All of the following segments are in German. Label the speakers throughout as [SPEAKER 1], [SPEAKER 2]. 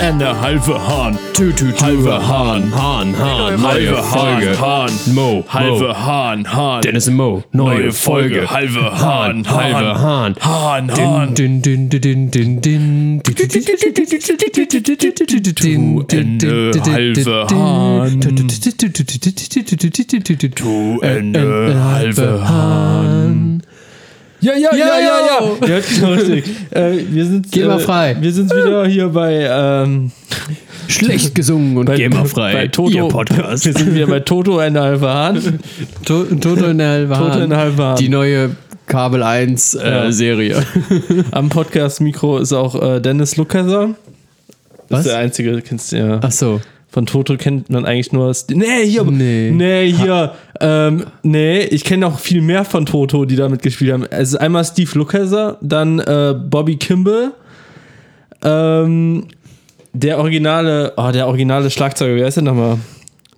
[SPEAKER 1] Ende. Halve Hahn. Tütü, halve Hahn.
[SPEAKER 2] Hahn,
[SPEAKER 1] Halve
[SPEAKER 2] Hahn, neue Folge.
[SPEAKER 1] Hahn. Hahn.
[SPEAKER 2] Mo, Mo.
[SPEAKER 1] Halve Hahn. Hahn.
[SPEAKER 2] Dennis und Mo, neue
[SPEAKER 1] Neue Folge.
[SPEAKER 2] Folge.
[SPEAKER 1] Halve Hahn.
[SPEAKER 2] halbe Hahn.
[SPEAKER 1] Hahn. Hahn.
[SPEAKER 2] Din, din, din, din, din, din.
[SPEAKER 1] To Ende,
[SPEAKER 2] Halt.
[SPEAKER 1] halbe Hahn. To Ende.
[SPEAKER 2] Äh, E
[SPEAKER 1] Halve Hahn.
[SPEAKER 3] Ja, ja, ja, ja,
[SPEAKER 2] ja.
[SPEAKER 3] ja. ja schon richtig. äh, wir sind,
[SPEAKER 2] Geh mal
[SPEAKER 3] äh,
[SPEAKER 2] frei.
[SPEAKER 3] Wir sind wieder hier bei, ähm,
[SPEAKER 2] Schlecht gesungen und gamerfrei.
[SPEAKER 3] bei Toto.
[SPEAKER 2] Ihr Podcast.
[SPEAKER 3] wir sind wieder bei Toto eine halbe Hahn.
[SPEAKER 2] To- Toto in der halben
[SPEAKER 3] Toto in der halben Hand.
[SPEAKER 2] Die neue Kabel 1 äh,
[SPEAKER 3] Ja.
[SPEAKER 2] Serie.
[SPEAKER 3] Am Podcast-Mikro ist auch äh, Dennis Lukather.
[SPEAKER 2] Was?
[SPEAKER 3] Ist der einzige, kennst du ja.
[SPEAKER 2] Ach so.
[SPEAKER 3] Von Toto kennt man eigentlich nur das. Nee, hier.
[SPEAKER 2] Nee.
[SPEAKER 3] Nee, hier. Ähm, nee, ich kenne auch viel mehr von Toto, die damit gespielt haben. Es ist einmal Steve Lukather, dann äh, Bobby Kimball. Ähm, der originale, oh, der originale Schlagzeuger, wie heißt der nochmal?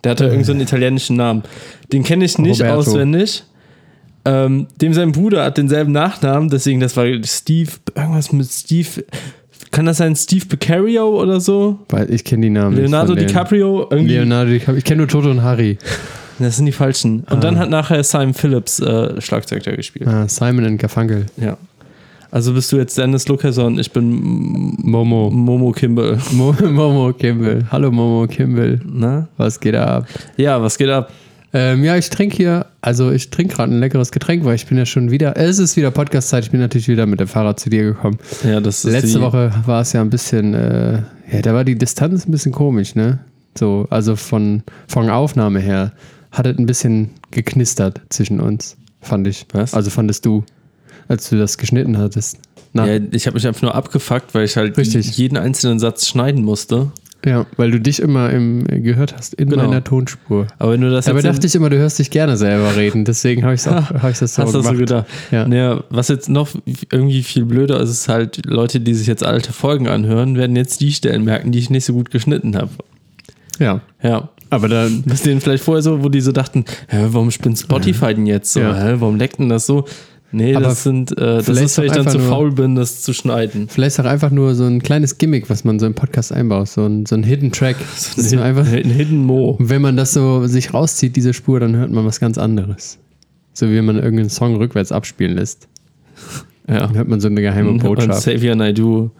[SPEAKER 3] Der hatte irgendeinen so einen italienischen Namen. Den kenne ich nicht
[SPEAKER 2] Roberto.
[SPEAKER 3] auswendig. Ähm, dem sein Bruder hat denselben Nachnamen, deswegen das war Steve, irgendwas mit Steve. Kann das sein Steve Beccario oder so?
[SPEAKER 2] Weil Ich kenne die Namen. nicht
[SPEAKER 3] Leonardo
[SPEAKER 2] von denen.
[SPEAKER 3] DiCaprio, irgendwie,
[SPEAKER 2] Leonardo DiCaprio. Ich kenne nur Toto und Harry.
[SPEAKER 3] das sind die falschen. Und dann hat nachher Simon Phillips äh, Schlagzeug da gespielt.
[SPEAKER 2] Ah, Simon und Garfunkel.
[SPEAKER 3] Ja. Also bist du jetzt Dennis Lukather und ich bin
[SPEAKER 2] Momo.
[SPEAKER 3] Momo Kimball.
[SPEAKER 2] Mo Momo Kimball. Hallo Momo Kimball.
[SPEAKER 3] Na?
[SPEAKER 2] Was geht ab?
[SPEAKER 3] ne? Ja, was geht ab?
[SPEAKER 2] Ähm, ja, ich trinke hier, also ich trinke gerade ein leckeres Getränk, weil ich bin ja schon wieder, es ist wieder Podcast-Zeit, ich bin natürlich wieder mit dem Fahrrad zu dir gekommen.
[SPEAKER 3] Ja, das ist
[SPEAKER 2] Letzte
[SPEAKER 3] die-
[SPEAKER 2] Woche war es ja ein bisschen, äh, ja, da war die Distanz ein bisschen komisch, ne? So, also von, von Aufnahme her hat es ein bisschen geknistert zwischen uns, fand ich.
[SPEAKER 3] Was?
[SPEAKER 2] Also fandest du, als du das geschnitten hattest. Na,
[SPEAKER 3] Ja, ich habe mich einfach nur abgefuckt, weil ich halt
[SPEAKER 2] Richtig.
[SPEAKER 3] jeden einzelnen Satz schneiden musste.
[SPEAKER 2] ja, weil du dich immer im, gehört hast, in
[SPEAKER 3] Genau.
[SPEAKER 2] meiner Tonspur.
[SPEAKER 3] Aber wenn du das
[SPEAKER 2] Dabei
[SPEAKER 3] jetzt
[SPEAKER 2] dachte ich immer, du hörst dich gerne selber reden, deswegen habe ich hab ich das so
[SPEAKER 3] hast du
[SPEAKER 2] gemacht.
[SPEAKER 3] das so gedacht.
[SPEAKER 2] Ja.
[SPEAKER 3] Naja, was jetzt noch irgendwie viel blöder ist, ist halt, Leute, die sich jetzt alte Folgen anhören, werden jetzt die Stellen merken, die ich nicht so gut geschnitten habe.
[SPEAKER 2] Ja.
[SPEAKER 3] Ja.
[SPEAKER 2] Aber dann,
[SPEAKER 3] Was denen vielleicht vorher so, wo die so dachten, hä, warum spinnt Spotify denn jetzt so?
[SPEAKER 2] Ja.
[SPEAKER 3] Hä, warum leckt denn das so? Nee,
[SPEAKER 2] Aber
[SPEAKER 3] das sind, äh, das
[SPEAKER 2] vielleicht
[SPEAKER 3] ist, weil ich
[SPEAKER 2] doch
[SPEAKER 3] dann zu
[SPEAKER 2] einfach nur-
[SPEAKER 3] faul bin, das zu schneiden.
[SPEAKER 2] Vielleicht auch einfach nur so ein kleines Gimmick, was man so im Podcast einbaut, so ein, so ein Hidden Track. Das ist nur einfach,
[SPEAKER 3] Ein Hidden Mo.
[SPEAKER 2] wenn man das so sich rauszieht, diese Spur, dann hört man was ganz anderes. So wie wenn man irgendeinen Song rückwärts abspielen lässt.
[SPEAKER 3] Ja.
[SPEAKER 2] Dann hört man so eine geheime
[SPEAKER 3] Und
[SPEAKER 2] Botschaft.
[SPEAKER 3] Xavier Naidoo.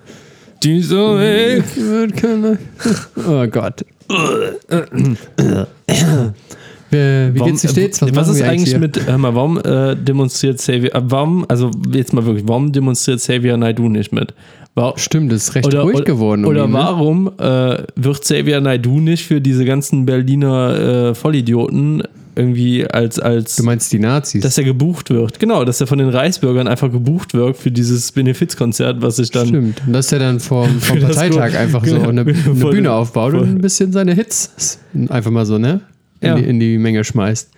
[SPEAKER 3] Dieser Weg.
[SPEAKER 2] Ich würd keine- Oh Gott. Wie, wie
[SPEAKER 3] Warum- äh,
[SPEAKER 2] geht's dir stets?
[SPEAKER 3] Was,
[SPEAKER 2] machen
[SPEAKER 3] ist
[SPEAKER 2] wir
[SPEAKER 3] eigentlich
[SPEAKER 2] hier?
[SPEAKER 3] mit, hör mal, warum äh, demonstriert Xavier, äh, warum, also jetzt mal wirklich, warum demonstriert Xavier Naidu nicht mit? War,
[SPEAKER 2] Stimmt, es ist recht ruhig geworden. um
[SPEAKER 3] Oder
[SPEAKER 2] ihn, ne?
[SPEAKER 3] warum äh, wird Xavier Naidu nicht für diese ganzen Berliner äh, Vollidioten irgendwie als, als
[SPEAKER 2] Du meinst die Nazis?
[SPEAKER 3] dass er gebucht wird? Genau, dass er von den Reichsbürgern einfach gebucht wird für dieses Benefizkonzert, was sich dann
[SPEAKER 2] Stimmt. Und dass der dann vom, vom
[SPEAKER 3] das
[SPEAKER 2] Parteitag
[SPEAKER 3] Gro-
[SPEAKER 2] einfach so
[SPEAKER 3] Genau.
[SPEAKER 2] eine, eine
[SPEAKER 3] Voll-
[SPEAKER 2] Bühne aufbaut
[SPEAKER 3] voll.
[SPEAKER 2] und ein bisschen seine Hits einfach mal so, ne? In,
[SPEAKER 3] Ja.
[SPEAKER 2] die, in die Menge schmeißt.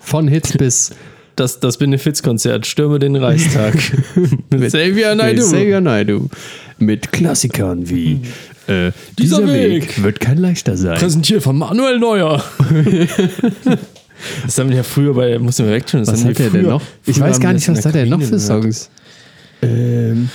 [SPEAKER 2] Von Hits bis
[SPEAKER 3] das, das Benefizkonzert, stürme den Reichstag. Mit Xavier Naidu.
[SPEAKER 2] Xavier Naidoo. Mit Klassikern wie äh, dieser,
[SPEAKER 3] Hm. Dieser
[SPEAKER 2] Weg.
[SPEAKER 3] Weg.
[SPEAKER 2] wird kein leichter sein.
[SPEAKER 3] Präsentiert von Manuel Neuer. das haben wir ja früher bei, muss man weg tun. das
[SPEAKER 2] was
[SPEAKER 3] haben
[SPEAKER 2] hat
[SPEAKER 3] wir
[SPEAKER 2] der denn
[SPEAKER 3] früher-
[SPEAKER 2] noch? Ich
[SPEAKER 3] früher
[SPEAKER 2] weiß
[SPEAKER 3] haben
[SPEAKER 2] gar
[SPEAKER 3] wir
[SPEAKER 2] nicht,
[SPEAKER 3] das
[SPEAKER 2] was
[SPEAKER 3] in
[SPEAKER 2] hat
[SPEAKER 3] der
[SPEAKER 2] der noch
[SPEAKER 3] Kabine
[SPEAKER 2] für
[SPEAKER 3] gehört.
[SPEAKER 2] Songs? Ähm,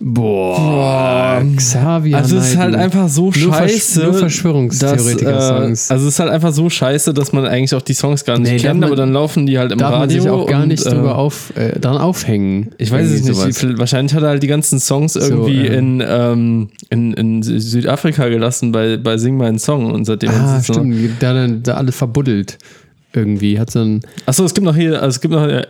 [SPEAKER 2] boah, Xavier
[SPEAKER 3] Also es ist halt
[SPEAKER 2] Naidoo.
[SPEAKER 3] einfach so
[SPEAKER 2] Nur Versch-
[SPEAKER 3] scheiße.
[SPEAKER 2] nur Verschwörungstheoretiker-Songs.
[SPEAKER 3] dass, Äh, also es ist halt einfach so scheiße, dass man eigentlich auch die Songs gar nicht
[SPEAKER 2] Nee, darf
[SPEAKER 3] kennt,
[SPEAKER 2] man-
[SPEAKER 3] aber dann laufen die halt im
[SPEAKER 2] Darf man
[SPEAKER 3] Radio.
[SPEAKER 2] sich auch gar
[SPEAKER 3] und,
[SPEAKER 2] nicht
[SPEAKER 3] äh,
[SPEAKER 2] drüber auf, äh, dran aufhängen.
[SPEAKER 3] ich weiß es
[SPEAKER 2] Irgendwie
[SPEAKER 3] nicht,
[SPEAKER 2] sowas.
[SPEAKER 3] vielleicht- wahrscheinlich hat er halt die ganzen Songs irgendwie
[SPEAKER 2] ähm,
[SPEAKER 3] in, ähm, in, in Sü- Südafrika gelassen bei, bei Sing meinen Song und seitdem
[SPEAKER 2] Ah,
[SPEAKER 3] ist es so.
[SPEAKER 2] stimmt. Da dann da alles verbuddelt. Irgendwie hat so ein.
[SPEAKER 3] Achso, es gibt noch hier, also es gibt noch hier,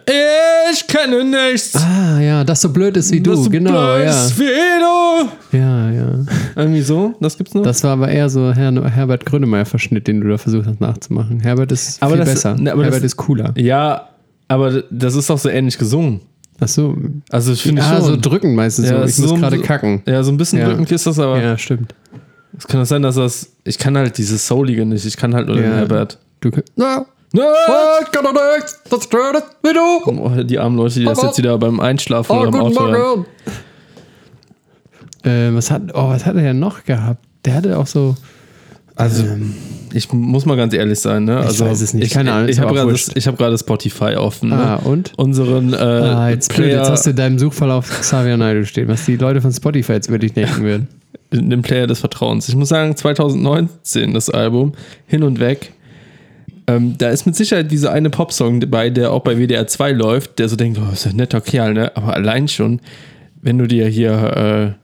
[SPEAKER 3] ich kenne nichts,
[SPEAKER 2] Ah, ja, das so blöd ist wie du.
[SPEAKER 3] das so
[SPEAKER 2] genau,
[SPEAKER 3] blöd
[SPEAKER 2] ja.
[SPEAKER 3] ist wie du.
[SPEAKER 2] Ja, ja.
[SPEAKER 3] Irgendwie so, das gibt's noch.
[SPEAKER 2] Das war aber eher so Herr, Herbert Grönemeyer-Verschnitt, den du da versucht hast nachzumachen. Herbert ist
[SPEAKER 3] Aber
[SPEAKER 2] viel
[SPEAKER 3] das-
[SPEAKER 2] besser.
[SPEAKER 3] ne, aber
[SPEAKER 2] Herbert
[SPEAKER 3] das-
[SPEAKER 2] ist cooler.
[SPEAKER 3] ja, aber das ist doch so ähnlich gesungen.
[SPEAKER 2] Achso.
[SPEAKER 3] Also ich finde
[SPEAKER 2] Ah,
[SPEAKER 3] schon.
[SPEAKER 2] so drückend meistens.
[SPEAKER 3] Ja,
[SPEAKER 2] so.
[SPEAKER 3] das
[SPEAKER 2] Ich
[SPEAKER 3] ist
[SPEAKER 2] muss
[SPEAKER 3] so ein-
[SPEAKER 2] gerade kacken.
[SPEAKER 3] ja, so ein bisschen
[SPEAKER 2] Ja.
[SPEAKER 3] drückend ist das, aber
[SPEAKER 2] Ja, stimmt.
[SPEAKER 3] es kann auch sein, dass das. Ich kann halt dieses Soulige nicht. Ich kann halt nur den
[SPEAKER 2] Ja.
[SPEAKER 3] Herbert.
[SPEAKER 2] Du, na,
[SPEAKER 3] Ne?
[SPEAKER 2] ich kann doch nichts. Das stört es wie du.
[SPEAKER 3] Oh, die armen Leute, die das
[SPEAKER 2] Aber-
[SPEAKER 3] jetzt wieder beim Einschlafen oder im Auto
[SPEAKER 2] oh,
[SPEAKER 3] hören.
[SPEAKER 2] Äh, was hat, oh, was hat er denn noch gehabt? Der hatte auch so,
[SPEAKER 3] Also, ich muss mal ganz ehrlich sein, ne?
[SPEAKER 2] Ich
[SPEAKER 3] Also,
[SPEAKER 2] weiß es nicht.
[SPEAKER 3] Ich,
[SPEAKER 2] Keine Ahnung,
[SPEAKER 3] Ich,
[SPEAKER 2] ist
[SPEAKER 3] ich habe
[SPEAKER 2] aber
[SPEAKER 3] gerade
[SPEAKER 2] wurscht.
[SPEAKER 3] das- ich hab gerade Spotify offen.
[SPEAKER 2] Ah,
[SPEAKER 3] Ne?
[SPEAKER 2] und?
[SPEAKER 3] Unseren äh,
[SPEAKER 2] Ah, jetzt blöd,
[SPEAKER 3] Player,
[SPEAKER 2] jetzt hast du in deinem Suchverlauf Xavier Naidoo stehen, was die Leute von Spotify jetzt über dich denken würden.
[SPEAKER 3] den Player des Vertrauens. Ich muss sagen, 2019 das Album, hin und weg. Ähm, da ist mit Sicherheit dieser eine Popsong dabei, der auch bei WDR 2 läuft, der so denkt, oh, ist ein netter Kerl, ne? Aber allein schon, wenn du dir hier, äh,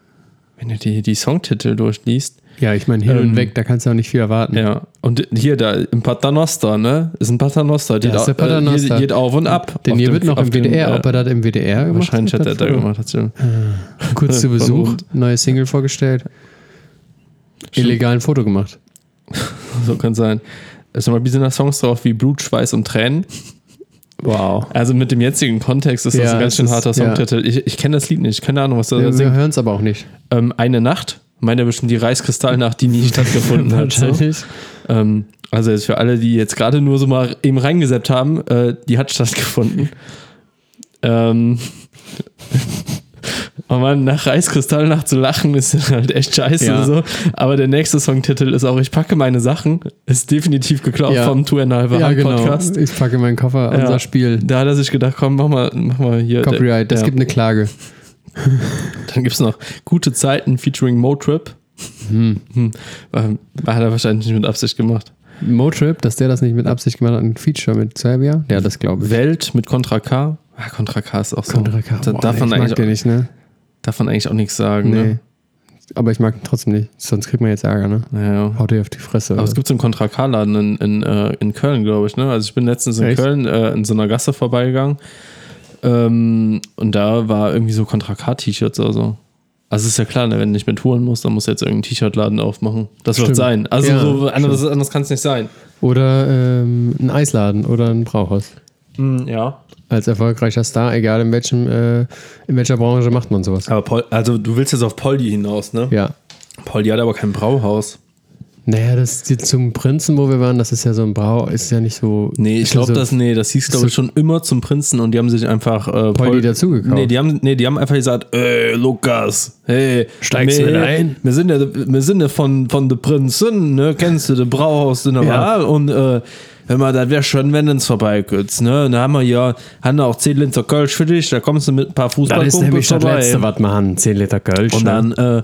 [SPEAKER 3] wenn du dir die Songtitel durchliest,
[SPEAKER 2] Ja, ich meine, hin
[SPEAKER 3] Ähm,
[SPEAKER 2] und weg, da kannst du auch nicht viel erwarten.
[SPEAKER 3] Ja, und hier da im Paternoster, ne? Ist ein Paternoster.
[SPEAKER 2] Ja, ist der
[SPEAKER 3] äh,
[SPEAKER 2] Paternoster.
[SPEAKER 3] geht, geht auf und ab.
[SPEAKER 2] Denn
[SPEAKER 3] Auf
[SPEAKER 2] hier
[SPEAKER 3] dem-
[SPEAKER 2] wird noch
[SPEAKER 3] auf
[SPEAKER 2] im
[SPEAKER 3] dem,
[SPEAKER 2] WDR,
[SPEAKER 3] äh,
[SPEAKER 2] ob er das im WDR gemacht
[SPEAKER 3] wahrscheinlich hat er da
[SPEAKER 2] das
[SPEAKER 3] gemacht. Hat schon.
[SPEAKER 2] Kurz zu
[SPEAKER 3] Von
[SPEAKER 2] Besuch,
[SPEAKER 3] oben.
[SPEAKER 2] neue Single vorgestellt.
[SPEAKER 3] Stimmt.
[SPEAKER 2] Illegal ein Foto gemacht.
[SPEAKER 3] So kann sein. Es sind mal bisschen Songs drauf wie Blut, Schweiß und Tränen.
[SPEAKER 2] Wow.
[SPEAKER 3] Also mit dem jetzigen Kontext ist das
[SPEAKER 2] Ja,
[SPEAKER 3] ein ganz
[SPEAKER 2] es
[SPEAKER 3] schön
[SPEAKER 2] ist-
[SPEAKER 3] harter
[SPEAKER 2] ja.
[SPEAKER 3] Songtitel. Ich, ich kenne das Lied nicht, keine Ahnung, was da
[SPEAKER 2] Wir, wir
[SPEAKER 3] singt.
[SPEAKER 2] hören es aber auch nicht.
[SPEAKER 3] Ähm, eine Nacht. Meint er bestimmt die Reiskristallnacht, die nie stattgefunden hat. So. Ähm, also jetzt für alle, die jetzt gerade nur so mal eben reingeseppt haben, äh, die hat stattgefunden. ähm, oh Mann, nach Reiskristallnacht zu lachen ist halt echt scheiße
[SPEAKER 2] Ja.
[SPEAKER 3] so. Aber der nächste Songtitel ist auch Ich packe meine Sachen. Ist definitiv geklaut
[SPEAKER 2] Ja.
[SPEAKER 3] vom Two and a Half
[SPEAKER 2] Ja,
[SPEAKER 3] Hand
[SPEAKER 2] genau.
[SPEAKER 3] Podcast.
[SPEAKER 2] Ich packe meinen Koffer,
[SPEAKER 3] Ja.
[SPEAKER 2] unser Spiel.
[SPEAKER 3] Da hat er sich gedacht, komm, mach mal, mach mal hier.
[SPEAKER 2] Copyright, das
[SPEAKER 3] ja.
[SPEAKER 2] gibt eine Klage.
[SPEAKER 3] Dann gibt es noch Gute Zeiten featuring Motrip. Hm. Ähm, Hat er wahrscheinlich nicht mit Absicht gemacht.
[SPEAKER 2] Motrip, dass der das nicht mit Absicht gemacht hat, ein Feature mit Xavier. Ja, das glaube ich.
[SPEAKER 3] Welt mit Contra K. Ah, Contra K ist auch so.
[SPEAKER 2] Contra K.
[SPEAKER 3] Da
[SPEAKER 2] Boah,
[SPEAKER 3] darf, man
[SPEAKER 2] ich mag
[SPEAKER 3] eigentlich,
[SPEAKER 2] den nicht, ne?
[SPEAKER 3] darf man eigentlich auch nichts sagen.
[SPEAKER 2] Nee.
[SPEAKER 3] Ne?
[SPEAKER 2] Aber ich mag ihn trotzdem nicht, sonst kriegt man jetzt Ärger, ne?
[SPEAKER 3] Naja.
[SPEAKER 2] Haut dir auf die Fresse.
[SPEAKER 3] Aber es gibt so einen Contra K-Laden in, in, äh, in Köln, glaube ich. Ne? Also ich bin letztens in
[SPEAKER 2] Echt?
[SPEAKER 3] Köln äh, in so einer Gasse vorbeigegangen. Ähm, und da war irgendwie so Contra K-T-Shirts oder so. Also ist ja klar, ne, wenn du nicht mit Touren musst, dann muss jetzt irgendein T-Shirt-Laden aufmachen. Das wird
[SPEAKER 2] Stimmt.
[SPEAKER 3] sein. Also
[SPEAKER 2] Ja,
[SPEAKER 3] so, anders, anders kann es nicht sein.
[SPEAKER 2] oder ähm, ein Eisladen oder ein Brauhaus.
[SPEAKER 3] Hm, ja.
[SPEAKER 2] Als erfolgreicher Star, egal in, welchem, äh, in welcher Branche macht man sowas.
[SPEAKER 3] Aber Pol also du willst jetzt auf Poldi hinaus, ne?
[SPEAKER 2] Ja.
[SPEAKER 3] Poldi hat aber kein Brauhaus.
[SPEAKER 2] Naja, das die- zum Prinzen, wo wir waren, das ist ja so ein Brau, ist ja nicht so.
[SPEAKER 3] Nee, ich glaube,
[SPEAKER 2] also,
[SPEAKER 3] das, nee, das hieß, glaube ich, schon immer zum Prinzen und die haben sich einfach. Äh,
[SPEAKER 2] Poldi dazugekauft.
[SPEAKER 3] Nee die, haben, nee, die haben einfach gesagt: Ey, Lukas, hey,
[SPEAKER 2] Steigst
[SPEAKER 3] nee,
[SPEAKER 2] mit ein?
[SPEAKER 3] Wir sind ja, wir sind ja von, von der Prinzen, ne? Kennst du, der Brauhaus in der
[SPEAKER 2] Ja.
[SPEAKER 3] Wahl? Und äh, wenn man, das wäre schön, wenn du uns vorbeikürzt, ne? Und Da haben wir ja, haben wir auch 10 Linzer Kölsch für dich, da kommst du mit ein paar
[SPEAKER 2] Das ist
[SPEAKER 3] Fußballkumpels
[SPEAKER 2] nämlich das
[SPEAKER 3] vorbei.
[SPEAKER 2] Letzte, was wir haben. 10 Liter Kölsch.
[SPEAKER 3] und
[SPEAKER 2] ne?
[SPEAKER 3] dann, äh,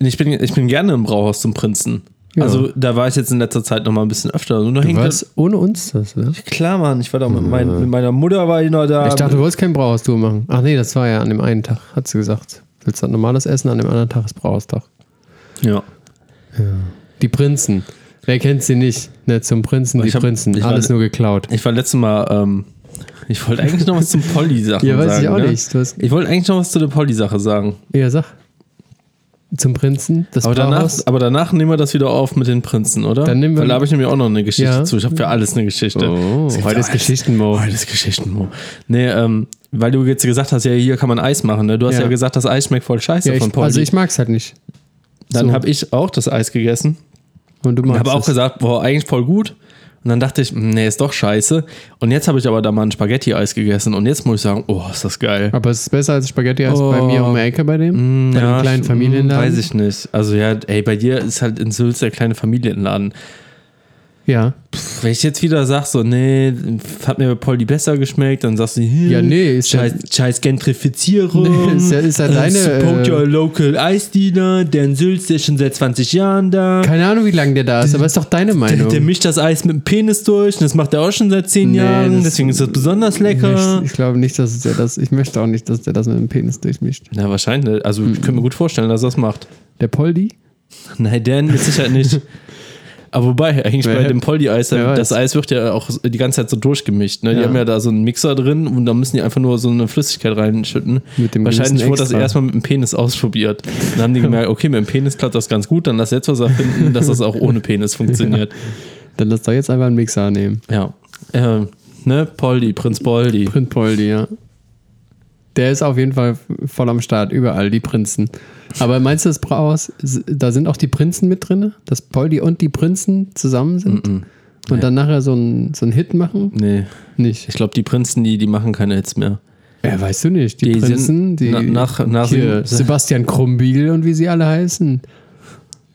[SPEAKER 3] ich bin, ich bin gerne im Brauhaus zum Prinzen.
[SPEAKER 2] Ja.
[SPEAKER 3] Also da war ich jetzt in letzter Zeit noch mal ein bisschen öfter. Und da hängt das-
[SPEAKER 2] Was? Ohne uns das, ne?
[SPEAKER 3] Klar, Mann, ich war da mit, mein, mit meiner Mutter war ich noch da.
[SPEAKER 2] Ich dachte, du wolltest kein Brauhaustour machen. Ach nee, das war ja an dem einen Tag, hat sie gesagt. Willst du ein normales Essen, an dem anderen Tag ist Brauhaustag.
[SPEAKER 3] ja.
[SPEAKER 2] Die Prinzen. Wer kennt sie nicht? Ne, zum Prinzen, die
[SPEAKER 3] Ich hab-
[SPEAKER 2] Prinzen.
[SPEAKER 3] ich war-
[SPEAKER 2] Alles nur geklaut.
[SPEAKER 3] Ich war letztes Mal, ähm, ich wollte eigentlich noch was zum Polly-Sachen
[SPEAKER 2] Ja, weiß
[SPEAKER 3] sagen.
[SPEAKER 2] ich auch
[SPEAKER 3] ne?
[SPEAKER 2] nicht. Du hast,
[SPEAKER 3] Ich wollte eigentlich noch was zu der Polly-Sache sagen.
[SPEAKER 2] ja, sag. Zum Prinzen, das
[SPEAKER 3] Aber danach,
[SPEAKER 2] Brauhaus.
[SPEAKER 3] aber danach nehmen wir das wieder auf mit den Prinzen, oder?
[SPEAKER 2] Dann nehmen wir-
[SPEAKER 3] Weil da habe ich nämlich auch noch eine Geschichte
[SPEAKER 2] Ja.
[SPEAKER 3] zu. Ich habe für alles eine Geschichte.
[SPEAKER 2] Oh,
[SPEAKER 3] Es gibt
[SPEAKER 2] heute
[SPEAKER 3] ja
[SPEAKER 2] ist
[SPEAKER 3] alles-
[SPEAKER 2] Geschichtenmo.
[SPEAKER 3] Heute ist Geschichtenmo. Nee, ähm, weil du jetzt gesagt hast, ja, hier kann man Eis machen. Ne? Du hast ja,
[SPEAKER 2] Ja.
[SPEAKER 3] gesagt, das Eis schmeckt voll scheiße
[SPEAKER 2] Ja,
[SPEAKER 3] von
[SPEAKER 2] ich,
[SPEAKER 3] Polly.
[SPEAKER 2] also ich mag es halt nicht.
[SPEAKER 3] Dann
[SPEAKER 2] so.
[SPEAKER 3] habe ich auch das Eis gegessen.
[SPEAKER 2] Und du
[SPEAKER 3] Ich
[SPEAKER 2] magst
[SPEAKER 3] habe auch
[SPEAKER 2] es.
[SPEAKER 3] gesagt, boah, eigentlich voll gut. Und dann dachte ich, mh, nee, ist doch scheiße. Und jetzt habe ich aber da mal ein Spaghetti-Eis gegessen. Und jetzt muss ich sagen, oh, ist das geil.
[SPEAKER 2] Aber es ist besser als Spaghetti-Eis bei
[SPEAKER 3] Oh. Mm,
[SPEAKER 2] mir um die Ecke bei dem? bei dem kleinen
[SPEAKER 3] sch-
[SPEAKER 2] Familienladen?
[SPEAKER 3] Weiß ich nicht. Also ja, ey, bei dir ist halt in Sülz der kleine Familienladen.
[SPEAKER 2] Ja.
[SPEAKER 3] Wenn ich jetzt wieder sag, so, nee, hat mir bei Poldi besser geschmeckt, dann sagst du, hm,
[SPEAKER 2] Ja, nee, ist ja-
[SPEAKER 3] scheiß, scheiß Gentrifizierung.
[SPEAKER 2] Nee, ist ja- ist ja
[SPEAKER 3] äh,
[SPEAKER 2] deine,
[SPEAKER 3] Support
[SPEAKER 2] äh,
[SPEAKER 3] your local Ice Dealer, der in Sülz der ist schon seit 20 Jahren da.
[SPEAKER 2] Keine Ahnung, wie lange der da ist, aber ist doch deine
[SPEAKER 3] Der,
[SPEAKER 2] Meinung.
[SPEAKER 3] der mischt das Eis mit dem Penis durch und das macht er auch schon seit zehn
[SPEAKER 2] Nee,
[SPEAKER 3] Jahren,
[SPEAKER 2] das-
[SPEAKER 3] deswegen ist das besonders
[SPEAKER 2] ich,
[SPEAKER 3] lecker.
[SPEAKER 2] ich glaube nicht, dass der das. Ich möchte auch nicht, dass der das mit dem Penis durchmischt.
[SPEAKER 3] Na, wahrscheinlich. Also, ich könnte mir gut vorstellen, dass er das macht.
[SPEAKER 2] Der Poldi?
[SPEAKER 3] Nein, Dan mit Sicherheit nicht. Aber wobei, eigentlich
[SPEAKER 2] Wer-
[SPEAKER 3] bei dem Poldi-Eis,
[SPEAKER 2] wer weiß.
[SPEAKER 3] das Eis wird ja auch die ganze Zeit so durchgemischt. Ne? Die
[SPEAKER 2] Ja.
[SPEAKER 3] haben ja da so einen Mixer drin und da müssen die einfach nur so eine Flüssigkeit reinschütten.
[SPEAKER 2] Mit dem
[SPEAKER 3] Wahrscheinlich
[SPEAKER 2] gewissen
[SPEAKER 3] wurde das
[SPEAKER 2] Extra.
[SPEAKER 3] erstmal mit dem Penis ausprobiert. Dann haben die gemerkt, okay, mit dem Penis klappt das ganz gut, dann lass jetzt was erfinden, dass das auch ohne Penis funktioniert.
[SPEAKER 2] Dann lass doch jetzt einfach einen Mixer nehmen.
[SPEAKER 3] Ja. Ähm, ne, Poldi, Prinz Poldi.
[SPEAKER 2] Print Poldi, ja. Der ist auf jeden Fall voll am Start, überall, die Prinzen. Aber meinst du das Brauhaus, s- da sind auch die Prinzen mit drin? Dass Poldi und die Prinzen zusammen sind? Und dann nachher so einen so einen Hit machen?
[SPEAKER 3] Nee,
[SPEAKER 2] Nicht.
[SPEAKER 3] ich glaube, die Prinzen, die, die machen keine Hits mehr.
[SPEAKER 2] Ja, weißt du nicht. Die,
[SPEAKER 3] Die sind
[SPEAKER 2] Prinzen, die
[SPEAKER 3] na- nach- nach-
[SPEAKER 2] hier, Sebastian Krumbiegel und wie sie alle heißen.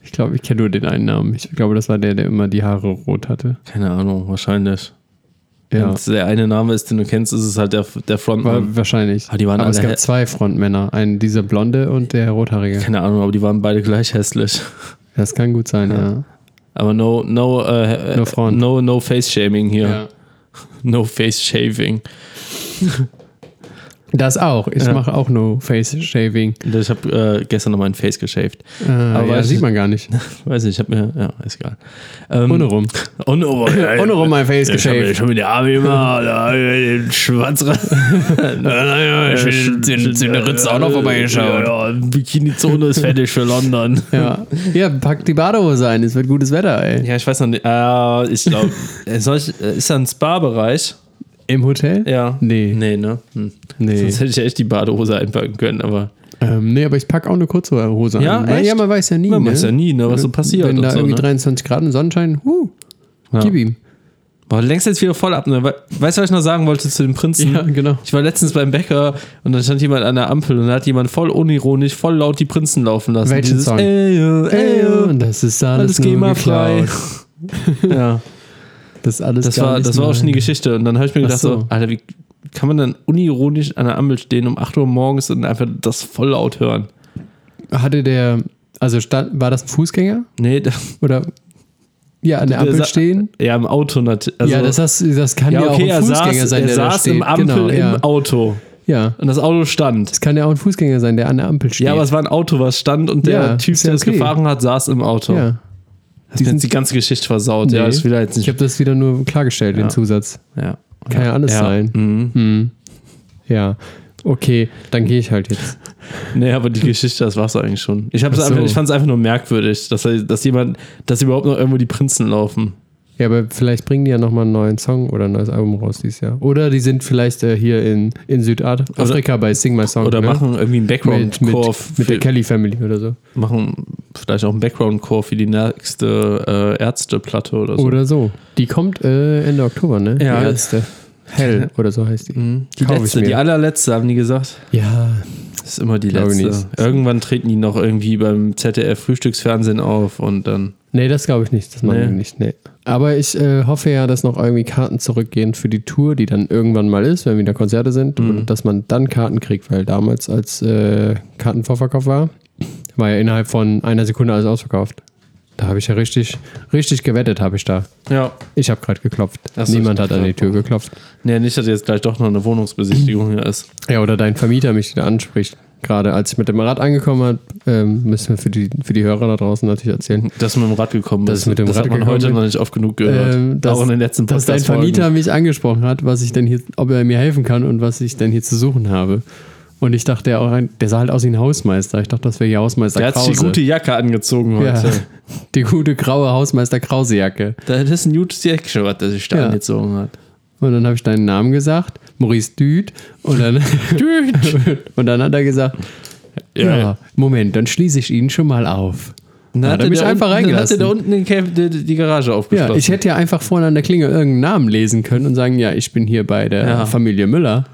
[SPEAKER 2] Ich glaube, ich kenne nur den einen Namen. Ich glaube, das war der, der immer die Haare rot hatte.
[SPEAKER 3] Keine Ahnung, wahrscheinlich.
[SPEAKER 2] Ja,
[SPEAKER 3] Wenn es der eine Name ist, den du kennst, ist es halt der, der Frontmann.
[SPEAKER 2] war, wahrscheinlich.
[SPEAKER 3] Aber die waren
[SPEAKER 2] es
[SPEAKER 3] alle
[SPEAKER 2] gab
[SPEAKER 3] hä-
[SPEAKER 2] zwei Frontmänner. Einen, dieser Blonde und der Rothaarige.
[SPEAKER 3] Keine Ahnung, aber die waren beide gleich hässlich.
[SPEAKER 2] Das kann gut sein, ja.
[SPEAKER 3] Aber no, no, äh,
[SPEAKER 2] No front.
[SPEAKER 3] no, no face shaming hier.
[SPEAKER 2] ja.
[SPEAKER 3] No face shaving.
[SPEAKER 2] Das auch. Ich
[SPEAKER 3] Ja.
[SPEAKER 2] mache auch nur Face Shaving.
[SPEAKER 3] Ich habe äh, gestern noch mein Face geshaved.
[SPEAKER 2] Äh, Aber ja,
[SPEAKER 3] weißt
[SPEAKER 2] sieht
[SPEAKER 3] du-
[SPEAKER 2] man gar nicht.
[SPEAKER 3] Weiß nicht, ich habe mir, ja, ist egal. oh, Ähm,
[SPEAKER 2] Ohne rum.
[SPEAKER 3] Ohne rum.
[SPEAKER 2] Ohne rum mein Face
[SPEAKER 1] Ich habe mir
[SPEAKER 2] geshaved.
[SPEAKER 1] schon mit der Arme immer da, äh, den Schwanz rein. Naja, ich bin den, den Ritz auch noch
[SPEAKER 3] äh,
[SPEAKER 1] vorbeigeschaut. Ja, ja, Bikini-Zone ist fertig für London.
[SPEAKER 2] Ja. ja, pack die Badehose ein. Es wird gutes Wetter, ey.
[SPEAKER 3] Ja, ich weiß noch nicht. Äh, ich glaube,
[SPEAKER 2] äh,
[SPEAKER 3] ist da ein Spa-Bereich?
[SPEAKER 2] Im Hotel?
[SPEAKER 3] Ja.
[SPEAKER 2] Nee.
[SPEAKER 3] Nee, ne? Hm.
[SPEAKER 2] Nee.
[SPEAKER 3] Sonst hätte ich echt die Badehose einpacken können, aber
[SPEAKER 2] Ähm, nee, aber ich packe auch eine kurze Hose
[SPEAKER 3] Ja,
[SPEAKER 2] an. Weil-
[SPEAKER 3] echt?
[SPEAKER 2] Ja, man weiß ja nie.
[SPEAKER 3] man
[SPEAKER 2] ne?
[SPEAKER 3] weiß ja nie, ne, was so passiert.
[SPEAKER 2] Wenn
[SPEAKER 3] und
[SPEAKER 2] da
[SPEAKER 3] so,
[SPEAKER 2] irgendwie
[SPEAKER 3] ne?
[SPEAKER 2] 23 Grad und Sonnenschein, huh,
[SPEAKER 3] Ja.
[SPEAKER 2] gib ihm.
[SPEAKER 3] Boah, du lenkst jetzt wieder voll ab. Ne? We- Weißt du, was ich noch sagen wollte zu den Prinzen?
[SPEAKER 2] Ja, genau.
[SPEAKER 3] Ich war letztens beim Bäcker und dann stand jemand an der Ampel und da hat jemand voll unironisch, voll laut die Prinzen laufen lassen.
[SPEAKER 2] Welchen Song?
[SPEAKER 3] Eyo, eyo,
[SPEAKER 2] Und das ist alles,
[SPEAKER 3] alles
[SPEAKER 2] nur
[SPEAKER 3] GEMA-frei.
[SPEAKER 2] geklaut.
[SPEAKER 3] ja,
[SPEAKER 2] Das ist alles
[SPEAKER 3] das
[SPEAKER 2] gar
[SPEAKER 3] war,
[SPEAKER 2] nicht
[SPEAKER 3] das war auch
[SPEAKER 2] mein-
[SPEAKER 3] schon die Geschichte. Und dann habe ich mir
[SPEAKER 2] Ach
[SPEAKER 3] gedacht, so.
[SPEAKER 2] so.
[SPEAKER 3] Alter, wie kann man dann unironisch an der Ampel stehen um 8 Uhr morgens und einfach das voll laut hören?
[SPEAKER 2] Hatte der, also stand, war das ein Fußgänger?
[SPEAKER 3] Nee, da,
[SPEAKER 2] Oder ja, an der
[SPEAKER 3] Der
[SPEAKER 2] Ampel
[SPEAKER 3] sa-
[SPEAKER 2] stehen?
[SPEAKER 3] ja, im Auto natürlich. Also,
[SPEAKER 2] ja, das, hast- das kann ja,
[SPEAKER 3] ja, okay,
[SPEAKER 2] auch
[SPEAKER 3] er
[SPEAKER 2] ein Fußgänger
[SPEAKER 3] saß,
[SPEAKER 2] sein,
[SPEAKER 3] er
[SPEAKER 2] der da
[SPEAKER 3] saß
[SPEAKER 2] steht.
[SPEAKER 3] im Ampel
[SPEAKER 2] genau, ja.
[SPEAKER 3] im Auto.
[SPEAKER 2] ja.
[SPEAKER 3] Und das Auto stand.
[SPEAKER 2] Es kann ja auch ein Fußgänger sein, der an der Ampel steht.
[SPEAKER 3] Ja, aber es war ein Auto, was stand und der
[SPEAKER 2] Ja,
[SPEAKER 3] Typ,
[SPEAKER 2] ist ja
[SPEAKER 3] der es
[SPEAKER 2] okay.
[SPEAKER 3] gefahren hat, saß im Auto.
[SPEAKER 2] ja.
[SPEAKER 3] Hast mir jetzt die ganze Geschichte versaut. Ja,
[SPEAKER 2] Nee.
[SPEAKER 3] das will er jetzt
[SPEAKER 2] Ich
[SPEAKER 3] nicht.
[SPEAKER 2] habe das wieder nur klargestellt,
[SPEAKER 3] Ja.
[SPEAKER 2] den Zusatz.
[SPEAKER 3] ja.
[SPEAKER 2] Kann ja alles
[SPEAKER 3] Ja.
[SPEAKER 2] sein.
[SPEAKER 3] Mhm.
[SPEAKER 2] Mhm. Ja. Okay, dann gehe ich halt jetzt.
[SPEAKER 3] Nee, aber die Geschichte, das war's eigentlich schon. Ich, hab's
[SPEAKER 2] Ach so.
[SPEAKER 3] einfach, ich fand es einfach nur merkwürdig, dass, er- dass jemand, dass überhaupt noch irgendwo die Prinzen laufen.
[SPEAKER 2] Ja, aber vielleicht bringen die ja nochmal einen neuen Song oder ein neues Album raus dieses Jahr. Oder die sind vielleicht äh, hier in, in Südafrika bei Sing My Song.
[SPEAKER 3] Oder
[SPEAKER 2] ne?
[SPEAKER 3] machen irgendwie
[SPEAKER 2] mit,
[SPEAKER 3] einen Background-Chor.
[SPEAKER 2] mit, mit der
[SPEAKER 3] für-
[SPEAKER 2] Kelly Family oder so.
[SPEAKER 3] Machen vielleicht auch einen Background-Chor für die nächste äh, Ärzte-Platte oder so.
[SPEAKER 2] Oder so. Die kommt äh, Ende Oktober, ne?
[SPEAKER 3] Ja. Mhm.
[SPEAKER 2] Die Ärzte. Hell oder so heißt die.
[SPEAKER 3] die
[SPEAKER 2] Kauf ich
[SPEAKER 3] letzte,
[SPEAKER 2] mir.
[SPEAKER 3] die allerletzte, haben die gesagt.
[SPEAKER 2] Ja.
[SPEAKER 3] Das ist immer die
[SPEAKER 2] Glaube ich
[SPEAKER 3] letzte.
[SPEAKER 2] nicht.
[SPEAKER 3] Irgendwann treten die noch irgendwie beim ZDF-Frühstücksfernsehen auf und dann.
[SPEAKER 2] Nee, das glaube ich nicht. Das machen
[SPEAKER 3] Nee.
[SPEAKER 2] wir nicht. Nee. Aber ich äh, hoffe ja, dass noch irgendwie Karten zurückgehen für die Tour, die dann irgendwann mal ist, wenn wieder Konzerte sind,
[SPEAKER 3] Mhm.
[SPEAKER 2] und dass man dann Karten kriegt, weil damals, als äh, Kartenvorverkauf war, war ja innerhalb von einer Sekunde alles ausverkauft. Da habe ich ja richtig, richtig gewettet, habe ich da.
[SPEAKER 3] Ja.
[SPEAKER 2] Ich habe gerade geklopft.
[SPEAKER 3] Ach so,
[SPEAKER 2] Niemand
[SPEAKER 3] ich
[SPEAKER 2] hat an die Tür geklopft.
[SPEAKER 3] Nee, nicht, dass jetzt gleich doch noch eine Wohnungsbesichtigung hier ist.
[SPEAKER 2] Ja, oder dein Vermieter mich wieder anspricht. Gerade als ich mit dem Rad angekommen bin, ähm, müssen wir für die, für die Hörer da draußen natürlich erzählen.
[SPEAKER 3] Dass du mit dem Rad gekommen
[SPEAKER 2] Dass
[SPEAKER 3] bist.
[SPEAKER 2] ich mit dem
[SPEAKER 3] das
[SPEAKER 2] Rad
[SPEAKER 3] hat man
[SPEAKER 2] gekommen
[SPEAKER 3] heute
[SPEAKER 2] bin.
[SPEAKER 3] noch nicht oft genug gehört.
[SPEAKER 2] Ähm, dass-
[SPEAKER 3] auch in den letzten
[SPEAKER 2] dass dein
[SPEAKER 3] Podcast-Folgen.
[SPEAKER 2] Vermieter mich angesprochen hat, was ich denn hier, ob er mir helfen kann und was ich denn hier zu suchen habe. Und ich dachte, der, auch ein, der sah halt aus wie ein Hausmeister. Ich dachte, das wäre hier Hausmeister
[SPEAKER 3] Der hat sich die gute Jacke angezogen heute.
[SPEAKER 2] ja, die gute graue Hausmeister Krausejacke.
[SPEAKER 3] Das ist ein gutes Jackchen, was er sich da
[SPEAKER 2] Ja.
[SPEAKER 3] angezogen hat.
[SPEAKER 2] Und dann habe ich deinen Namen gesagt, Maurice Düd. Und dann, und dann hat er gesagt, ja, Moment, dann schließe ich ihn schon mal auf.
[SPEAKER 3] Dann
[SPEAKER 2] Dann
[SPEAKER 3] hat
[SPEAKER 2] hat er mich
[SPEAKER 3] da
[SPEAKER 2] einfach
[SPEAKER 3] unten, Dann hat
[SPEAKER 2] reingelassen.
[SPEAKER 3] er da unten den Käf- die, die Garage aufgeschlossen.
[SPEAKER 2] Ja, ich hätte ja einfach vorne an der Klinge irgendeinen Namen lesen können und sagen, ja, ich bin hier bei der
[SPEAKER 3] Ja.
[SPEAKER 2] Familie Müller.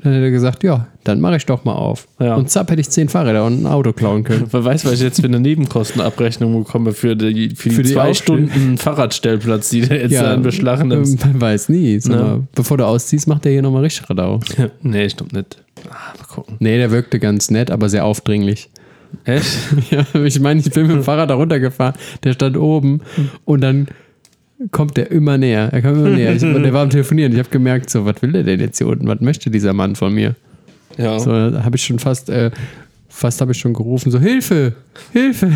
[SPEAKER 2] Dann hätte er gesagt, ja, dann mache ich doch mal auf.
[SPEAKER 3] Ja.
[SPEAKER 2] Und zapp hätte ich zehn Fahrräder und ein Auto klauen können.
[SPEAKER 3] Wer weiß, was ich jetzt für eine Nebenkostenabrechnung bekomme für die, für die,
[SPEAKER 2] Für die
[SPEAKER 3] zwei
[SPEAKER 2] Aufstell-
[SPEAKER 3] Stunden Fahrradstellplatz, die du jetzt ja, in Beschlag nimmst.
[SPEAKER 2] ähm, Man weiß nie. Sag
[SPEAKER 3] Ne?
[SPEAKER 2] mal, Bevor du ausziehst, macht er hier nochmal richtig Radau.
[SPEAKER 3] nee, stimmt nicht. Ah, mal gucken.
[SPEAKER 2] Nee, der wirkte ganz nett, aber sehr aufdringlich.
[SPEAKER 3] Echt?
[SPEAKER 2] Ja, ich meine, ich bin mit dem Fahrrad da runtergefahren, der stand oben und dann kommt der immer näher. Er kam immer näher. Ich, der war am Telefonieren. Ich habe gemerkt, so, was will der denn jetzt hier unten? Was möchte dieser Mann von mir?
[SPEAKER 3] Ja.
[SPEAKER 2] So, da habe ich schon fast, äh, fast habe ich schon gerufen, so Hilfe, Hilfe.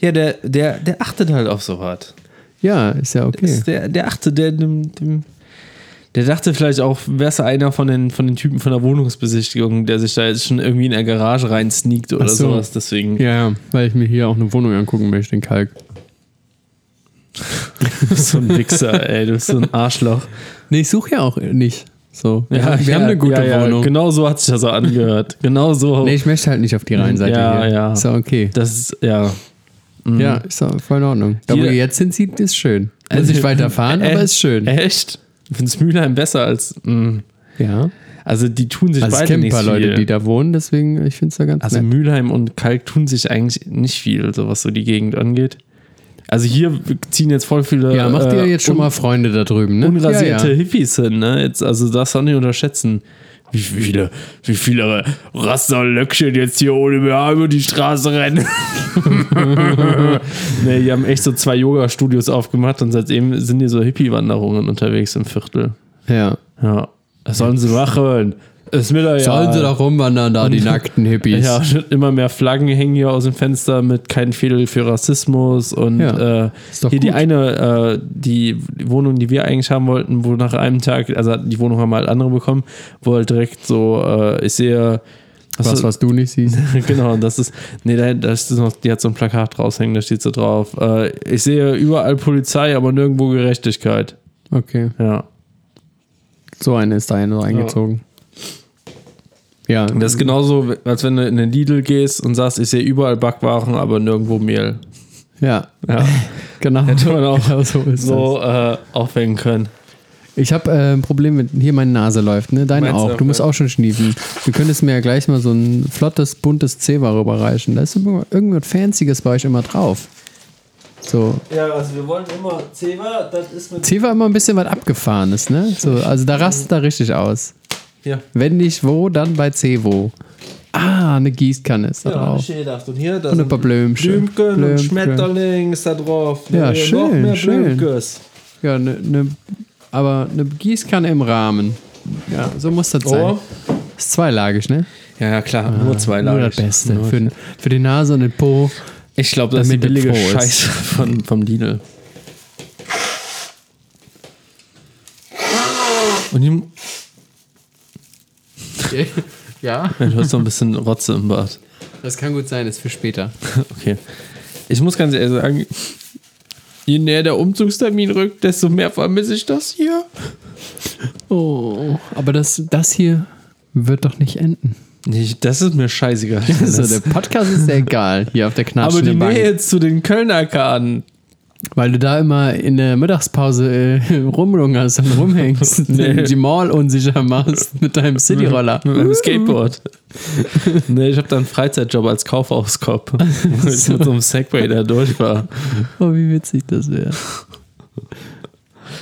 [SPEAKER 3] Ja, der, der, der achtet halt auf so was.
[SPEAKER 2] Ja, ist ja okay.
[SPEAKER 3] Ist Der, der achtet, der, dem, dem, der dachte vielleicht auch, wärst du einer von den, von den Typen von der Wohnungsbesichtigung, der sich da jetzt schon irgendwie in der Garage rein sneakt oder
[SPEAKER 2] Ach so.
[SPEAKER 3] sowas. Deswegen.
[SPEAKER 2] Ja, ja, weil ich mir hier auch eine Wohnung angucken möchte in Kalk.
[SPEAKER 3] Du bist so ein Wichser, ey. Du bist so ein Arschloch.
[SPEAKER 2] Nee, ich suche ja auch nicht. So, wir, haben, wir haben eine gute
[SPEAKER 3] ja, ja,
[SPEAKER 2] Wohnung.
[SPEAKER 3] Genau so hat sich das auch angehört. Genau so.
[SPEAKER 2] Nee, ich möchte halt nicht auf die Rheinseite
[SPEAKER 3] Mhm. Ja,
[SPEAKER 2] hier.
[SPEAKER 3] ja. Mhm.
[SPEAKER 2] Ist ja okay.
[SPEAKER 3] Das ist, ja.
[SPEAKER 2] Ja, ist ja voll in Ordnung. Da, wo
[SPEAKER 3] Jeder-
[SPEAKER 2] ihr jetzt hinzieht, ist schön. Muss ich weiterfahren,
[SPEAKER 3] Also, Äh,
[SPEAKER 2] aber ist schön.
[SPEAKER 3] Echt? Ich finde Mühlheim besser als. mm.
[SPEAKER 2] Ja.
[SPEAKER 3] Also die tun sich
[SPEAKER 2] Also es
[SPEAKER 3] beide
[SPEAKER 2] kennen ein
[SPEAKER 3] nicht
[SPEAKER 2] paar Leute,
[SPEAKER 3] viel.
[SPEAKER 2] die da wohnen, deswegen, ich finde es da ganz
[SPEAKER 3] also
[SPEAKER 2] nett.
[SPEAKER 3] Mülheim und Kalk tun sich eigentlich nicht viel, so was so die Gegend angeht. Also hier ziehen jetzt voll viele
[SPEAKER 2] Ja, macht ihr
[SPEAKER 3] äh,
[SPEAKER 2] jetzt schon
[SPEAKER 3] un-
[SPEAKER 2] mal Freunde da drüben, ne?
[SPEAKER 3] unrasierte
[SPEAKER 2] Ja, ja.
[SPEAKER 3] Hippies hin, ne? Jetzt, also das soll nicht unterschätzen. Wie viele, wie viele Rasterlöckchen jetzt hier ohne BH über die Straße rennen. nee, die haben echt so zwei Yoga-Studios aufgemacht und seitdem sind hier so Hippie-Wanderungen unterwegs im Viertel.
[SPEAKER 2] ja.
[SPEAKER 3] Ja. Das sollen sie machen. Ist mir da
[SPEAKER 2] Sollen sie doch rumwandern da, die nackten Hippies.
[SPEAKER 3] Äh, ja, immer mehr Flaggen hängen hier aus dem Fenster mit kein Fehler für Rassismus und
[SPEAKER 2] Ja,
[SPEAKER 3] äh,
[SPEAKER 2] ist doch
[SPEAKER 3] hier die
[SPEAKER 2] gut.
[SPEAKER 3] eine, äh, die Wohnung, die wir eigentlich haben wollten, wo nach einem Tag, also die Wohnung haben halt andere bekommen, wo halt direkt so, äh, ich sehe,
[SPEAKER 2] Was, was du nicht siehst.
[SPEAKER 3] genau, und das ist, nee, da, das ist noch, die hat so ein Plakat raushängen, da steht so drauf, äh, ich sehe überall Polizei, aber nirgendwo Gerechtigkeit.
[SPEAKER 2] Okay.
[SPEAKER 3] Ja.
[SPEAKER 2] So eine ist da ja nur eingezogen. Ja.
[SPEAKER 3] Das ist genauso, als wenn du in den Lidl gehst und sagst, ich sehe überall Backwaren, aber nirgendwo Mehl.
[SPEAKER 2] ja.
[SPEAKER 3] Ja.
[SPEAKER 2] Genau.
[SPEAKER 3] Hätte man auch
[SPEAKER 2] genau so ist das.
[SPEAKER 3] so äh, aufhängen können.
[SPEAKER 2] Ich habe äh, ein Problem mit hier meine Nase läuft, ne? Deine
[SPEAKER 3] Meinst du
[SPEAKER 2] auch.
[SPEAKER 3] auch,
[SPEAKER 2] Du musst
[SPEAKER 3] ja.
[SPEAKER 2] auch schon schniefen. Du könntest mir ja gleich mal so ein flottes, buntes Zebra rüberreichen. Da ist immer irgendwas Fancyes bei euch immer drauf. So.
[SPEAKER 3] Ja, also wir wollen immer Zebra, das ist mit.
[SPEAKER 2] Zebra immer ein bisschen was abgefahrenes, ne? So, also da rastet er richtig aus.
[SPEAKER 3] Ja,
[SPEAKER 2] Wenn nicht wo, dann bei Cevo. Ah, eine Gießkanne ist da
[SPEAKER 3] ja
[SPEAKER 2] drauf.
[SPEAKER 3] nicht gedacht. Und hier, das
[SPEAKER 2] Und ein paar Blümchen.
[SPEAKER 3] Blümchen, und
[SPEAKER 2] Blümchen.
[SPEAKER 3] Schmetterling ist da drauf.
[SPEAKER 2] Ja,
[SPEAKER 3] Nee,
[SPEAKER 2] schön,
[SPEAKER 3] Noch mehr
[SPEAKER 2] schön.
[SPEAKER 3] Blümkes.
[SPEAKER 2] Ja, eine, ne, aber eine Gießkanne im Rahmen. Ja, so muss das sein.
[SPEAKER 3] Oh.
[SPEAKER 2] Ist zweilagig, ne?
[SPEAKER 3] Ja, ja, klar, nur zwei
[SPEAKER 2] Nur
[SPEAKER 3] Lagen.
[SPEAKER 2] das Beste. Für, den- für die Nase und den Po.
[SPEAKER 3] Ich glaube, das ist die
[SPEAKER 2] Damit es
[SPEAKER 3] billige
[SPEAKER 2] froh ist.
[SPEAKER 3] Scheiße von, vom Lidl. Und die,
[SPEAKER 2] Ja,
[SPEAKER 3] du hast so ein bisschen Rotze im Bart.
[SPEAKER 2] das kann gut sein, ist für später.
[SPEAKER 3] Okay. Ich muss ganz ehrlich sagen, je näher der Umzugstermin rückt, desto mehr vermisse ich das hier.
[SPEAKER 2] Oh, aber das, das hier wird doch nicht enden.
[SPEAKER 3] Nee, das ist mir scheißegal.
[SPEAKER 2] Also, der Podcast ist ja egal, hier auf der
[SPEAKER 3] aber die
[SPEAKER 2] knatschenden Bank.
[SPEAKER 3] Nähe zu den Kölner Kahn.
[SPEAKER 2] Weil du da immer in der Mittagspause äh, rumlungerst und rumhängst,
[SPEAKER 3] Nee.
[SPEAKER 2] die Mall unsicher machst mit deinem Cityroller.
[SPEAKER 3] Mit meinem Skateboard. nee, ich habe da einen Freizeitjob als Kaufhauskopf, wo ich mit so einem Segway da durch war.
[SPEAKER 2] Oh, wie witzig das wäre.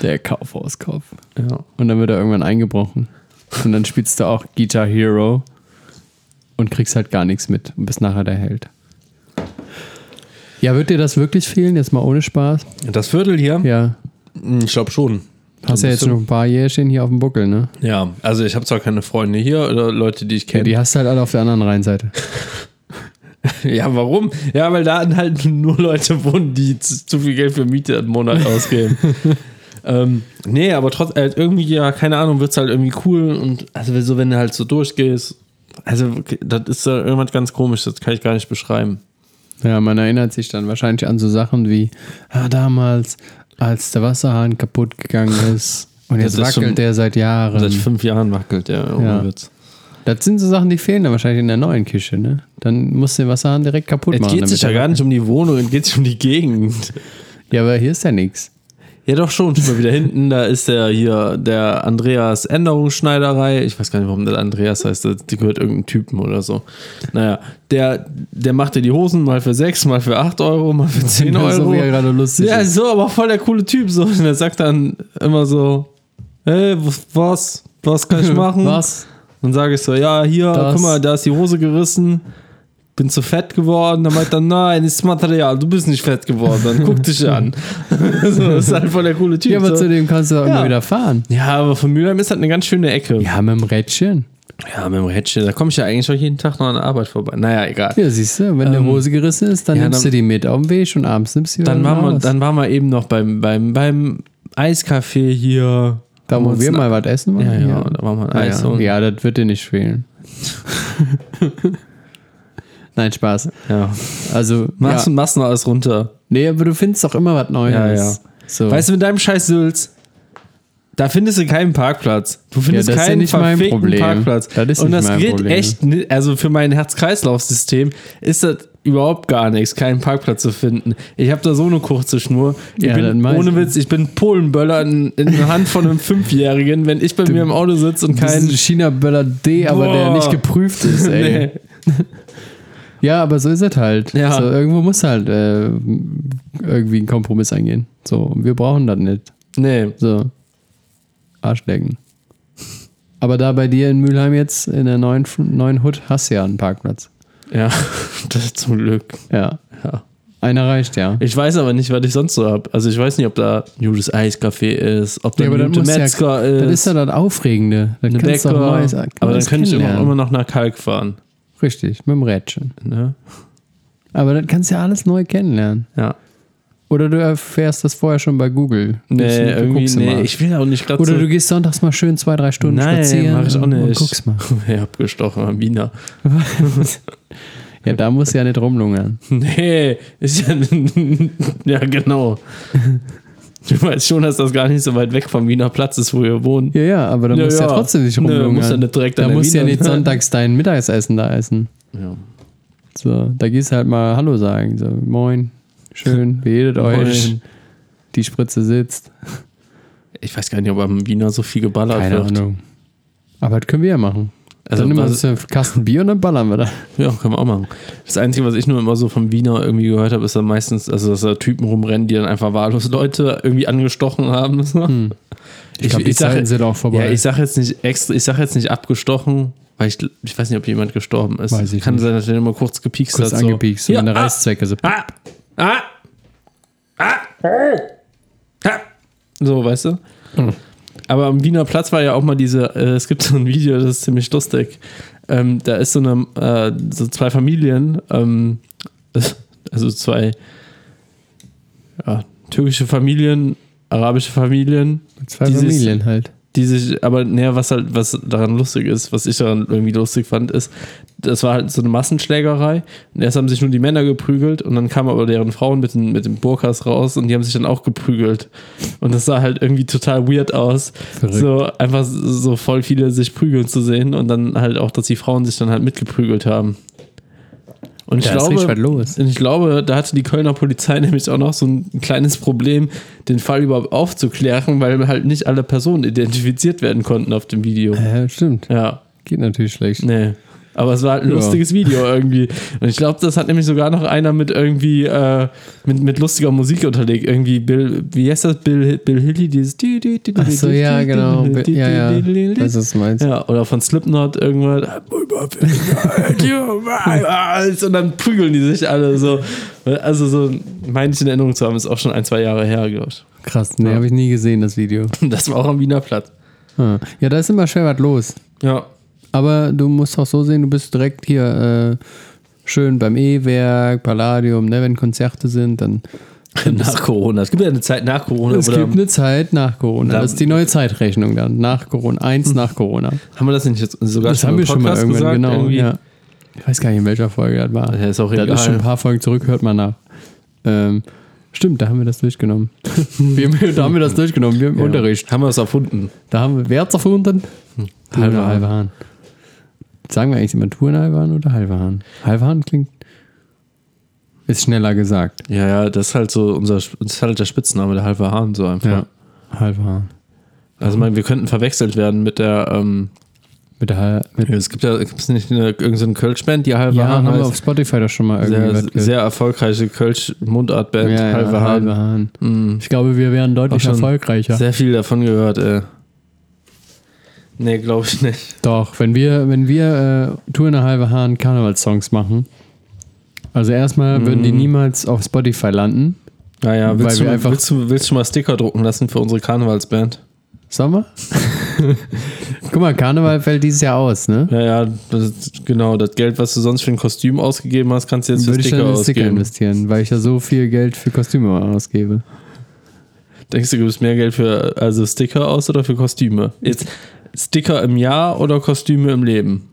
[SPEAKER 2] Der Kaufhauskopf.
[SPEAKER 3] Ja.
[SPEAKER 2] Und dann wird er irgendwann eingebrochen. Und dann spielst du auch Guitar Hero und kriegst halt gar nichts mit und bist nachher der Held. Ja, wird dir das wirklich fehlen? Jetzt mal ohne Spaß.
[SPEAKER 3] Das Viertel hier?
[SPEAKER 2] Ja.
[SPEAKER 3] Ich glaube schon.
[SPEAKER 2] Hast ja jetzt noch ein paar Jährchen hier auf dem Buckel, ne?
[SPEAKER 3] Ja, also ich habe zwar keine Freunde hier oder Leute, die ich
[SPEAKER 2] Ja,
[SPEAKER 3] kenne.
[SPEAKER 2] die hast du halt alle auf der anderen Rheinseite.
[SPEAKER 3] Ja, warum? Ja, weil da halt nur Leute wohnen, die zu, zu viel Geld für Miete im Monat ausgeben. ähm, nee, aber trotz, äh, irgendwie, ja, keine Ahnung, wird es halt irgendwie cool und also so, wenn du halt so durchgehst, also das ist da irgendwas ganz komisch, das kann ich gar nicht beschreiben.
[SPEAKER 2] Ja, man erinnert sich dann wahrscheinlich an so Sachen wie, ah, damals, als der Wasserhahn kaputt gegangen ist und
[SPEAKER 3] Das
[SPEAKER 2] jetzt
[SPEAKER 3] ist schon-
[SPEAKER 2] wackelt der seit Jahren.
[SPEAKER 3] Seit fünf Jahren wackelt der ohne
[SPEAKER 2] Ja.
[SPEAKER 3] Witz.
[SPEAKER 2] Das sind so Sachen, die fehlen dann wahrscheinlich in der neuen Küche, ne? Dann musst du den Wasserhahn direkt kaputt
[SPEAKER 3] Jetzt
[SPEAKER 2] machen.
[SPEAKER 3] geht es sich ja
[SPEAKER 2] damit
[SPEAKER 3] gar nicht um die Wohnung, jetzt geht es um die Gegend.
[SPEAKER 2] er- Ja, aber hier ist ja nichts.
[SPEAKER 3] Ja, doch schon. Schau mal wieder hinten. Da ist der hier, der Andreas Änderungsschneiderei. Ich weiß gar nicht, warum der Andreas heißt. Der die gehört irgendeinem Typen oder so. Naja, der, der macht dir die Hosen mal für 6, mal für 8 Euro, mal für 10
[SPEAKER 2] Ja, so
[SPEAKER 3] Euro.
[SPEAKER 2] wie er gerade lustig
[SPEAKER 3] ja,
[SPEAKER 2] ist.
[SPEAKER 3] so, aber voll der coole Typ. So. Und der sagt dann immer so: Hey, was- was? Was kann ich machen?
[SPEAKER 2] Was?
[SPEAKER 3] Dann sage ich so, ja, hier,
[SPEAKER 2] Das-
[SPEAKER 3] guck mal, da ist die Hose gerissen. Bin zu fett geworden. Dann meint er, nein, ist Material, du bist nicht fett geworden. Dann guck dich an. so, das ist halt voll der coole Typ.
[SPEAKER 2] Ja, aber
[SPEAKER 3] so.
[SPEAKER 2] zu dem kannst du auch
[SPEAKER 3] Ja.
[SPEAKER 2] immer wieder fahren.
[SPEAKER 3] ja, aber von Mülheim ist halt eine ganz schöne Ecke.
[SPEAKER 2] Ja, mit dem Rädchen.
[SPEAKER 3] Ja, mit dem Hätschchen, da komme ich ja eigentlich auch jeden Tag noch an der Arbeit vorbei. Naja, egal.
[SPEAKER 2] Ja, siehst du, wenn eine Hose gerissen ist, dann
[SPEAKER 3] Ähm, ja,
[SPEAKER 2] nimmst
[SPEAKER 3] dann-
[SPEAKER 2] du die mit auf dem Weg und abends nimmst du die
[SPEAKER 3] Dann
[SPEAKER 2] wieder
[SPEAKER 3] waren, wir,
[SPEAKER 2] raus.
[SPEAKER 3] dann waren wir eben noch beim, beim, beim Eiscafé hier.
[SPEAKER 2] da, wo
[SPEAKER 3] haben
[SPEAKER 2] wir
[SPEAKER 3] uns-
[SPEAKER 2] mal was essen wollen.
[SPEAKER 3] Ja, ja, da waren wir ein
[SPEAKER 2] Ah,
[SPEAKER 3] Eis.
[SPEAKER 2] ja.
[SPEAKER 3] und,
[SPEAKER 2] ja, das wird dir nicht fehlen. Nein, Spaß.
[SPEAKER 3] ja.
[SPEAKER 2] Also, ja.
[SPEAKER 3] Machst, du, machst noch alles runter.
[SPEAKER 2] nee, aber du findest doch immer was Neues.
[SPEAKER 3] Ja, ja.
[SPEAKER 2] So.
[SPEAKER 3] Weißt du, mit deinem scheiß Sülz, da findest du keinen Parkplatz. Du findest
[SPEAKER 2] Ja, das ist ja
[SPEAKER 3] keinen
[SPEAKER 2] nicht mein
[SPEAKER 3] verfickten
[SPEAKER 2] Problem.
[SPEAKER 3] Parkplatz.
[SPEAKER 2] Das ist
[SPEAKER 3] Und
[SPEAKER 2] nicht
[SPEAKER 3] das
[SPEAKER 2] mein
[SPEAKER 3] geht
[SPEAKER 2] Problem.
[SPEAKER 3] echt, ni- also für mein Herz-Kreislauf-System ist das überhaupt gar nichts, keinen Parkplatz zu finden. Ich habe da so eine kurze Schnur. Ich
[SPEAKER 2] Ja, dann
[SPEAKER 3] bin,
[SPEAKER 2] weiß
[SPEAKER 3] ohne
[SPEAKER 2] ich.
[SPEAKER 3] Witz, ich bin Polenböller in, in der Hand von einem Fünfjährigen, wenn ich bei mir im Auto sitze und
[SPEAKER 2] Das ist
[SPEAKER 3] kein...
[SPEAKER 2] ein China-Böller D, aber der
[SPEAKER 3] Boah.
[SPEAKER 2] nicht geprüft ist, ey.
[SPEAKER 3] Nee.
[SPEAKER 2] Ja, aber so ist es halt.
[SPEAKER 3] Ja.
[SPEAKER 2] So, irgendwo muss halt äh, irgendwie ein Kompromiss eingehen. So, und wir brauchen das nicht.
[SPEAKER 3] nee.
[SPEAKER 2] So. Arschlecken. Aber da bei dir in Mülheim jetzt, in der neuen, neuen Hut, hast du ja einen Parkplatz.
[SPEAKER 3] Ja, das zum Glück.
[SPEAKER 2] Ja.
[SPEAKER 3] Ja.
[SPEAKER 2] Einer reicht, ja.
[SPEAKER 3] Ich weiß aber nicht, was ich sonst so habe. Also ich weiß nicht, ob da Judas Eiscafé ist, ob da
[SPEAKER 2] Ja,
[SPEAKER 3] ja,
[SPEAKER 2] aber dann
[SPEAKER 3] gute
[SPEAKER 2] muss ja-
[SPEAKER 3] Metzger ist,
[SPEAKER 2] Das ist ja das Aufregende. Dann
[SPEAKER 3] eine
[SPEAKER 2] kannst du
[SPEAKER 3] Bäcker.
[SPEAKER 2] auch Neues,
[SPEAKER 3] aber dann
[SPEAKER 2] Neues
[SPEAKER 3] könnte ich immer,
[SPEAKER 2] kennenlernen.
[SPEAKER 3] immer noch nach Kalk fahren.
[SPEAKER 2] Richtig, mit dem Rädchen.
[SPEAKER 3] Ne?
[SPEAKER 2] Aber dann kannst du ja alles neu kennenlernen.
[SPEAKER 3] Ja.
[SPEAKER 2] Oder du erfährst das vorher schon bei Google. Gehst
[SPEAKER 3] Nee,
[SPEAKER 2] und
[SPEAKER 3] irgendwie,
[SPEAKER 2] guckst
[SPEAKER 3] nee,
[SPEAKER 2] mal.
[SPEAKER 3] ich will auch nicht gerade
[SPEAKER 2] Oder
[SPEAKER 3] so...
[SPEAKER 2] du gehst sonntags mal schön zwei, drei Stunden
[SPEAKER 3] Nein,
[SPEAKER 2] spazieren.
[SPEAKER 3] mach ich auch
[SPEAKER 2] und
[SPEAKER 3] nicht.
[SPEAKER 2] guckst mal.
[SPEAKER 3] Ich hab gestochen am Wiener.
[SPEAKER 2] Ja, da musst du ja nicht rumlungern.
[SPEAKER 3] Nee, ist ja, ja genau. Du weißt schon, dass das gar nicht so weit weg vom Wiener Platz ist, wo wir wohnen.
[SPEAKER 2] Ja, ja, aber da
[SPEAKER 3] Ja,
[SPEAKER 2] musst du ja
[SPEAKER 3] ja.
[SPEAKER 2] trotzdem nicht
[SPEAKER 3] Nö,
[SPEAKER 2] rumlungern.
[SPEAKER 3] musst ja nicht direkt
[SPEAKER 2] da
[SPEAKER 3] an der
[SPEAKER 2] musst du ja
[SPEAKER 3] Wiener-
[SPEAKER 2] nicht sonntags dein Mittagessen da essen.
[SPEAKER 3] Ja.
[SPEAKER 2] So, da gehst du halt mal Hallo sagen. So, moin, schön, behedet euch.
[SPEAKER 3] Moin.
[SPEAKER 2] Die Spritze sitzt.
[SPEAKER 3] Ich weiß gar nicht, ob am Wiener so viel geballert
[SPEAKER 2] Keine
[SPEAKER 3] wird.
[SPEAKER 2] Ahnung. Aber das können wir ja machen.
[SPEAKER 3] Also,
[SPEAKER 2] dann nehmen wir
[SPEAKER 3] was-
[SPEAKER 2] uns einen Kasten Bier und dann ballern wir da.
[SPEAKER 3] Ja, kann man auch machen. Das Einzige, was ich nur immer so vom Wiener irgendwie gehört habe, ist dann meistens, also dass da Typen rumrennen, die dann einfach wahllos Leute irgendwie angestochen haben.
[SPEAKER 2] Hm. Ich glaub, die Zeiten sind auch vorbei.
[SPEAKER 3] Ja, ich sage jetzt nicht extra, ich sage jetzt nicht abgestochen, weil ich, ich weiß nicht, ob jemand gestorben ist.
[SPEAKER 2] Weiß ich
[SPEAKER 3] Kann
[SPEAKER 2] nicht.
[SPEAKER 3] sein, dass der immer kurz gepiekst
[SPEAKER 2] Kurz
[SPEAKER 3] hat.
[SPEAKER 2] angepiekst
[SPEAKER 3] so.
[SPEAKER 2] und
[SPEAKER 3] ja,
[SPEAKER 2] eine
[SPEAKER 3] ah,
[SPEAKER 2] Reißzwecke. So,
[SPEAKER 3] Ah! Ah! Ah! Ah! So, weißt du?
[SPEAKER 2] Hm.
[SPEAKER 3] Aber am Wiener Platz war ja auch mal diese, äh, es gibt so ein Video, das ist ziemlich lustig. Ähm, da ist so eine, äh, so zwei Familien, ähm, also zwei ja, türkische Familien, arabische Familien,
[SPEAKER 2] zwei
[SPEAKER 3] dieses-
[SPEAKER 2] Familien halt.
[SPEAKER 3] die sich, aber naja, was halt, was daran lustig ist, was ich daran irgendwie lustig fand, ist, das war halt so eine Massenschlägerei. Und erst haben sich nur die Männer geprügelt und dann kamen aber deren Frauen mit den, mit den Burkas raus und die haben sich dann auch geprügelt. Und das sah halt irgendwie total weird aus.
[SPEAKER 2] Verrückt.
[SPEAKER 3] So einfach so voll viele sich prügeln zu sehen und dann halt auch, dass die Frauen sich dann halt mitgeprügelt haben. Und ich
[SPEAKER 2] Da ist
[SPEAKER 3] glaube,
[SPEAKER 2] richtig was los.
[SPEAKER 3] und ich glaube, da hatte die Kölner Polizei nämlich auch noch so ein kleines Problem, den Fall überhaupt aufzuklären, weil halt nicht alle Personen identifiziert werden konnten auf dem Video.
[SPEAKER 2] Ja, stimmt.
[SPEAKER 3] Ja,
[SPEAKER 2] Geht natürlich schlecht.
[SPEAKER 3] nee. Aber es war halt ein
[SPEAKER 2] Ja.
[SPEAKER 3] lustiges Video irgendwie. Und ich glaube, das hat nämlich sogar noch einer mit irgendwie, äh, mit, mit lustiger Musik unterlegt. Irgendwie Bill, wie heißt das? Bill, Bill Hilly, dieses.
[SPEAKER 2] Ach so, ja, genau. Ja, ja. Also Ich weiß, was du meinst.
[SPEAKER 3] Ja, oder von Slipknot irgendwas. Und dann prügeln die sich alle so. Also so, meine ich in Erinnerung zu haben, ist auch schon ein, zwei Jahre her, glaube ich.
[SPEAKER 2] Krass, ne, habe ich nie gesehen, das Video.
[SPEAKER 3] Das war auch am Wiener Platz.
[SPEAKER 2] Ah. Ja, da ist immer schwer was los.
[SPEAKER 3] Ja.
[SPEAKER 2] Aber du musst auch so sehen, du bist direkt hier äh, schön beim E-Werk, Palladium, ne, wenn Konzerte sind, dann
[SPEAKER 3] Nach Corona. Es gibt ja eine Zeit nach Corona,
[SPEAKER 2] es
[SPEAKER 3] oder
[SPEAKER 2] gibt eine Zeit nach Corona.
[SPEAKER 3] Da-
[SPEAKER 2] das ist die neue Zeitrechnung dann. Nach Corona, eins
[SPEAKER 3] Hm.
[SPEAKER 2] nach Corona.
[SPEAKER 3] haben wir das nicht jetzt sogar
[SPEAKER 2] Das haben
[SPEAKER 3] im
[SPEAKER 2] wir schon mal
[SPEAKER 3] Podcast
[SPEAKER 2] irgendwann,
[SPEAKER 3] gesagt,
[SPEAKER 2] genau.
[SPEAKER 3] irgendwie?
[SPEAKER 2] Ja. Ich weiß gar nicht, in welcher Folge das war.
[SPEAKER 3] Ja, ist auch
[SPEAKER 2] das
[SPEAKER 3] egal.
[SPEAKER 2] ist schon ein paar Folgen zurück, hört mal nach. Ähm, stimmt, da haben wir das durchgenommen. wir haben, da haben wir das durchgenommen, wir im
[SPEAKER 3] Ja. Hm,
[SPEAKER 2] Unterricht.
[SPEAKER 3] Haben wir es erfunden.
[SPEAKER 2] Da haben wir, wer hat's erfunden? Halber halber Hahn. Sagen wir eigentlich immer Tourenhalber Hahn oder halber Hahn? Halber Hahn klingt. Ist schneller gesagt.
[SPEAKER 3] Ja, ja, das ist halt so unser, das ist halt der Spitzname, der halbe Hahn, so einfach.
[SPEAKER 2] Halber Hahn.
[SPEAKER 3] Also, ich meine, wir könnten verwechselt werden mit der, ähm,
[SPEAKER 2] Mit der Hal mit
[SPEAKER 3] es gibt ja, gibt es nicht eine, irgendeine so Kölsch-Band, die halbe
[SPEAKER 2] ja,
[SPEAKER 3] Hahn
[SPEAKER 2] haben wir
[SPEAKER 3] heißt?
[SPEAKER 2] auf Spotify doch schon mal irgendwie
[SPEAKER 3] sehr,
[SPEAKER 2] was gehört.
[SPEAKER 3] sehr erfolgreiche Kölsch-Mundartband,
[SPEAKER 2] ja, ja,
[SPEAKER 3] halbe
[SPEAKER 2] halber
[SPEAKER 3] Hahn.
[SPEAKER 2] Hahn.
[SPEAKER 3] Mm.
[SPEAKER 2] Ich glaube, wir wären deutlich
[SPEAKER 3] Auch schon
[SPEAKER 2] erfolgreicher.
[SPEAKER 3] Sehr viel davon gehört, ey. Nee, glaube ich nicht.
[SPEAKER 2] Doch, wenn wir, wenn wir äh, Tour in der halbe Hahn Karnevalssongs machen, also erstmal würden
[SPEAKER 3] Mhm.
[SPEAKER 2] die niemals auf Spotify landen.
[SPEAKER 3] Naja, willst,
[SPEAKER 2] Weil wir
[SPEAKER 3] du,
[SPEAKER 2] einfach-
[SPEAKER 3] willst, du, willst du mal Sticker drucken lassen für unsere Karnevalsband?
[SPEAKER 2] Sommer? Guck mal, Karneval fällt dieses Jahr aus, ne?
[SPEAKER 3] Naja, das, genau, das Geld, was du sonst für ein Kostüm ausgegeben hast, kannst du jetzt für
[SPEAKER 2] würde ich dann
[SPEAKER 3] Sticker
[SPEAKER 2] in Sticker
[SPEAKER 3] ausgeben.
[SPEAKER 2] investieren, weil ich ja so viel Geld für Kostüme ausgebe.
[SPEAKER 3] Denkst du, du gibst mehr Geld für also Sticker aus oder für Kostüme? Jetzt Sticker im Jahr oder Kostüme im Leben?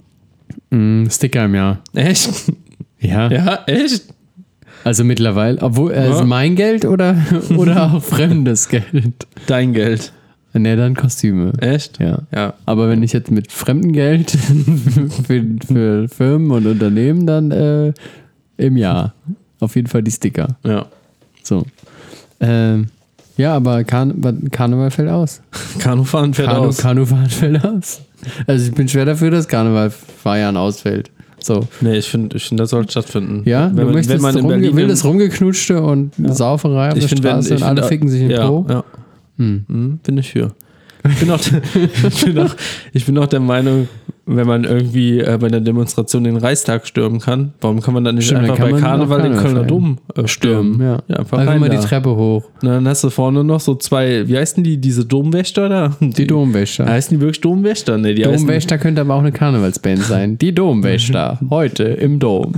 [SPEAKER 2] Mm, Sticker im Jahr.
[SPEAKER 3] Echt?
[SPEAKER 2] Ja.
[SPEAKER 3] Ja, echt?
[SPEAKER 2] Also mittlerweile, obwohl, also
[SPEAKER 3] Ja.
[SPEAKER 2] mein Geld oder, oder auch fremdes Geld.
[SPEAKER 3] Dein Geld.
[SPEAKER 2] Ne, dann Kostüme.
[SPEAKER 3] Echt?
[SPEAKER 2] Ja.
[SPEAKER 3] Ja.
[SPEAKER 2] Aber wenn ich jetzt mit fremdem Geld für, für Firmen und Unternehmen dann äh, Im Jahr. Auf jeden Fall die Sticker.
[SPEAKER 1] Ja.
[SPEAKER 2] So. Ähm, ja, aber Karne- aber Karneval fällt aus.
[SPEAKER 3] Kanufahren fährt
[SPEAKER 2] Kanu,
[SPEAKER 3] aus.
[SPEAKER 2] Kanufahren fällt aus. Also ich bin schwer dafür, dass Karneval feiern ausfällt. So.
[SPEAKER 3] Nee, ich finde, ich find, das soll stattfinden.
[SPEAKER 2] Ja,
[SPEAKER 3] wenn
[SPEAKER 2] du
[SPEAKER 3] man,
[SPEAKER 2] möchtest
[SPEAKER 3] wenn man in
[SPEAKER 2] rumge
[SPEAKER 3] Berlin
[SPEAKER 2] wildes Rumgeknutschte und Sauferei auf
[SPEAKER 3] ich
[SPEAKER 2] der
[SPEAKER 3] find, wenn,
[SPEAKER 2] Straße
[SPEAKER 3] ich
[SPEAKER 2] und alle
[SPEAKER 3] find,
[SPEAKER 2] ficken sich in den
[SPEAKER 3] ja,
[SPEAKER 2] Po.
[SPEAKER 3] Ja. Hm, bin ich für. Ich bin, auch, ich, bin auch, ich bin auch der Meinung, wenn man irgendwie äh, bei einer Demonstration den Reichstag stürmen kann, warum kann man dann nicht
[SPEAKER 2] Stimmt, dann
[SPEAKER 3] einfach
[SPEAKER 2] kann
[SPEAKER 3] bei
[SPEAKER 2] man auch
[SPEAKER 3] Karneval den
[SPEAKER 2] Karneval
[SPEAKER 3] Kölner Dom
[SPEAKER 2] feiern.
[SPEAKER 3] äh, stürmen?
[SPEAKER 2] Ja.
[SPEAKER 3] einfach,
[SPEAKER 2] Einfach, mal die
[SPEAKER 3] Treppe.
[SPEAKER 2] Treppe hoch.
[SPEAKER 3] Dann hast du vorne noch so zwei, wie heißen die, diese Domwächter da?
[SPEAKER 2] Die Domwächter.
[SPEAKER 3] Heißen die wirklich Domwächter? Nee, die heißen,
[SPEAKER 2] Domwächter könnte aber auch eine Karnevalsband sein. Die Domwächter.
[SPEAKER 3] Mhm.
[SPEAKER 2] Heute im Dom.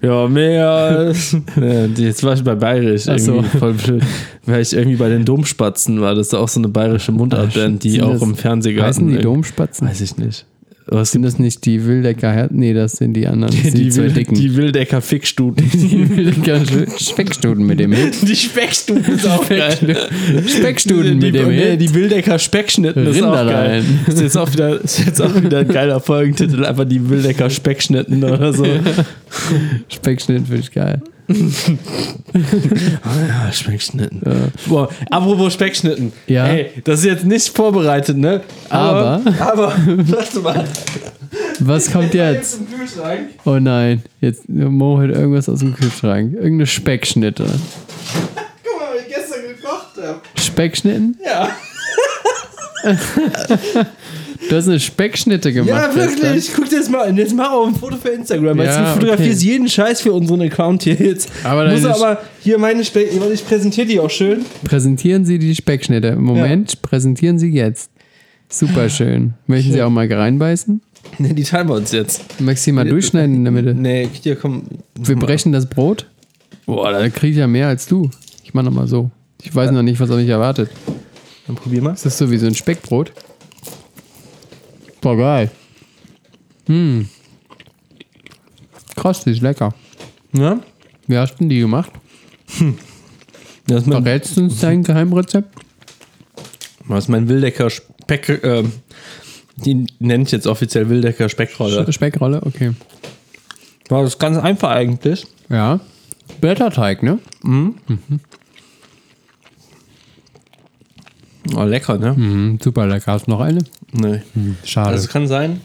[SPEAKER 3] Ja, mehr. ja, die- jetzt war ich bei Bayerisch.
[SPEAKER 2] Ach so.
[SPEAKER 3] Irgendwie voll blöd. Weil ich irgendwie bei den Domspatzen war. Das ist auch so eine bayerische Mundartband, die
[SPEAKER 2] Sind
[SPEAKER 3] auch
[SPEAKER 2] das-
[SPEAKER 3] im Fernsehgarten.
[SPEAKER 2] Heißen die
[SPEAKER 3] irgendwie-
[SPEAKER 2] Domspatzen?
[SPEAKER 3] Weiß ich nicht. Was
[SPEAKER 2] Also, Sind das nicht die Wildecker Her Nee, das sind die anderen. Das
[SPEAKER 3] die,
[SPEAKER 2] sind die,
[SPEAKER 3] die,
[SPEAKER 2] zwei
[SPEAKER 3] Wild-
[SPEAKER 2] Dicken.
[SPEAKER 3] die Wildecker Fickstuten.
[SPEAKER 2] Die Wildecker Speckstuden mit dem Hit.
[SPEAKER 3] die Speckstuten ist auch geil.
[SPEAKER 2] Speckstuden
[SPEAKER 3] die,
[SPEAKER 2] mit dem
[SPEAKER 3] nee,
[SPEAKER 2] Hit.
[SPEAKER 3] die Wildecker Speckschnitten ist auch geil.
[SPEAKER 2] Rinderlein.
[SPEAKER 3] Ist jetzt auch, wieder, ist jetzt auch wieder ein geiler Folgentitel. Einfach die Wildecker Speckschnitten oder so.
[SPEAKER 2] Speckschnitt finde ich geil.
[SPEAKER 3] Ja, Ah, Speckschnitten. Boah, apropos Speckschnitten.
[SPEAKER 2] Ja.
[SPEAKER 3] Ey, das ist jetzt nicht vorbereitet, ne? Aber, warte mal.
[SPEAKER 2] Was kommt jetzt?
[SPEAKER 3] Im Kühlschrank.
[SPEAKER 2] Oh nein, jetzt Mo hat irgendwas aus dem Kühlschrank. Irgendeine Speckschnitte.
[SPEAKER 3] Guck mal, wie ich gestern gekocht habe.
[SPEAKER 2] Speckschnitten?
[SPEAKER 3] Ja.
[SPEAKER 2] Du hast eine Speckschnitte gemacht.
[SPEAKER 3] Ja,
[SPEAKER 2] gestern.
[SPEAKER 3] wirklich. Guck dir das mal an. Jetzt mach auch ein Foto für Instagram. jetzt
[SPEAKER 2] Ja,
[SPEAKER 3] du fotografierst
[SPEAKER 2] okay.
[SPEAKER 3] jeden Scheiß für unseren Account hier jetzt.
[SPEAKER 2] Aber
[SPEAKER 3] Muss
[SPEAKER 2] deine-
[SPEAKER 3] aber hier meine Speckschnitte. Ich präsentiere die auch schön.
[SPEAKER 2] Präsentieren Sie die Speckschnitte. Im Moment präsentieren Sie jetzt. Super schön. Möchten Sie auch mal reinbeißen?
[SPEAKER 3] Ne, die teilen wir uns jetzt.
[SPEAKER 2] Möchtest du die mal durchschneiden in der Mitte?
[SPEAKER 3] Nee, hier komm.
[SPEAKER 2] Wir brechen das Brot. Boah, da kriege ich ja mehr als du. Ich mache nochmal so. Ich weiß noch nicht, was auf mich erwartet.
[SPEAKER 3] Dann probier mal.
[SPEAKER 2] Das ist so wie so ein Speckbrot. Boah, geil. Hm. Kostig, lecker.
[SPEAKER 3] Ja?
[SPEAKER 2] Wie hast denn die gemacht?
[SPEAKER 3] Das ist mein,
[SPEAKER 2] Verrätst du uns dein Geheimrezept?
[SPEAKER 3] das ist mein Wildecker Speck. ähm, die nenne ich jetzt offiziell Wildecker Speckrolle.
[SPEAKER 2] Speckrolle, okay.
[SPEAKER 3] War das ist ganz einfach eigentlich.
[SPEAKER 2] Ja. Blätterteig, ne?
[SPEAKER 3] Oh, lecker, ne?
[SPEAKER 2] Mhm, super lecker. Hast du noch eine?
[SPEAKER 3] Nee.
[SPEAKER 2] Schade.
[SPEAKER 3] Also es kann sein.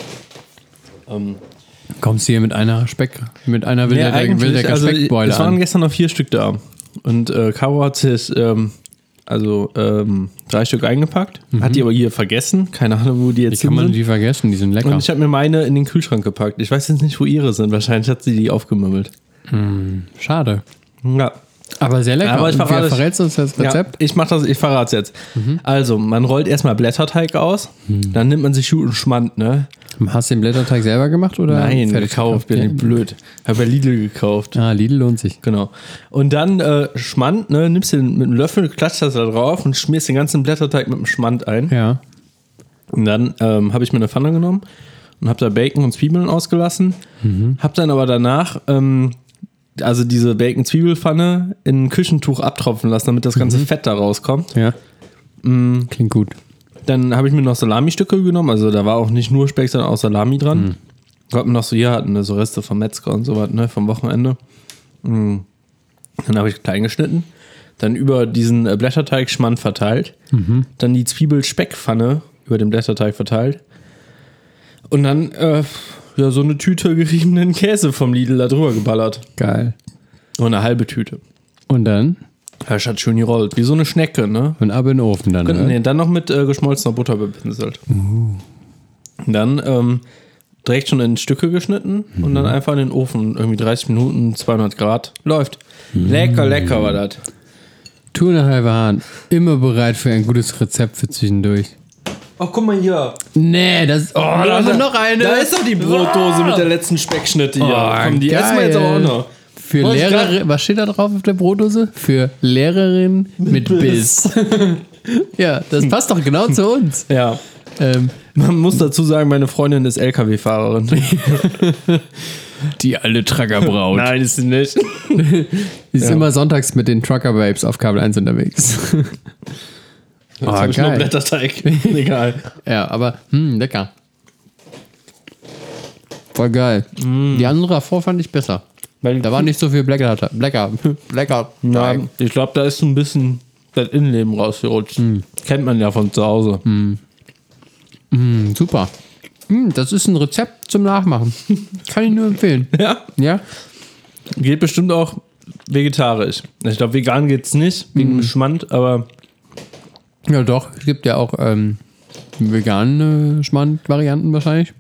[SPEAKER 3] Ähm,
[SPEAKER 2] Kommst du hier mit einer Speck, mit einer
[SPEAKER 3] nee,
[SPEAKER 2] Wildecker,
[SPEAKER 3] eigentlich,
[SPEAKER 2] Wildecker
[SPEAKER 3] also
[SPEAKER 2] Speckbeule
[SPEAKER 3] es waren
[SPEAKER 2] an?
[SPEAKER 3] gestern noch vier Stück da. Und äh, Caro hat sich ähm, also ähm, drei Stück eingepackt, hat die aber hier vergessen. Keine Ahnung, wo die jetzt
[SPEAKER 2] Mhm. Kann
[SPEAKER 3] hin
[SPEAKER 2] man
[SPEAKER 3] sind.
[SPEAKER 2] die vergessen? Die sind lecker.
[SPEAKER 3] Und ich habe mir meine in den Kühlschrank gepackt. Ich weiß jetzt nicht, wo ihre sind. Wahrscheinlich hat sie die aufgemümmelt.
[SPEAKER 2] Schade.
[SPEAKER 3] Ja.
[SPEAKER 2] Aber sehr lecker.
[SPEAKER 3] Aber ich
[SPEAKER 2] Und wer
[SPEAKER 3] verrate-
[SPEAKER 2] verrätst uns das Rezept? Mhm.
[SPEAKER 3] Ja, ich mach das, ich verrate es jetzt. Also, man rollt erstmal Blätterteig aus, dann nimmt man sich Jut und Schmand, ne?
[SPEAKER 2] Hast du den Blätterteig selber gemacht oder?
[SPEAKER 3] Nein,
[SPEAKER 2] fertig
[SPEAKER 3] gekauft, bin
[SPEAKER 2] Ja.
[SPEAKER 3] ich blöd. Hab bei Lidl gekauft.
[SPEAKER 2] Ah, Lidl lohnt sich.
[SPEAKER 3] Genau. Und dann äh, Schmand, ne, nimmst du den mit einem Löffel, klatscht das da drauf und schmierst den ganzen Blätterteig mit dem Schmand ein.
[SPEAKER 2] Ja.
[SPEAKER 3] Und dann ähm, habe ich mir eine Pfanne genommen und habe da Bacon und Zwiebeln ausgelassen.
[SPEAKER 2] Mhm.
[SPEAKER 3] Habe dann aber danach, ähm, also diese Bacon-Zwiebelpfanne in ein Küchentuch abtropfen lassen, damit das
[SPEAKER 2] Mhm.
[SPEAKER 3] ganze Fett da rauskommt.
[SPEAKER 2] Ja. Mm, Klingt gut.
[SPEAKER 3] Dann habe ich mir noch Salami-Stücke genommen, also da war auch nicht nur Speck, sondern auch Salami dran. Mhm. Gott, noch so hier hatten, ne, so Reste vom Metzger und so was, ne, vom Wochenende. Mhm. Dann habe ich klein geschnitten, dann über diesen äh, Blätterteig Schmand verteilt, dann die Zwiebel-Speckpfanne über den Blätterteig verteilt und dann äh, ja, so eine Tüte geriebenen Käse vom Lidl da drüber geballert.
[SPEAKER 2] Geil.
[SPEAKER 3] Und eine halbe Tüte.
[SPEAKER 2] Und dann?
[SPEAKER 3] Das hat schön gerollt, wie so eine Schnecke, ne?
[SPEAKER 2] Und ab in den Ofen dann.
[SPEAKER 3] Könnten-
[SPEAKER 2] ne? Mhm.
[SPEAKER 3] Nee, dann noch mit äh, geschmolzener Butter bepinselt. Dann ähm, direkt schon in Stücke geschnitten und
[SPEAKER 2] Mhm.
[SPEAKER 3] dann einfach in den Ofen. Irgendwie 30 Minuten, 200 Grad. Läuft.
[SPEAKER 2] Mhm.
[SPEAKER 3] Lecker, lecker war das.
[SPEAKER 2] Tour nach Halberhahn. Immer bereit für ein gutes Rezept für zwischendurch.
[SPEAKER 3] Ach, guck mal hier.
[SPEAKER 2] Nee, das. Oh, da haben wir noch eine. Ah, Oh,
[SPEAKER 3] Da ist doch die Brotdose mit der letzten Speckschnitte hier. Oh, Komm, die essen wir jetzt aber auch noch.
[SPEAKER 2] Für
[SPEAKER 3] Wollte ich
[SPEAKER 2] Lehrerin. Was steht da drauf auf der Brotdose? Für Lehrerin mit Biss. ja, das passt doch genau zu uns.
[SPEAKER 3] Ja.
[SPEAKER 2] Ähm,
[SPEAKER 3] Man muss dazu sagen, meine Freundin ist LKW-Fahrerin.
[SPEAKER 2] Oh, die alte Truckerbraut.
[SPEAKER 3] Nein, ist sie nicht.
[SPEAKER 2] Die ist immer sonntags mit den Trucker Babes auf Kabel 1 unterwegs. Ah,
[SPEAKER 3] Jetzt hab ich nur
[SPEAKER 2] geil.
[SPEAKER 3] Blätterteig. Egal.
[SPEAKER 2] Ja, aber hm, lecker.
[SPEAKER 3] Mm.
[SPEAKER 2] Voll geil. Die andere davor fand ich besser.
[SPEAKER 3] Weil
[SPEAKER 2] Da war nicht so viel Blackout. Blackout. Blackout.
[SPEAKER 3] Ja, ich glaube, da ist ein bisschen das Innenleben rausgerutscht. Kennt man ja von zu Hause.
[SPEAKER 2] Hm, Super. Hm, das ist ein Rezept zum Nachmachen. Kann ich nur empfehlen.
[SPEAKER 3] Ja.
[SPEAKER 2] Ja?
[SPEAKER 3] Geht bestimmt auch vegetarisch. Also Ich glaube, vegan geht's nicht, wegen
[SPEAKER 2] Mhm.
[SPEAKER 3] dem Schmand, aber
[SPEAKER 2] Ja, doch. Es gibt ja auch ähm, vegane Schmand-Varianten wahrscheinlich.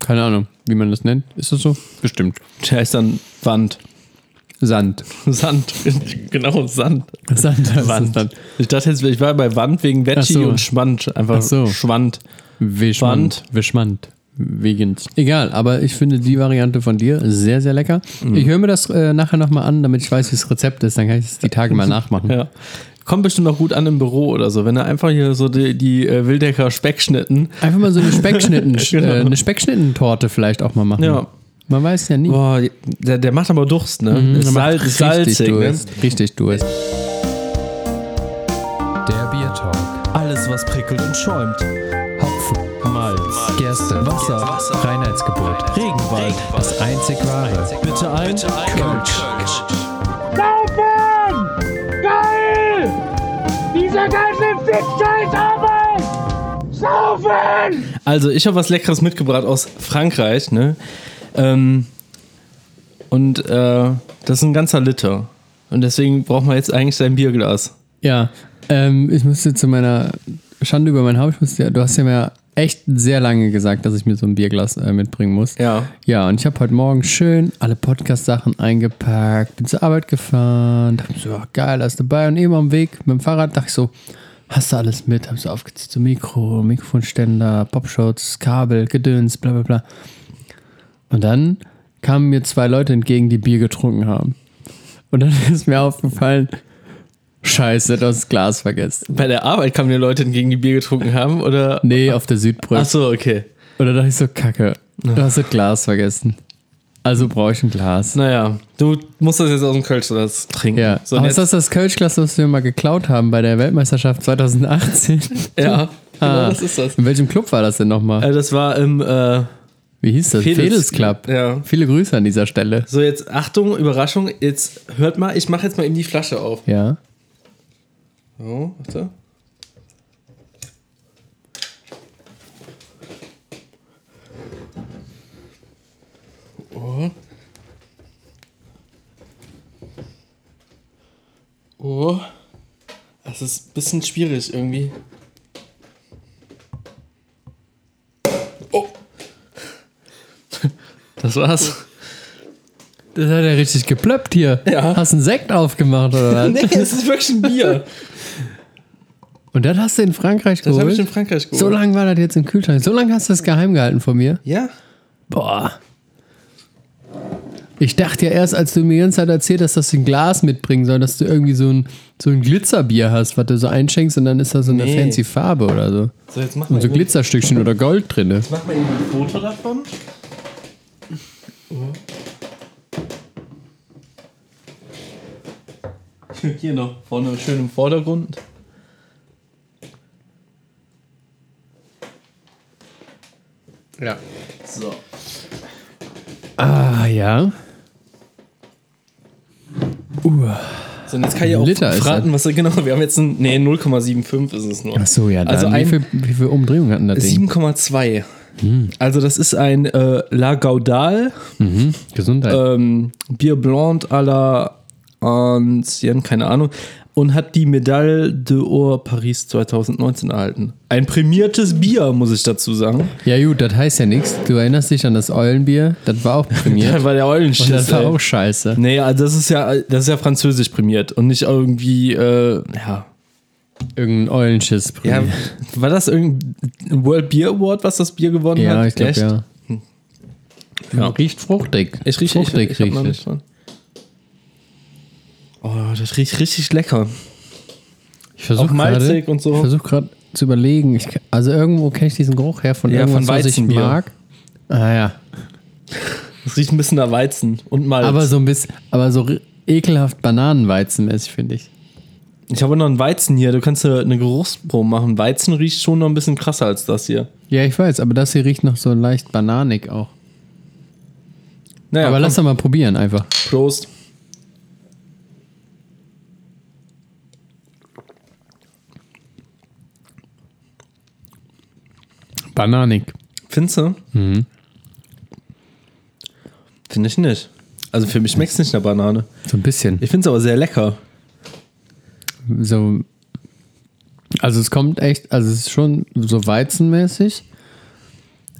[SPEAKER 2] Keine Ahnung, wie man das nennt. Ist das so? Bestimmt.
[SPEAKER 3] der heißt dann Wand.
[SPEAKER 2] Sand.
[SPEAKER 3] Sand. genau, Sand.
[SPEAKER 2] Sand.
[SPEAKER 3] Wand.
[SPEAKER 2] Sand.
[SPEAKER 3] Ich dachte jetzt, ich war bei Wand wegen Veggie
[SPEAKER 2] Ach so.
[SPEAKER 3] und Schmand. Einfach
[SPEAKER 2] Ach so.
[SPEAKER 3] Schwand.
[SPEAKER 2] Wischmand. Wischmand. Vegens. Egal, aber ich finde die Variante von dir sehr, sehr lecker. Ich höre mir das äh, nachher nochmal an, damit ich weiß, wie das Rezept ist. Dann kann ich es die Tage mal nachmachen.
[SPEAKER 3] Ja. Kommt bestimmt auch gut an im Büro oder so. Wenn er einfach hier so die, die äh, Wildecker Speckschnitten.
[SPEAKER 2] Einfach mal so eine Speckschnitten,
[SPEAKER 3] Genau.
[SPEAKER 2] äh, eine Speckschnittentorte vielleicht auch mal machen.
[SPEAKER 3] Ja.
[SPEAKER 2] Man weiß ja nie.
[SPEAKER 3] Boah, der, der macht aber Durst, ne?
[SPEAKER 2] Man
[SPEAKER 3] Ist sal-
[SPEAKER 2] Mhm. macht richtig
[SPEAKER 3] salzig, ne?
[SPEAKER 2] Durst. Richtig Durst.
[SPEAKER 4] Der Bier Talk. Alles, was prickelt und schäumt. Hopfen, Malz, Gerste, Wasser, Reinheitsgebot, Regenwald, das einzig wahre. Bitte ein Kölsch.
[SPEAKER 5] Saufen! Geil! Dieser ganze Fick-Scheiß-Arbeit! Saufen!
[SPEAKER 3] Also, ich habe was Leckeres mitgebracht aus Frankreich, ne? Ähm, und äh, das ist ein ganzer Liter. Und deswegen braucht man jetzt eigentlich dein Bierglas.
[SPEAKER 2] Ja, ähm, ich musste zu meiner Schande über mein Haupt, ich musste, ja- du hast ja mir echt sehr lange gesagt, dass ich mir so ein Bierglas äh, mitbringen muss.
[SPEAKER 3] Ja.
[SPEAKER 2] Ja, und ich habe heute Morgen schön alle Podcast-Sachen eingepackt, bin zur Arbeit gefahren, dachte mir so, ja, geil, alles dabei. Und eben am Weg mit dem Fahrrad dachte ich so, hast du alles mit? Hab so aufgezählt, so Mikro, Mikrofonständer, Popschutz, Kabel, Gedöns, bla bla bla. Und dann kamen mir zwei Leute entgegen, die Bier getrunken haben. Und dann ist mir aufgefallen, scheiße, du hast das Glas vergessen.
[SPEAKER 3] Bei der Arbeit kamen dir Leute entgegen, die Bier getrunken haben, oder?
[SPEAKER 2] Nee, auf der Südbrücke.
[SPEAKER 3] Ach so, okay.
[SPEAKER 2] Und dann dachte ich so, kacke, du hast das Glas vergessen. Also brauche ich ein Glas.
[SPEAKER 3] Naja, du musst das jetzt aus dem Kölsch oder das trinken.
[SPEAKER 2] Ja,
[SPEAKER 3] So, und
[SPEAKER 2] aber
[SPEAKER 3] jetzt,
[SPEAKER 2] ist das das Kölschglas, was wir mal geklaut haben bei der Weltmeisterschaft 2018?
[SPEAKER 3] ja, genau
[SPEAKER 2] Ah.
[SPEAKER 3] das ist das.
[SPEAKER 2] In welchem Club war das denn nochmal?
[SPEAKER 3] Äh, das war im, äh,
[SPEAKER 2] Wie hieß das?
[SPEAKER 3] Fedels-
[SPEAKER 2] Fedels Club.
[SPEAKER 3] Ja.
[SPEAKER 2] Viele Grüße an dieser Stelle.
[SPEAKER 3] so jetzt, Achtung, Überraschung, jetzt hört mal, ich mache jetzt mal eben die Flasche auf.
[SPEAKER 2] Ja.
[SPEAKER 3] So, warte. Oh. Oh. Das ist ein bisschen schwierig irgendwie. Oh. Das war's.
[SPEAKER 2] Das hat ja richtig geplöppt hier.
[SPEAKER 3] Ja.
[SPEAKER 2] Hast einen Sekt aufgemacht oder was?
[SPEAKER 3] Nee, das ist wirklich ein Bier.
[SPEAKER 2] Und dann hast du in Frankreich
[SPEAKER 3] Das habe
[SPEAKER 2] geholt.
[SPEAKER 3] ich in Frankreich geholt.
[SPEAKER 2] so lange war das jetzt im Kühlschrank. So lange hast du das geheim gehalten von mir.
[SPEAKER 3] Ja.
[SPEAKER 2] Boah. Ich dachte ja erst, als du mir die ganze Zeit erzählt hast, dass du ein Glas mitbringen sollst, dass du irgendwie so ein, so ein Glitzerbier hast, was du so einschenkst und dann ist da so eine
[SPEAKER 3] Nee.
[SPEAKER 2] fancy Farbe oder so.
[SPEAKER 3] So, jetzt mach
[SPEAKER 2] Und so
[SPEAKER 3] eben-
[SPEAKER 2] Glitzerstückchen oder Gold ne? drinne.
[SPEAKER 3] Mach mal eben ein Foto davon. Oh. Hier noch vorne schön im Vordergrund.
[SPEAKER 2] Ja.
[SPEAKER 3] So.
[SPEAKER 2] Ah ja.
[SPEAKER 3] so und jetzt kann ich auch
[SPEAKER 2] Liter ist
[SPEAKER 3] verraten, was genau. Wir haben jetzt ein. Nee, 0,75 ist es nur.
[SPEAKER 2] Achso, ja. Dann
[SPEAKER 3] Also
[SPEAKER 2] wie,
[SPEAKER 3] ein
[SPEAKER 2] viel, wie viel Umdrehung hatten das Ding?
[SPEAKER 3] 7,2.
[SPEAKER 2] Hm.
[SPEAKER 3] Also das ist ein äh, La Gaudal
[SPEAKER 2] Hm? Gesundheit.
[SPEAKER 3] ähm, Bier Blond à la Ancien, keine Ahnung, und hat die Medaille d'Or Paris 2019 erhalten. Ein prämiertes Bier, muss ich dazu sagen.
[SPEAKER 2] ja gut, das heißt ja nichts. Du erinnerst dich an das Eulenbier? Das war auch
[SPEAKER 3] Das
[SPEAKER 2] prämiert.
[SPEAKER 3] war der
[SPEAKER 2] und das
[SPEAKER 3] Eulenschiss.
[SPEAKER 2] war
[SPEAKER 3] ey.
[SPEAKER 2] auch scheiße.
[SPEAKER 3] Nee, also das ist ja, das ist ja französisch prämiert und nicht irgendwie, äh, ja.
[SPEAKER 2] Irgendein Eulenschiss
[SPEAKER 3] ja.
[SPEAKER 2] prämiert.
[SPEAKER 3] War das irgendein World Beer Award, was das Bier gewonnen
[SPEAKER 2] Ja,
[SPEAKER 3] hat?
[SPEAKER 2] ich glaube
[SPEAKER 3] Echt? Hm.
[SPEAKER 2] ja. ja. Riecht fruchtig.
[SPEAKER 3] Ich rieche ich,
[SPEAKER 2] fruchtig
[SPEAKER 3] ich hab noch
[SPEAKER 2] riecht
[SPEAKER 3] nicht
[SPEAKER 2] es.
[SPEAKER 3] dran. Oh, das riecht richtig lecker.
[SPEAKER 2] Ich versuche
[SPEAKER 3] Auch malzig
[SPEAKER 2] gerade-
[SPEAKER 3] und so.
[SPEAKER 2] Ich versuche gerade zu überlegen. Ich, also irgendwo kenne ich diesen Geruch her von
[SPEAKER 3] Ja, von
[SPEAKER 2] irgendwas, was ich
[SPEAKER 3] Weizenbier.
[SPEAKER 2] mag. Ah ja.
[SPEAKER 3] Das riecht ein bisschen nach Weizen und Malz.
[SPEAKER 2] Aber so ein bisschen, aber so ri- ekelhaft bananenweizenmäßig, finde ich.
[SPEAKER 3] Ich habe noch einen Weizen hier. Du kannst äh, eine Geruchsprobe machen. Weizen riecht schon noch ein bisschen krasser als das hier.
[SPEAKER 2] Ja, ich weiß, aber das hier riecht noch so leicht bananig auch.
[SPEAKER 3] Naja,
[SPEAKER 2] Aber
[SPEAKER 3] komm,
[SPEAKER 2] lass doch mal probieren einfach.
[SPEAKER 3] Prost.
[SPEAKER 2] Bananik.
[SPEAKER 3] Findest du?
[SPEAKER 2] Mhm.
[SPEAKER 3] Finde ich nicht. Also für mich schmeckt es nicht nach Banane.
[SPEAKER 2] So ein bisschen.
[SPEAKER 3] Ich finde es aber sehr lecker.
[SPEAKER 2] so. Also es kommt echt, also es ist schon so weizenmäßig,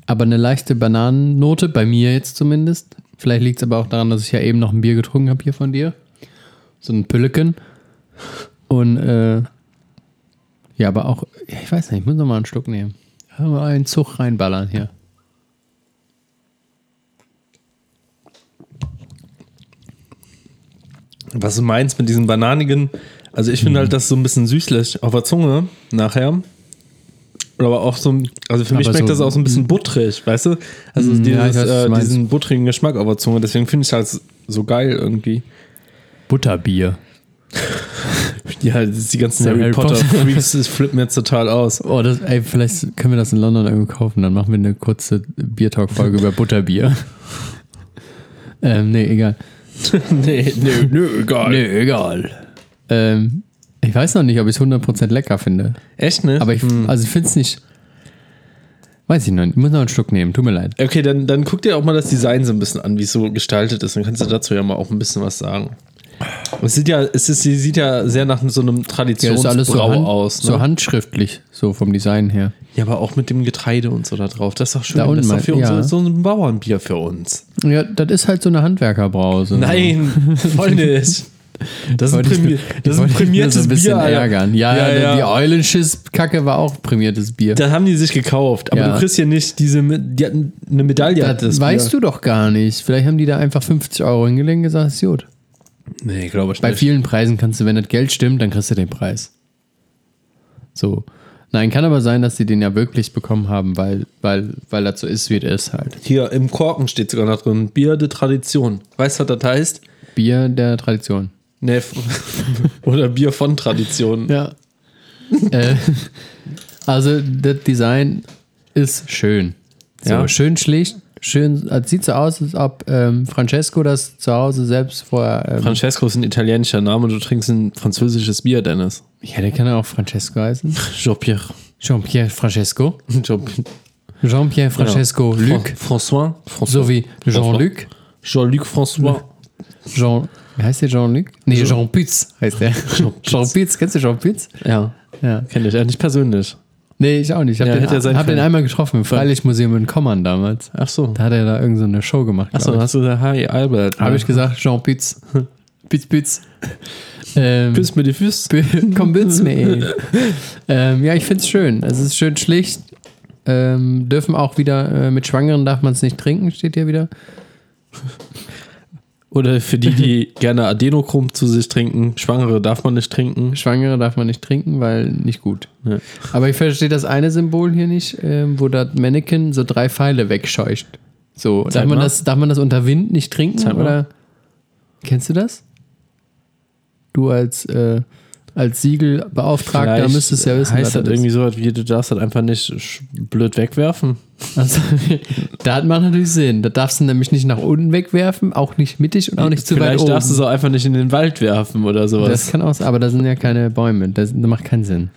[SPEAKER 2] aber eine leichte Bananennote, bei mir jetzt zumindest. Vielleicht liegt es aber auch daran, dass ich ja eben noch ein Bier getrunken habe hier von dir. So ein Pülleken. Und äh, ja, aber auch, ja, ich weiß nicht, ich muss nochmal einen Schluck nehmen. Mal einen Zug reinballern hier.
[SPEAKER 3] Was du meinst mit diesen bananigen. Also ich
[SPEAKER 2] Mhm.
[SPEAKER 3] finde halt das so ein bisschen süßlich auf der Zunge nachher. Aber auch so, ein- also für mich
[SPEAKER 2] Aber
[SPEAKER 3] schmeckt
[SPEAKER 2] so-
[SPEAKER 3] das auch so ein bisschen butterig, weißt du? Also
[SPEAKER 2] Mm, ja, ich
[SPEAKER 3] dieses,
[SPEAKER 2] weiß, was du
[SPEAKER 3] äh,
[SPEAKER 2] meinst.
[SPEAKER 3] diesen butterigen Geschmack auf der Zunge. Deswegen finde ich es halt so geil irgendwie.
[SPEAKER 2] Butterbier.
[SPEAKER 3] Ja, das- die ganzen
[SPEAKER 2] Ja,
[SPEAKER 3] Harry,
[SPEAKER 2] Harry
[SPEAKER 3] Potter
[SPEAKER 2] Potter.
[SPEAKER 3] Freaks, das flippt mir jetzt total aus.
[SPEAKER 2] Oh, das, ey, vielleicht können wir das in London irgendwo kaufen. Dann machen wir eine kurze Biertalk-Folge über Butterbier. ähm, nee, egal.
[SPEAKER 3] nee, nee, nee, egal.
[SPEAKER 2] Nee, egal. Ähm, ich weiß noch nicht, ob ich es 100% lecker finde.
[SPEAKER 3] Echt, ne?
[SPEAKER 2] Aber ich, also ich finde es nicht. Weiß ich noch nicht. Ich muss noch einen Schluck nehmen. Tut mir leid.
[SPEAKER 3] Okay, dann, dann guck dir auch mal das Design so ein bisschen an, wie es so gestaltet ist. Dann kannst du dazu ja mal auch ein bisschen was sagen. Es sieht ja, es ist, sie sieht ja sehr nach so einem
[SPEAKER 2] Ja, ist
[SPEAKER 3] Traditionsbrau
[SPEAKER 2] alles so, hand,
[SPEAKER 3] aus. Ne?
[SPEAKER 2] so handschriftlich, so vom Design her.
[SPEAKER 3] ja, aber auch mit dem Getreide und so da drauf. Das ist doch schön.
[SPEAKER 2] Da unten
[SPEAKER 3] das ist doch
[SPEAKER 2] mal-
[SPEAKER 3] für uns
[SPEAKER 2] ja.
[SPEAKER 3] so, so ein Bauernbier für uns.
[SPEAKER 2] Ja, das ist halt so eine Handwerkerbrause.
[SPEAKER 3] Nein, voll nicht. Das ist ein,
[SPEAKER 2] Wollte ich
[SPEAKER 3] Primi
[SPEAKER 2] mir-
[SPEAKER 3] das ist ein
[SPEAKER 2] wollte ich mir
[SPEAKER 3] prämiertes
[SPEAKER 2] so ein bisschen
[SPEAKER 3] Bier. Alter.
[SPEAKER 2] ärgern. Ja,
[SPEAKER 3] Ja,
[SPEAKER 2] ja,
[SPEAKER 3] ja.
[SPEAKER 2] die Eulenschiss-Kacke war auch prämiertes Bier.
[SPEAKER 3] Das haben die sich gekauft. Aber
[SPEAKER 2] Ja.
[SPEAKER 3] du kriegst hier nicht diese, Me- die hatten eine Medaille. hatte
[SPEAKER 2] Das weißt du doch gar nicht. Vielleicht haben die da einfach 50 Euro hingelegt und gesagt, ist gut.
[SPEAKER 3] du? Nee, glaube ich
[SPEAKER 2] Bei
[SPEAKER 3] nicht.
[SPEAKER 2] vielen Preisen kannst du, wenn das Geld stimmt, dann kriegst du den Preis. So. Nein, kann aber sein, dass sie den ja wirklich bekommen haben, weil, weil, weil das so ist, wie es ist halt.
[SPEAKER 3] Hier im Korken steht sogar noch drin: Bier de Tradition. Weißt du, was das heißt?
[SPEAKER 2] Bier der Tradition.
[SPEAKER 3] Nee, f- oder Bier von Tradition.
[SPEAKER 2] Ja. äh, also, das Design ist schön. So,
[SPEAKER 3] Ja.
[SPEAKER 2] schön schlicht. Schön, also sieht so aus, als ob ähm, Francesco das zu Hause selbst vorher. Ähm,
[SPEAKER 3] Francesco ist ein italienischer Name, du trinkst ein französisches Bier, Dennis.
[SPEAKER 2] ja, der kann ja auch Francesco heißen.
[SPEAKER 3] Jean-Pierre.
[SPEAKER 2] Jean-Pierre Francesco.
[SPEAKER 3] Jean-Pierre. Genau.
[SPEAKER 2] Jean-Pierre Francesco Luc
[SPEAKER 3] François. François.
[SPEAKER 2] sowie Jean-Luc.
[SPEAKER 3] Jean-Luc François.
[SPEAKER 2] Jean, wie heißt der Jean-Luc? Nee, Jean Pütz heißt der. Jean Pütz, kennst du Jean Pütz?
[SPEAKER 3] Ja.
[SPEAKER 2] Ja.
[SPEAKER 3] Kenne ich ja nicht persönlich.
[SPEAKER 2] Nee, ich auch nicht. Ich habe
[SPEAKER 3] Ja, hätte ja
[SPEAKER 2] den,
[SPEAKER 3] sein
[SPEAKER 2] hab den
[SPEAKER 3] können.
[SPEAKER 2] einmal getroffen im Freilichtmuseum in Kommern damals.
[SPEAKER 3] Ach so.
[SPEAKER 2] Da hat er da irgendeine so eine Show gemacht.
[SPEAKER 3] Ach so,
[SPEAKER 2] glaub
[SPEAKER 3] dann
[SPEAKER 2] ich.
[SPEAKER 3] hast du gesagt, hi, Albert.
[SPEAKER 2] Habe ich gesagt, Jean Pütz. Pütz, Pütz. Ähm,
[SPEAKER 3] Küss mir die Füße.
[SPEAKER 2] Bü- Komm, bütz mir. ey. ähm, ja, ich find's schön. Es ist schön schlicht. Ähm, dürfen auch wieder, äh, mit Schwangeren darf man es nicht trinken, steht hier wieder.
[SPEAKER 3] Oder für die, die gerne Adenochrom zu sich trinken. Schwangere darf man nicht trinken.
[SPEAKER 2] Schwangere darf man nicht trinken, weil nicht gut.
[SPEAKER 3] Ja.
[SPEAKER 2] Aber ich verstehe das eine Symbol hier nicht, ähm, wo das Mannequin so drei Pfeile wegscheucht. So, darf
[SPEAKER 3] Zeig
[SPEAKER 2] man,
[SPEAKER 3] mal.
[SPEAKER 2] das, darf man das unter Wind nicht trinken?
[SPEAKER 3] Zeig mal.
[SPEAKER 2] oder? Kennst du das? Du als, äh, als Siegelbeauftragter
[SPEAKER 3] Vielleicht
[SPEAKER 2] müsstest ja wissen,
[SPEAKER 3] heißt das
[SPEAKER 2] ist.
[SPEAKER 3] irgendwie so, was wie du darfst das einfach nicht sch- blöd wegwerfen.
[SPEAKER 2] Also, das macht natürlich Sinn. Da darfst du nämlich nicht nach unten wegwerfen, auch nicht mittig und auch nicht zu
[SPEAKER 3] Vielleicht
[SPEAKER 2] weit
[SPEAKER 3] darfst du
[SPEAKER 2] oben.
[SPEAKER 3] es auch einfach nicht in den Wald werfen oder sowas.
[SPEAKER 2] Das kann auch, aber da sind ja keine Bäume. Das, das macht keinen Sinn.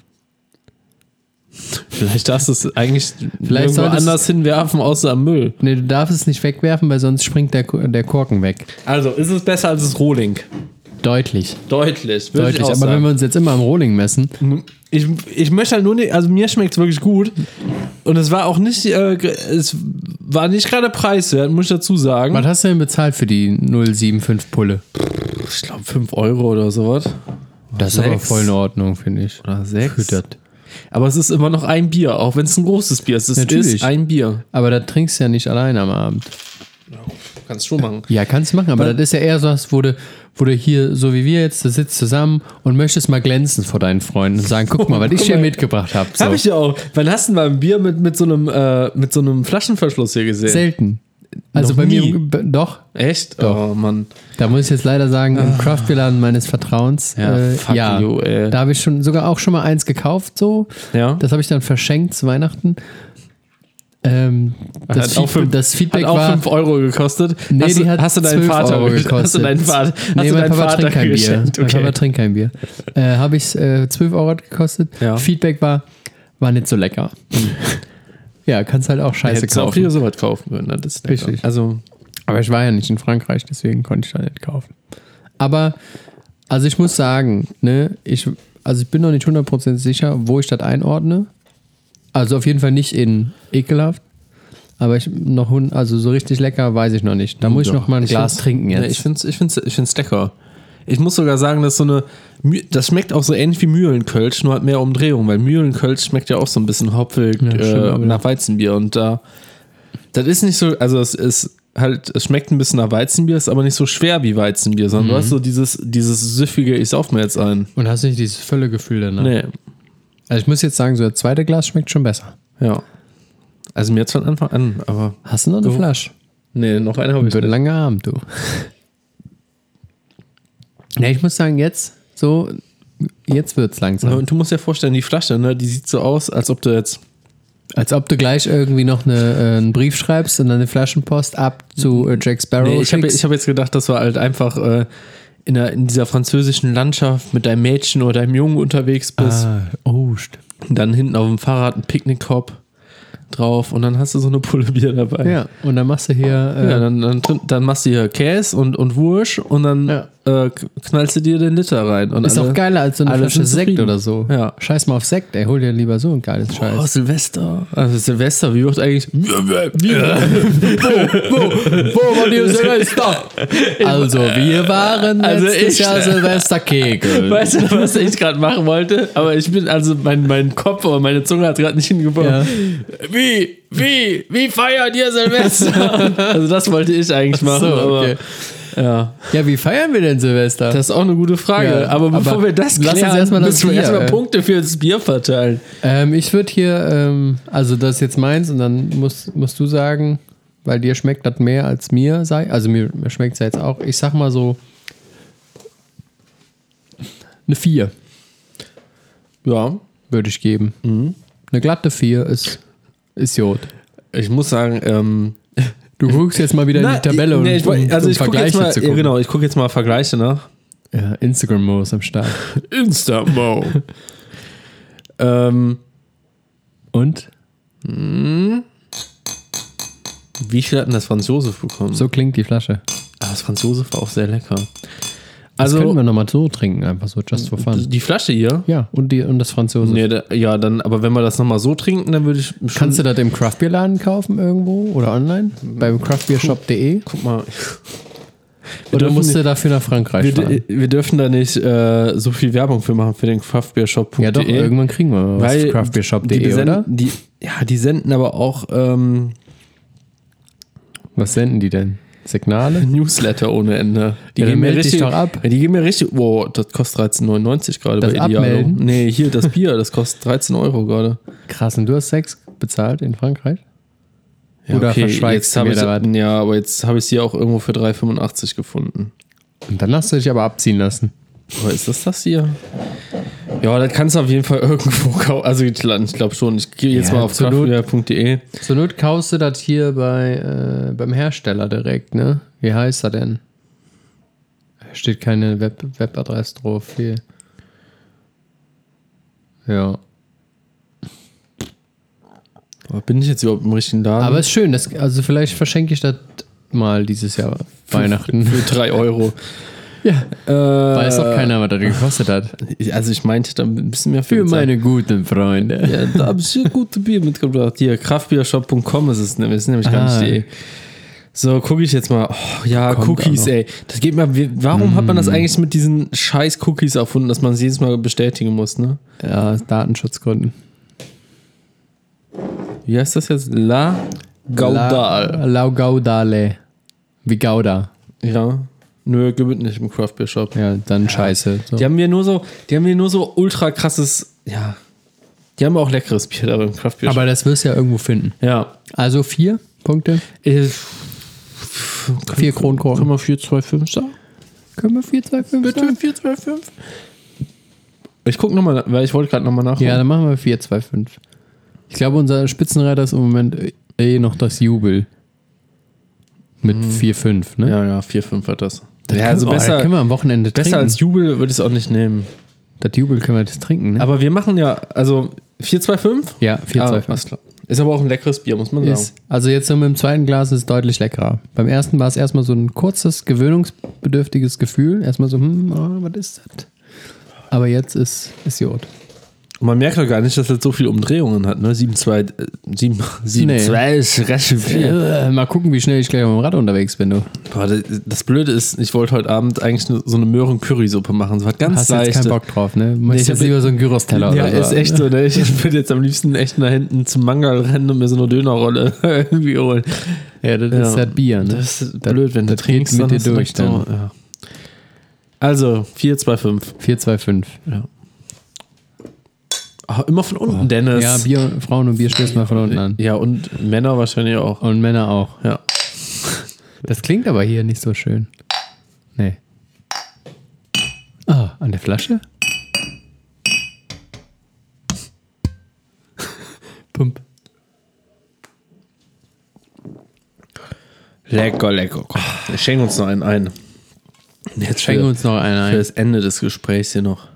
[SPEAKER 3] Vielleicht darfst du es eigentlich irgendwo
[SPEAKER 2] solltest-
[SPEAKER 3] anders hinwerfen, außer am Müll.
[SPEAKER 2] Nee, du darfst es nicht wegwerfen, weil sonst springt der, Ko- der Korken weg.
[SPEAKER 3] Also ist es besser als das Rohling.
[SPEAKER 2] Deutlich.
[SPEAKER 3] Deutlich.
[SPEAKER 2] Deutlich. Aber wenn wir uns jetzt immer am Rolling messen,
[SPEAKER 3] ich, ich möchte halt nur nicht, also mir schmeckt es wirklich gut. Und es war auch nicht, äh, gr- es war nicht gerade preiswert, muss ich dazu sagen.
[SPEAKER 2] was hast du denn bezahlt für die 075 Pulle?
[SPEAKER 3] ich glaube 5 Euro oder sowas.
[SPEAKER 2] Das ist aber
[SPEAKER 3] Sechs.
[SPEAKER 2] voll in Ordnung, finde ich.
[SPEAKER 3] Oder 6.
[SPEAKER 2] das.
[SPEAKER 3] Aber es ist immer noch ein Bier, auch wenn es ein großes Bier ist. Es
[SPEAKER 2] Natürlich.
[SPEAKER 3] ist ein Bier.
[SPEAKER 2] Aber das trinkst du ja nicht allein am Abend.
[SPEAKER 3] Kannst schon machen.
[SPEAKER 2] Ja, kannst du machen, aber das ist ja eher so was, wo du, wo du hier, so wie wir jetzt, da sitzt zusammen und möchtest mal glänzen vor deinen Freunden und sagen, guck mal, was ich hier mitgebracht habe. So.
[SPEAKER 3] Hab ich ja auch. Wann hast du denn mal ein Bier mit, mit, so einem, äh, mit so einem Flaschenverschluss hier gesehen?
[SPEAKER 2] Selten. Also
[SPEAKER 3] Noch
[SPEAKER 2] bei mir,
[SPEAKER 3] nie.
[SPEAKER 2] im- b- doch,
[SPEAKER 3] Echt?
[SPEAKER 2] Doch.
[SPEAKER 3] Oh Mann.
[SPEAKER 2] da muss ich jetzt leider sagen, im Craftbeerladen meines Vertrauens,
[SPEAKER 3] Ah. Ja,
[SPEAKER 2] äh,
[SPEAKER 3] fuck
[SPEAKER 2] ja
[SPEAKER 3] you, ey.
[SPEAKER 2] da habe ich schon sogar auch schon mal eins gekauft, so.
[SPEAKER 3] Ja.
[SPEAKER 2] Das habe ich dann verschenkt zu Weihnachten. Ähm, das,
[SPEAKER 3] Hat auch
[SPEAKER 2] Feedback,
[SPEAKER 3] fünf-
[SPEAKER 2] das Feedback
[SPEAKER 3] hat auch
[SPEAKER 2] war.
[SPEAKER 3] 5 Euro gekostet.
[SPEAKER 2] Nee,
[SPEAKER 3] hast,
[SPEAKER 2] die
[SPEAKER 3] du-
[SPEAKER 2] hat
[SPEAKER 3] hast du deinen
[SPEAKER 2] 12
[SPEAKER 3] Vater
[SPEAKER 2] Euro
[SPEAKER 3] gekostet?
[SPEAKER 2] gekostet.
[SPEAKER 3] Hast du deinen Vater, hast
[SPEAKER 2] nee,
[SPEAKER 3] du
[SPEAKER 2] mein
[SPEAKER 3] deinen
[SPEAKER 2] Papa
[SPEAKER 3] Vater
[SPEAKER 2] trinkt kein Bier.
[SPEAKER 3] geschenkt?
[SPEAKER 2] Mein
[SPEAKER 3] Okay.
[SPEAKER 2] Papa trinkt kein Bier. Äh, Habe ich äh, 12 Euro hat gekostet.
[SPEAKER 3] Ja. Hm.
[SPEAKER 2] Feedback war, war nicht so lecker. ja, kannst halt auch Scheiße
[SPEAKER 3] Hättest du auch
[SPEAKER 2] kaufen.
[SPEAKER 3] früher sowas kaufen können. ne? Das ist lecker.
[SPEAKER 2] Richtig.
[SPEAKER 3] Also,
[SPEAKER 2] Aber ich war ja nicht in Frankreich, deswegen konnte ich da nicht kaufen. Aber, also ich muss sagen, ne, ich, also ich bin noch nicht 100% sicher, wo ich das einordne. Also auf jeden Fall nicht in ekelhaft. Aber ich noch, hun- also so richtig lecker weiß ich noch nicht. Da muss ich noch mal ein Glas Ne,
[SPEAKER 3] find's-
[SPEAKER 2] trinken jetzt.
[SPEAKER 3] Nee, ich finde es ich find's, ich find's lecker. Ich muss sogar sagen, dass so eine. Mü- Das schmeckt auch so ähnlich wie Mühlenkölsch, nur hat mehr Umdrehung, weil Mühlenkölsch schmeckt ja auch so ein bisschen hopfig
[SPEAKER 2] stimmt,
[SPEAKER 3] äh,
[SPEAKER 2] aber-
[SPEAKER 3] nach Weizenbier. Und da. Das ist nicht so. Also, es ist halt. Es schmeckt ein bisschen nach Weizenbier, ist aber nicht so schwer wie Weizenbier, sondern du hast so dieses, dieses süffige, ich sauf mir jetzt ein.
[SPEAKER 2] Und hast nicht dieses Völlegefühl danach.
[SPEAKER 3] Nee.
[SPEAKER 2] Also ich muss jetzt sagen, so das zweite Glas schmeckt schon besser.
[SPEAKER 3] Ja. Also, mir jetzt von Anfang an, aber.
[SPEAKER 2] Hast du noch eine Flasche?
[SPEAKER 3] Nee, noch eine habe ich.
[SPEAKER 2] Wird ein
[SPEAKER 3] nicht.
[SPEAKER 2] langer Abend, du. Ne, ich muss sagen, jetzt so, jetzt wird's langsam.
[SPEAKER 3] Und du musst dir vorstellen, die Flasche, ne, die sieht so aus, als ob du jetzt.
[SPEAKER 2] Als ob du gleich irgendwie noch eine, äh, einen Brief schreibst und dann eine Flaschenpost ab zu äh, Jack Sparrow
[SPEAKER 3] Nee, ich habe
[SPEAKER 2] schickst.
[SPEAKER 3] ich hab jetzt gedacht, dass wir halt einfach äh, in, der, in dieser französischen Landschaft mit deinem Mädchen oder deinem Jungen unterwegs bist.
[SPEAKER 2] ah, oh, stimmt.
[SPEAKER 3] Und dann hinten auf dem Fahrrad ein Picknickkorb drauf und dann hast du so eine Pulle Bier dabei.
[SPEAKER 2] Ja, und dann machst du hier... Äh,
[SPEAKER 3] Ja, dann, dann, trin- dann machst du hier Käse und, und Wursch und dann
[SPEAKER 2] Ja.
[SPEAKER 3] äh, k- knallst du dir den Liter rein. Und
[SPEAKER 2] ist
[SPEAKER 3] alle-
[SPEAKER 2] auch geiler als so eine
[SPEAKER 3] alle
[SPEAKER 2] Flasche
[SPEAKER 3] sind
[SPEAKER 2] Sekt
[SPEAKER 3] zufrieden.
[SPEAKER 2] oder so.
[SPEAKER 3] Ja.
[SPEAKER 2] Scheiß mal auf Sekt, ey. Hol dir lieber so ein geiles Scheiß.
[SPEAKER 3] Oh, Silvester. Also Silvester, wie wird eigentlich.
[SPEAKER 2] Wo war die Silvester? Also, wir waren
[SPEAKER 3] Also
[SPEAKER 2] letztes
[SPEAKER 3] ich-
[SPEAKER 2] Jahr Silvesterkegel.
[SPEAKER 3] Weißt du, was ich gerade machen wollte? Aber ich bin, also mein, mein Kopf oder meine Zunge hat gerade nicht hingebracht.
[SPEAKER 2] Ja.
[SPEAKER 3] Wie, wie, wie feiert ihr Silvester? also das wollte ich eigentlich machen.
[SPEAKER 2] So, okay.
[SPEAKER 3] aber, ja.
[SPEAKER 2] Ja, wie feiern wir denn Silvester?
[SPEAKER 3] Das ist auch eine gute Frage.
[SPEAKER 2] Ja,
[SPEAKER 3] aber bevor
[SPEAKER 2] aber
[SPEAKER 3] wir das
[SPEAKER 2] lass
[SPEAKER 3] klären,
[SPEAKER 2] uns erstmal das
[SPEAKER 3] müssen wir
[SPEAKER 2] Bier, äh.
[SPEAKER 3] erstmal
[SPEAKER 2] ey.
[SPEAKER 3] Punkte für das Bier verteilen.
[SPEAKER 2] ähm, ich würde hier, ähm, also das ist jetzt meins und dann musst, musst du sagen, weil dir schmeckt das mehr als mir, sei, also mir, mir schmeckt es ja jetzt auch, ich sag mal so eine 4
[SPEAKER 3] Ja.
[SPEAKER 2] würde ich geben.
[SPEAKER 3] Mhm.
[SPEAKER 2] Eine glatte 4 ist, ist Jod.
[SPEAKER 3] Ich muss sagen, ähm,
[SPEAKER 2] Du guckst jetzt mal wieder in die Tabelle
[SPEAKER 3] nee,
[SPEAKER 2] und
[SPEAKER 3] ich, wollt- also
[SPEAKER 2] um
[SPEAKER 3] ich gucke jetzt
[SPEAKER 2] Vergleiche
[SPEAKER 3] mal,
[SPEAKER 2] zu
[SPEAKER 3] ja,
[SPEAKER 2] gucken.
[SPEAKER 3] genau, ich gucke jetzt mal Vergleiche nach.
[SPEAKER 2] Ja, Instagram ist am Start.
[SPEAKER 3] Instamo. ähm,
[SPEAKER 2] Und?
[SPEAKER 3] wie viel hat denn das Franz Josef bekommen?
[SPEAKER 2] So klingt die Flasche.
[SPEAKER 3] Ah, das Franz Josef war auch sehr lecker.
[SPEAKER 2] Das
[SPEAKER 3] Also
[SPEAKER 2] könnten wir nochmal so trinken, einfach so, just for fun.
[SPEAKER 3] die Flasche hier.
[SPEAKER 2] Ja, und, die, und das Franzose.
[SPEAKER 3] Nee, da, ja, dann, aber wenn wir das nochmal so trinken, dann würde ich. Schon,
[SPEAKER 2] Kannst du das im Craftbierladen kaufen irgendwo oder online? Beim craftbeershop.de?
[SPEAKER 3] Guck mal.
[SPEAKER 2] E? Oder
[SPEAKER 3] dürfen
[SPEAKER 2] musst du
[SPEAKER 3] nicht-
[SPEAKER 2] dafür nach Frankreich
[SPEAKER 3] Wir,
[SPEAKER 2] fahren?
[SPEAKER 3] d- wir dürfen da nicht äh, so viel Werbung für machen für den craftbeershop.de.
[SPEAKER 2] Ja doch, irgendwann kriegen wir mal was.
[SPEAKER 3] E? weil die
[SPEAKER 2] Craftbeershop.de,
[SPEAKER 3] senden-
[SPEAKER 2] E, oder?
[SPEAKER 3] Die, ja, die senden aber auch ähm,
[SPEAKER 2] Was senden die denn? Signale?
[SPEAKER 3] Newsletter ohne Ende. Die
[SPEAKER 2] Ja, dann meld dich
[SPEAKER 3] richtig
[SPEAKER 2] doch ab.
[SPEAKER 3] Ja, die geben mir richtig. Wow, das kostet 13,99 gerade
[SPEAKER 2] Das abmelden?
[SPEAKER 3] Nee, hier das Bier, das kostet 13 Euro gerade.
[SPEAKER 2] Krass, und du hast Sex bezahlt in Frankreich?
[SPEAKER 3] Ja,
[SPEAKER 2] Oder verschweigst
[SPEAKER 3] jetzt
[SPEAKER 2] du
[SPEAKER 3] habe
[SPEAKER 2] mir
[SPEAKER 3] ich,
[SPEAKER 2] da
[SPEAKER 3] Ja, aber jetzt habe ich sie auch irgendwo für 3,85 gefunden.
[SPEAKER 2] Und dann hast du dich aber abziehen lassen.
[SPEAKER 3] Aber ist das das hier? Ja, das kannst du auf jeden Fall irgendwo kaufen. Also klar, ich glaube schon. Ich gehe jetzt
[SPEAKER 2] Ja,
[SPEAKER 3] mal auf
[SPEAKER 2] zur Not.
[SPEAKER 3] kraftwerk.de.
[SPEAKER 2] Zur Not kaufst du das hier bei, äh, beim Hersteller direkt, ne? Wie heißt er denn? Da Steht keine Web Webadresse drauf. Hier. Ja.
[SPEAKER 3] Boah, Bin ich jetzt überhaupt im richtigen Laden?
[SPEAKER 2] Aber ist schön, das, also vielleicht verschenke ich das mal dieses Jahr Weihnachten.
[SPEAKER 3] für 3 Euro.
[SPEAKER 2] Ja.
[SPEAKER 3] Äh,
[SPEAKER 2] Weiß doch keiner, was das gekostet hat.
[SPEAKER 3] Also ich meinte, da ein bisschen mehr
[SPEAKER 2] Für
[SPEAKER 3] bezahlen.
[SPEAKER 2] meine guten Freunde.
[SPEAKER 3] Ja, da habe ich hier gute Bier mitgebracht. Hier, kraftbiershop.com ist es nämlich, ist nämlich gar
[SPEAKER 2] Ah.
[SPEAKER 3] nicht die. So, gucke ich jetzt mal. Oh, ja,
[SPEAKER 2] Kommt
[SPEAKER 3] Cookies,
[SPEAKER 2] auch noch. Hm.
[SPEAKER 3] ey. Das geht mir. wie- Warum hat man das eigentlich mit diesen scheiß Cookies erfunden, dass man es jedes Mal bestätigen muss, ne?
[SPEAKER 2] Ja, aus Datenschutzgründen.
[SPEAKER 3] Wie heißt das jetzt? La Gaudal.
[SPEAKER 2] La- Lau Gaudale. Wie Gouda.
[SPEAKER 3] Ja. Nö, gibt nicht im Craft Beer Shop.
[SPEAKER 2] Ja, dann scheiße. So.
[SPEAKER 3] Die haben mir nur so, die haben mir nur so ultra krasses, ja. Die haben auch leckeres Bier da beim Craft Beer Shop.
[SPEAKER 2] Aber das wirst du ja irgendwo finden.
[SPEAKER 3] ja.
[SPEAKER 2] Also vier Punkte.
[SPEAKER 3] Äh,
[SPEAKER 2] Vier Kronkorken.
[SPEAKER 3] 425 sagen?
[SPEAKER 2] Können wir 4, 2, 5 Bitte 4, 2, 5.
[SPEAKER 3] Ich guck nochmal, weil ich wollte gerade nochmal nachgucken.
[SPEAKER 2] Ja, dann machen wir 4, 2, 5. Ich glaube, unser Spitzenreiter ist im Moment eh noch das Jubel. Mit 4-5, ne?
[SPEAKER 3] Ja, ja, 4, 5 hat das. ja,
[SPEAKER 2] also besser, können wir am Wochenende
[SPEAKER 3] besser
[SPEAKER 2] trinken.
[SPEAKER 3] als Jubel würde ich es auch nicht nehmen.
[SPEAKER 2] das Jubel können wir das trinken, ne?
[SPEAKER 3] Aber wir machen ja, also 4, 2, 5?
[SPEAKER 2] ja, 4
[SPEAKER 3] Ah,
[SPEAKER 2] 2
[SPEAKER 3] alles klar. Ist aber auch ein leckeres Bier, muss man sagen.
[SPEAKER 2] Ist, also jetzt so mit dem zweiten Glas ist es deutlich leckerer. Beim ersten war es erstmal so ein kurzes, gewöhnungsbedürftiges Gefühl. Erstmal so, hm, ah, was ist das? Aber jetzt ist, ist Jod.
[SPEAKER 3] Und man merkt doch gar nicht, dass das so viele Umdrehungen hat, ne? 7, 2, äh, 7, 7,
[SPEAKER 2] Nee.
[SPEAKER 3] 2 ist ganz schön viel.
[SPEAKER 2] Äh, mal gucken, wie schnell ich gleich mit dem Rad unterwegs bin, du.
[SPEAKER 3] Boah, das- das Blöde ist, ich wollte heute Abend eigentlich nur so eine Möhren-Currysuppe machen. So was ganz
[SPEAKER 2] Hast jetzt
[SPEAKER 3] leichtes.
[SPEAKER 2] keinen Bock drauf, ne? Möchtest
[SPEAKER 3] Nee, ich
[SPEAKER 2] jetzt
[SPEAKER 3] hab-
[SPEAKER 2] lieber so einen Gyros-Teller
[SPEAKER 3] Ja,
[SPEAKER 2] oder so
[SPEAKER 3] ist
[SPEAKER 2] haben,
[SPEAKER 3] echt
[SPEAKER 2] ne?
[SPEAKER 3] so, ne? Ich würde jetzt am liebsten echt nach hinten zum Mangal rennen und mir so eine Dönerrolle irgendwie holen.
[SPEAKER 2] Ja, das ist
[SPEAKER 3] Ja.
[SPEAKER 2] das Bier, ne?
[SPEAKER 3] Das ist blöd, wenn du
[SPEAKER 2] das geht
[SPEAKER 3] trinkst,
[SPEAKER 2] mit
[SPEAKER 3] dann
[SPEAKER 2] dir
[SPEAKER 3] hast du
[SPEAKER 2] durch
[SPEAKER 3] direkt so- ja. Also, 4, 2, 5.
[SPEAKER 2] 425.
[SPEAKER 3] Ah, immer von unten, Dennis.
[SPEAKER 2] Ja, Bier, Frauen und Bier stößt mal von unten an.
[SPEAKER 3] Ja, und Männer wahrscheinlich auch.
[SPEAKER 2] Und Männer auch.
[SPEAKER 3] Ja.
[SPEAKER 2] Das klingt aber hier nicht so schön. Nee. Ah, an der Flasche? Pump.
[SPEAKER 3] Lecker, lecker. Komm, wir schenken uns noch einen ein. Jetzt
[SPEAKER 2] Schenken
[SPEAKER 3] für,
[SPEAKER 2] uns noch einen
[SPEAKER 3] für
[SPEAKER 2] ein.
[SPEAKER 3] das Ende des Gesprächs hier noch.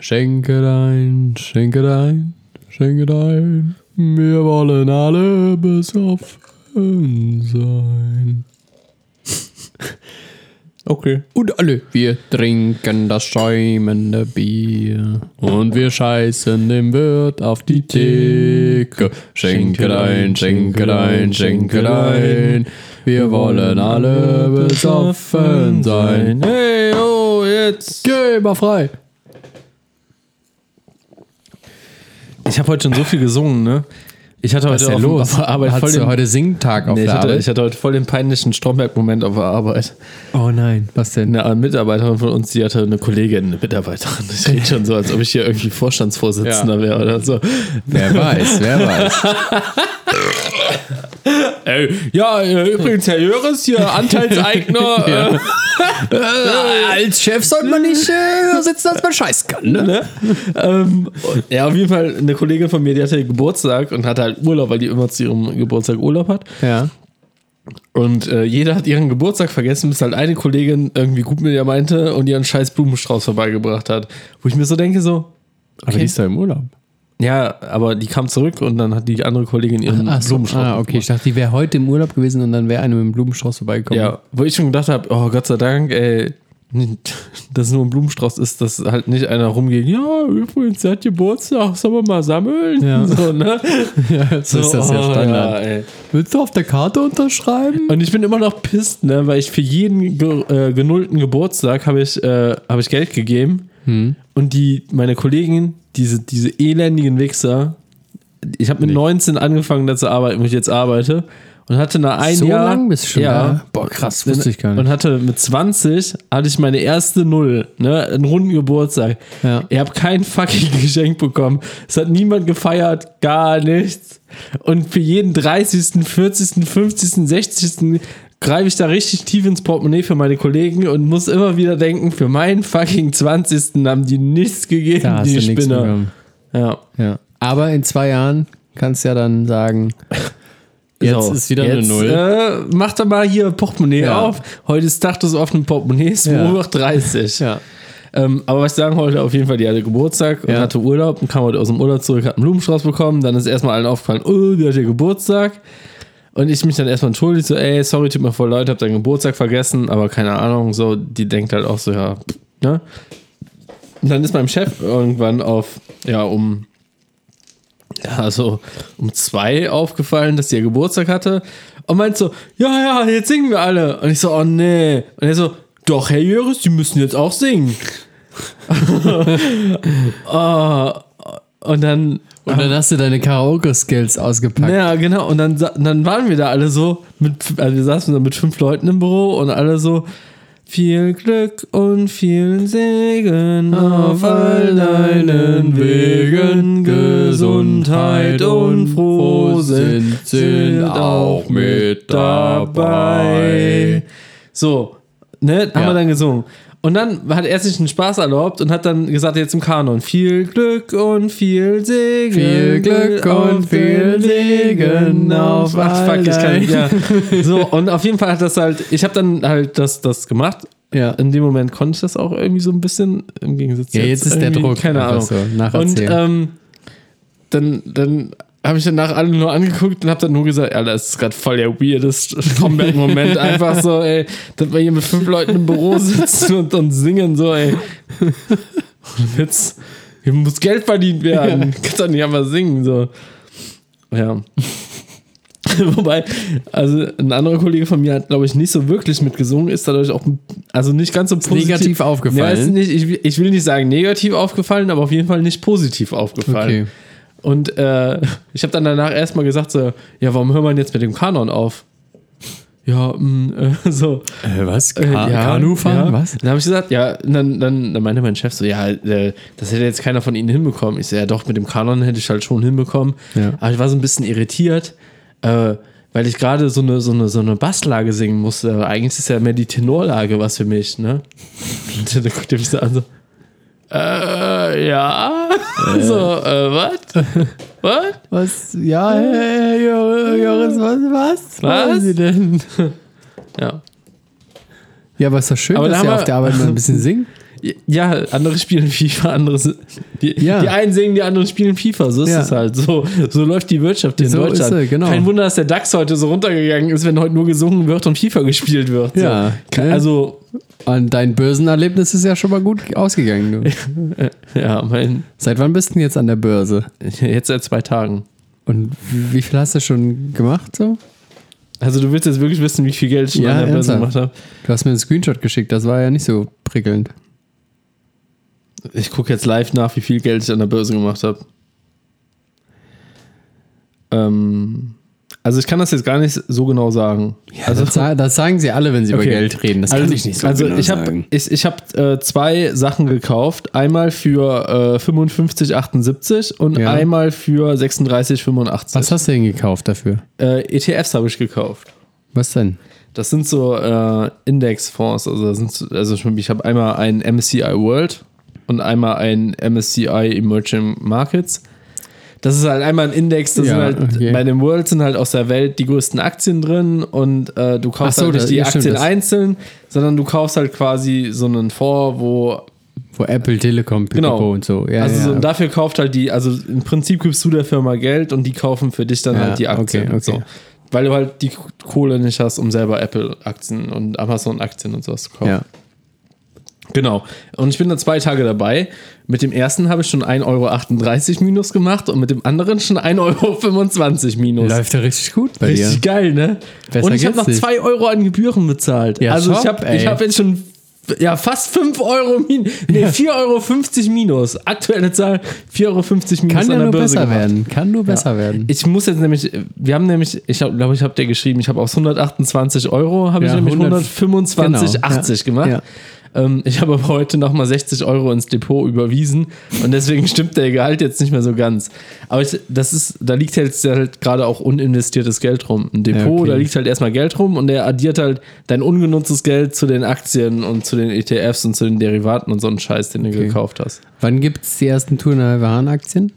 [SPEAKER 2] Schenke dein, schenke dein, schenke dein. Wir wollen alle besoffen sein.
[SPEAKER 3] Okay.
[SPEAKER 2] Und alle, wir trinken das schäumende Bier. Und wir scheißen dem Wirt auf die Theke. Schenke ein, schenke ein, schenke ein. Wir wollen alle besoffen sein.
[SPEAKER 3] Hey, oh, jetzt.
[SPEAKER 2] Geh mal frei.
[SPEAKER 3] Ich habe heute schon so viel gesungen, ne? Ich hatte heute auf, auf der Arbeit voll
[SPEAKER 2] Hattest du
[SPEAKER 3] den,
[SPEAKER 2] heute Singtag auf
[SPEAKER 3] nee, ich,
[SPEAKER 2] der
[SPEAKER 3] hatte,
[SPEAKER 2] Arbeit?
[SPEAKER 3] ich hatte heute voll den peinlichen Stromberg-Moment auf der Arbeit.
[SPEAKER 2] oh nein, was denn?
[SPEAKER 3] Eine Mitarbeiterin von uns, die hatte eine Kollegin, eine Mitarbeiterin. Ich rede schon so, als ob ich hier irgendwie Vorstandsvorsitzender
[SPEAKER 2] Ja.
[SPEAKER 3] wäre oder so.
[SPEAKER 2] Wer weiß, wer weiß.
[SPEAKER 3] Ey, ja, äh, übrigens, Herr Jöres hier, Anteilseigner. äh,
[SPEAKER 2] Als Chef sollte man nicht äh, sitzen, dass man scheiß kann.
[SPEAKER 3] ne? ähm, und- ja, auf jeden Fall eine Kollegin von mir, die hatte Geburtstag und hatte halt Urlaub, weil die immer zu ihrem Geburtstag Urlaub hat.
[SPEAKER 2] Ja.
[SPEAKER 3] Und äh, jeder hat ihren Geburtstag vergessen, bis halt eine Kollegin irgendwie gut mit ihr meinte und ihren scheiß Blumenstrauß vorbeigebracht hat. Wo ich mir so denke, so,
[SPEAKER 2] Aber die ist doch im Urlaub.
[SPEAKER 3] ja, aber die kam zurück und dann hat die andere Kollegin ihren
[SPEAKER 2] Ach so,
[SPEAKER 3] Blumenstrauß.
[SPEAKER 2] ah, okay. Ich dachte, die wäre heute im Urlaub gewesen und dann wäre eine mit dem Blumenstrauß vorbeigekommen.
[SPEAKER 3] Ja, wo ich schon gedacht habe, oh Gott sei Dank, ey, dass es nur ein Blumenstrauß ist, dass halt nicht einer rumgeht, ja, übrigens, sie hat Geburtstag, sollen wir mal sammeln?
[SPEAKER 2] Ja.
[SPEAKER 3] So, ne?
[SPEAKER 2] so ist das ja
[SPEAKER 3] oh,
[SPEAKER 2] Standard.
[SPEAKER 3] ey.
[SPEAKER 2] Willst du auf der Karte unterschreiben?
[SPEAKER 3] Und ich bin immer noch pisst, ne, weil ich für jeden ge äh, genullten Geburtstag habe ich, äh, hab ich Geld gegeben. Und die, meine Kollegen, diese, diese elendigen Wichser, ich habe mit 19 angefangen, da zu arbeiten, wo ich jetzt arbeite. Und hatte nach ein
[SPEAKER 2] So
[SPEAKER 3] Jahr.
[SPEAKER 2] lang bist du schon
[SPEAKER 3] ja,
[SPEAKER 2] da? Boah, krass, wusste ich gar nicht.
[SPEAKER 3] Und hatte mit 20 hatte ich meine erste Null, ne? Einen runden Geburtstag.
[SPEAKER 2] Ja.
[SPEAKER 3] Ich habe kein fucking Geschenk bekommen. Es hat niemand gefeiert, gar nichts. Und für jeden 30., 40., 50., 60. greife ich da richtig tief ins Portemonnaie für meine Kollegen und muss immer wieder denken, für meinen fucking 20. haben die nichts gegeben,
[SPEAKER 2] Da hast
[SPEAKER 3] die
[SPEAKER 2] du nichts
[SPEAKER 3] Spinner.
[SPEAKER 2] bekommen.
[SPEAKER 3] Ja.
[SPEAKER 2] Ja. Aber in zwei Jahren kannst du ja dann sagen, jetzt
[SPEAKER 3] So,
[SPEAKER 2] ist wieder eine
[SPEAKER 3] jetzt,
[SPEAKER 2] Null.
[SPEAKER 3] Äh, mach da mal hier Portemonnaie
[SPEAKER 2] Ja.
[SPEAKER 3] auf. Heute ist Tag des offenen Portemonnaies,
[SPEAKER 2] Ja.
[SPEAKER 3] nur noch 30.
[SPEAKER 2] Ja.
[SPEAKER 3] Ähm, aber was ich sagen wollte, auf jeden Fall, die hatte Geburtstag und
[SPEAKER 2] Ja.
[SPEAKER 3] hatte Urlaub und kam heute aus dem Urlaub zurück, hat einen Blumenstrauß bekommen. Dann ist erstmal allen aufgefallen, oh, die hat ja Geburtstag. Und ich mich dann erstmal entschuldigt, so, ey, sorry, tut mir voll leid, hab deinen Geburtstag vergessen, aber keine Ahnung, so, die denkt halt auch so, ja, pff, ne? Und dann ist meinem Chef irgendwann auf, ja, um ja, so um zwei aufgefallen, dass die ja Geburtstag hatte und meint so, ja, ja, jetzt singen wir alle. Und ich so, oh nee. Und er so, doch, Herr Jöris, die müssen jetzt auch singen. oh, und dann,
[SPEAKER 2] Und dann hast du deine Karaoke-Skills ausgepackt.
[SPEAKER 3] ja, genau, und dann, sa- dann waren wir da alle so, mit, also wir saßen da mit fünf Leuten im Büro und alle so, viel Glück und viel Segen auf all deinen Wegen, Gesundheit und Frohsinn sind auch mit dabei. So, ne, haben
[SPEAKER 2] Ja.
[SPEAKER 3] wir dann gesungen. Und dann hat er sich einen Spaß erlaubt und hat dann gesagt, jetzt im Kanon, viel Glück und viel Segen.
[SPEAKER 2] Viel Glück und
[SPEAKER 3] auf den
[SPEAKER 2] viel Regen auf
[SPEAKER 3] Ach, fuck, ich kann,
[SPEAKER 2] allein.
[SPEAKER 3] ja. So, und auf jeden Fall hat das halt, ich habe dann halt das, das gemacht.
[SPEAKER 2] Ja.
[SPEAKER 3] In dem Moment konnte ich das auch irgendwie so ein bisschen im Gegensatz
[SPEAKER 2] Ja, jetzt ist der
[SPEAKER 3] irgendwie,
[SPEAKER 2] Druck
[SPEAKER 3] Keine Ahnung.
[SPEAKER 2] einfach so,
[SPEAKER 3] und
[SPEAKER 2] nacherzählen.
[SPEAKER 3] ähm, dann, dann habe ich danach alle nur angeguckt und habe dann nur gesagt, Alter, das ist gerade voll der weirdest Comeback-Moment. Einfach so, ey, dass wir hier mit fünf Leuten im Büro sitzen und, und singen, so, ey. Ohne Witz. Hier muss Geld verdient werden. Kannst doch nicht einmal singen, so. Ja. Wobei, also ein anderer Kollege von mir hat, glaube ich, nicht so wirklich mitgesungen, ist dadurch auch, also nicht ganz so positiv.
[SPEAKER 2] negativ aufgefallen.
[SPEAKER 3] Ja, ist nicht, ich, will- ich will nicht sagen negativ aufgefallen, aber auf jeden Fall nicht positiv aufgefallen.
[SPEAKER 2] Okay.
[SPEAKER 3] Und äh, ich habe dann danach erstmal gesagt, so, ja, warum hört man jetzt mit dem Kanon auf? Ja, mh, äh, so.
[SPEAKER 2] Äh, was? Ka
[SPEAKER 3] Äh,
[SPEAKER 2] Kanufahren?
[SPEAKER 3] Ja.
[SPEAKER 2] Was?
[SPEAKER 3] Dann habe ich gesagt, ja, und dann, dann, dann meinte mein Chef so, ja, äh, das hätte jetzt keiner von Ihnen hinbekommen. Ich so, ja doch, mit dem Kanon hätte ich halt schon hinbekommen.
[SPEAKER 2] Ja.
[SPEAKER 3] Aber ich war so ein bisschen irritiert, äh, weil ich gerade so eine, so, eine, so eine Basslage singen musste. Aber eigentlich ist ja mehr die Tenorlage was für mich, ne? Und dann guckt er mich so an, so, äh, ja, so, äh, was? Was?
[SPEAKER 2] Was? Ja, hey, Jor- Joris, was? Was? wollen Sie denn?
[SPEAKER 3] Ja.
[SPEAKER 2] Ja, aber ist doch schön,
[SPEAKER 3] Aber da
[SPEAKER 2] dass
[SPEAKER 3] haben
[SPEAKER 2] ihr
[SPEAKER 3] wir-
[SPEAKER 2] auf der Arbeit mal ein bisschen singt.
[SPEAKER 3] Ja, andere spielen FIFA, andere sind- die,
[SPEAKER 2] Ja.
[SPEAKER 3] die einen singen, die anderen spielen FIFA, so ist
[SPEAKER 2] Ja.
[SPEAKER 3] es halt. So, so läuft die Wirtschaft hier
[SPEAKER 2] So
[SPEAKER 3] in
[SPEAKER 2] ist
[SPEAKER 3] Deutschland.
[SPEAKER 2] sie, genau.
[SPEAKER 3] Kein Wunder, dass der DAX heute so runtergegangen ist, wenn heute nur gesungen wird und FIFA gespielt wird.
[SPEAKER 2] Ja,
[SPEAKER 3] so.
[SPEAKER 2] ne?
[SPEAKER 3] also
[SPEAKER 2] Und dein Börsenerlebnis ist ja schon mal gut ausgegangen. Du.
[SPEAKER 3] ja, mein
[SPEAKER 2] Seit wann bist du denn jetzt an der Börse?
[SPEAKER 3] jetzt seit zwei Tagen.
[SPEAKER 2] Und wie viel hast du schon gemacht so?
[SPEAKER 3] Also du willst jetzt wirklich wissen, wie viel Geld ich schon
[SPEAKER 2] Ja,
[SPEAKER 3] an der Börse
[SPEAKER 2] ernsthaft?
[SPEAKER 3] gemacht habe?
[SPEAKER 2] Du hast mir einen Screenshot geschickt, das war ja nicht so prickelnd.
[SPEAKER 3] Ich gucke jetzt live nach, wie viel Geld ich an der Börse gemacht habe. Ähm, also ich kann das jetzt gar nicht so genau sagen.
[SPEAKER 2] Also, das, sa- das sagen sie alle, wenn sie über
[SPEAKER 3] Okay.
[SPEAKER 2] Geld reden. Das kann ich nicht so
[SPEAKER 3] also
[SPEAKER 2] genau
[SPEAKER 3] ich habe
[SPEAKER 2] sagen.
[SPEAKER 3] ich, ich hab, äh, zwei Sachen gekauft. Einmal für äh, 55,78 und
[SPEAKER 2] Ja.
[SPEAKER 3] einmal für 36,85.
[SPEAKER 2] Was hast du denn gekauft dafür?
[SPEAKER 3] Äh, ETFs habe ich gekauft.
[SPEAKER 2] Was denn?
[SPEAKER 3] Das sind so äh, Indexfonds. Also, das sind, so- also schon- ich habe einmal einen MSCI World und einmal einen MSCI Emerging Markets. Das ist halt einmal ein Index, das
[SPEAKER 2] Ja,
[SPEAKER 3] sind halt,
[SPEAKER 2] okay.
[SPEAKER 3] bei dem World sind halt aus der Welt die größten Aktien drin und äh, du kaufst
[SPEAKER 2] Ach so,
[SPEAKER 3] halt nicht
[SPEAKER 2] das-
[SPEAKER 3] die
[SPEAKER 2] ja, stimmt,
[SPEAKER 3] Aktien
[SPEAKER 2] das-
[SPEAKER 3] einzeln, sondern du kaufst halt quasi so einen Fonds, wo
[SPEAKER 2] Wo Apple, Telekom, Pipapo
[SPEAKER 3] Genau.
[SPEAKER 2] und so. Ja,
[SPEAKER 3] also
[SPEAKER 2] ja,
[SPEAKER 3] so,
[SPEAKER 2] ja.
[SPEAKER 3] und dafür kauft halt die, also im Prinzip gibst du der Firma Geld und die kaufen für dich dann
[SPEAKER 2] Ja,
[SPEAKER 3] halt die Aktien.
[SPEAKER 2] okay,
[SPEAKER 3] und
[SPEAKER 2] okay.
[SPEAKER 3] So. Weil du halt die Kohle nicht hast, um selber Apple-Aktien und Amazon-Aktien und sowas zu kaufen.
[SPEAKER 2] ja.
[SPEAKER 3] Genau. Und ich bin da zwei Tage dabei. Mit dem ersten habe ich schon 1,38 Euro minus gemacht und mit dem anderen schon 1,25 Euro minus.
[SPEAKER 2] Läuft ja richtig gut bei
[SPEAKER 3] Richtig geil, ne?
[SPEAKER 2] Besser
[SPEAKER 3] und ich habe
[SPEAKER 2] geht's
[SPEAKER 3] noch
[SPEAKER 2] nicht.
[SPEAKER 3] 2 Euro an Gebühren bezahlt.
[SPEAKER 2] Ja,
[SPEAKER 3] also ich
[SPEAKER 2] top,
[SPEAKER 3] habe ich
[SPEAKER 2] ey.
[SPEAKER 3] hab jetzt schon ja, fast 5 Euro minus. Nee, 4,50 Euro minus. Aktuelle Zahl 4,50 Euro minus
[SPEAKER 2] dir. Kann ja
[SPEAKER 3] an der
[SPEAKER 2] nur
[SPEAKER 3] Börse
[SPEAKER 2] besser
[SPEAKER 3] gemacht.
[SPEAKER 2] werden. Kann nur besser werden.
[SPEAKER 3] Ich muss jetzt nämlich, wir haben nämlich, ich glaube, ich habe dir geschrieben, ich habe aus 128 Euro, habe
[SPEAKER 2] Ja,
[SPEAKER 3] ich nämlich
[SPEAKER 2] 100
[SPEAKER 3] 125,80
[SPEAKER 2] genau, ja,
[SPEAKER 3] gemacht. Ähm, ich habe aber heute nochmal 60 Euro ins Depot überwiesen und deswegen stimmt der Gehalt jetzt nicht mehr so ganz. Aber ich, das ist, da liegt jetzt halt gerade auch uninvestiertes Geld rum. Ein Depot,
[SPEAKER 2] Ja, okay.
[SPEAKER 3] da liegt halt erstmal Geld rum und der addiert halt dein ungenutztes Geld zu den Aktien und zu den ETFs und zu den Derivaten und so einen Scheiß, den du gekauft hast.
[SPEAKER 2] Wann gibt es die ersten Tour Hahn Aktien?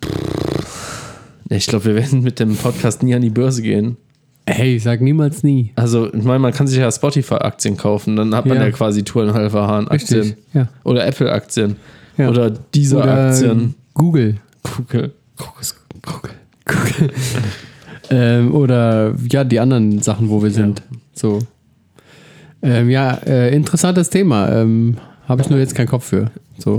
[SPEAKER 3] Ich glaube, wir werden mit dem Podcast nie an die Börse gehen.
[SPEAKER 2] Hey, ich sag niemals nie.
[SPEAKER 3] Also, ich meine, man kann sich ja Spotify-Aktien kaufen, dann hat man ja,
[SPEAKER 2] Ja.
[SPEAKER 3] quasi Tourenhalfer Hahn-Aktien.
[SPEAKER 2] Richtig, ja.
[SPEAKER 3] Oder Apple-Aktien.
[SPEAKER 2] Ja.
[SPEAKER 3] Oder diese Aktien.
[SPEAKER 2] Google.
[SPEAKER 3] Google.
[SPEAKER 2] Google. Google. ähm, oder ja, die anderen Sachen, wo wir sind. So. Ähm, ja, äh, interessantes Thema. Ähm, Habe ich nur jetzt keinen Kopf für. So.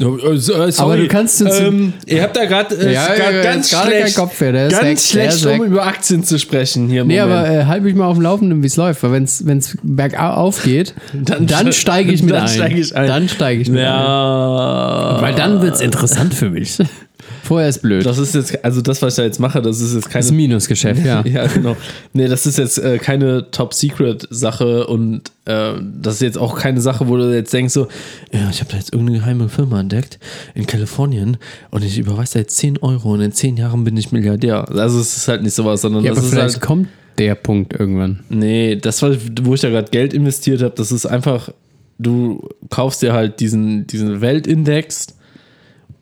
[SPEAKER 3] Äh, so, äh, sorry.
[SPEAKER 2] Aber du kannst uns-
[SPEAKER 3] Ähm, ihr habt da gerade äh,
[SPEAKER 2] Ja,
[SPEAKER 3] grad
[SPEAKER 2] ja, jetzt
[SPEAKER 3] ganz
[SPEAKER 2] gerade
[SPEAKER 3] schlecht,
[SPEAKER 2] kein Kopf mehr, der ist
[SPEAKER 3] ganz
[SPEAKER 2] weg, der
[SPEAKER 3] schlecht
[SPEAKER 2] ist
[SPEAKER 3] um
[SPEAKER 2] weg.
[SPEAKER 3] über Aktien zu sprechen hier. im
[SPEAKER 2] Nee,
[SPEAKER 3] Moment.
[SPEAKER 2] aber äh, halte mich mal auf dem Laufenden, wie es läuft. Weil wenn es bergauf geht, dann,
[SPEAKER 3] ste-
[SPEAKER 2] steige ich mit
[SPEAKER 3] dann
[SPEAKER 2] ein.
[SPEAKER 3] steig ich ein.
[SPEAKER 2] Dann steige ich mit
[SPEAKER 3] ja.
[SPEAKER 2] ein. Weil dann wird es interessant für mich. Ah. Vorher ist blöd.
[SPEAKER 3] Das ist jetzt, also das, was ich da jetzt mache, das ist jetzt keine.
[SPEAKER 2] Das Minusgeschäft, ja.
[SPEAKER 3] ja, genau. Nee, das ist jetzt äh, keine Top-Secret-Sache und äh, das ist jetzt auch keine Sache, wo du jetzt denkst, so, ja, ich habe da jetzt irgendeine geheime Firma entdeckt in Kalifornien und ich überweise da jetzt 10 Euro und in 10 Jahren bin ich Milliardär. Also es ist halt nicht sowas, sondern
[SPEAKER 2] Ja, aber
[SPEAKER 3] das ist
[SPEAKER 2] vielleicht
[SPEAKER 3] halt.
[SPEAKER 2] kommt der Punkt irgendwann.
[SPEAKER 3] Nee, das war, wo ich da gerade Geld investiert habe, das ist einfach, du kaufst dir halt diesen, diesen Weltindex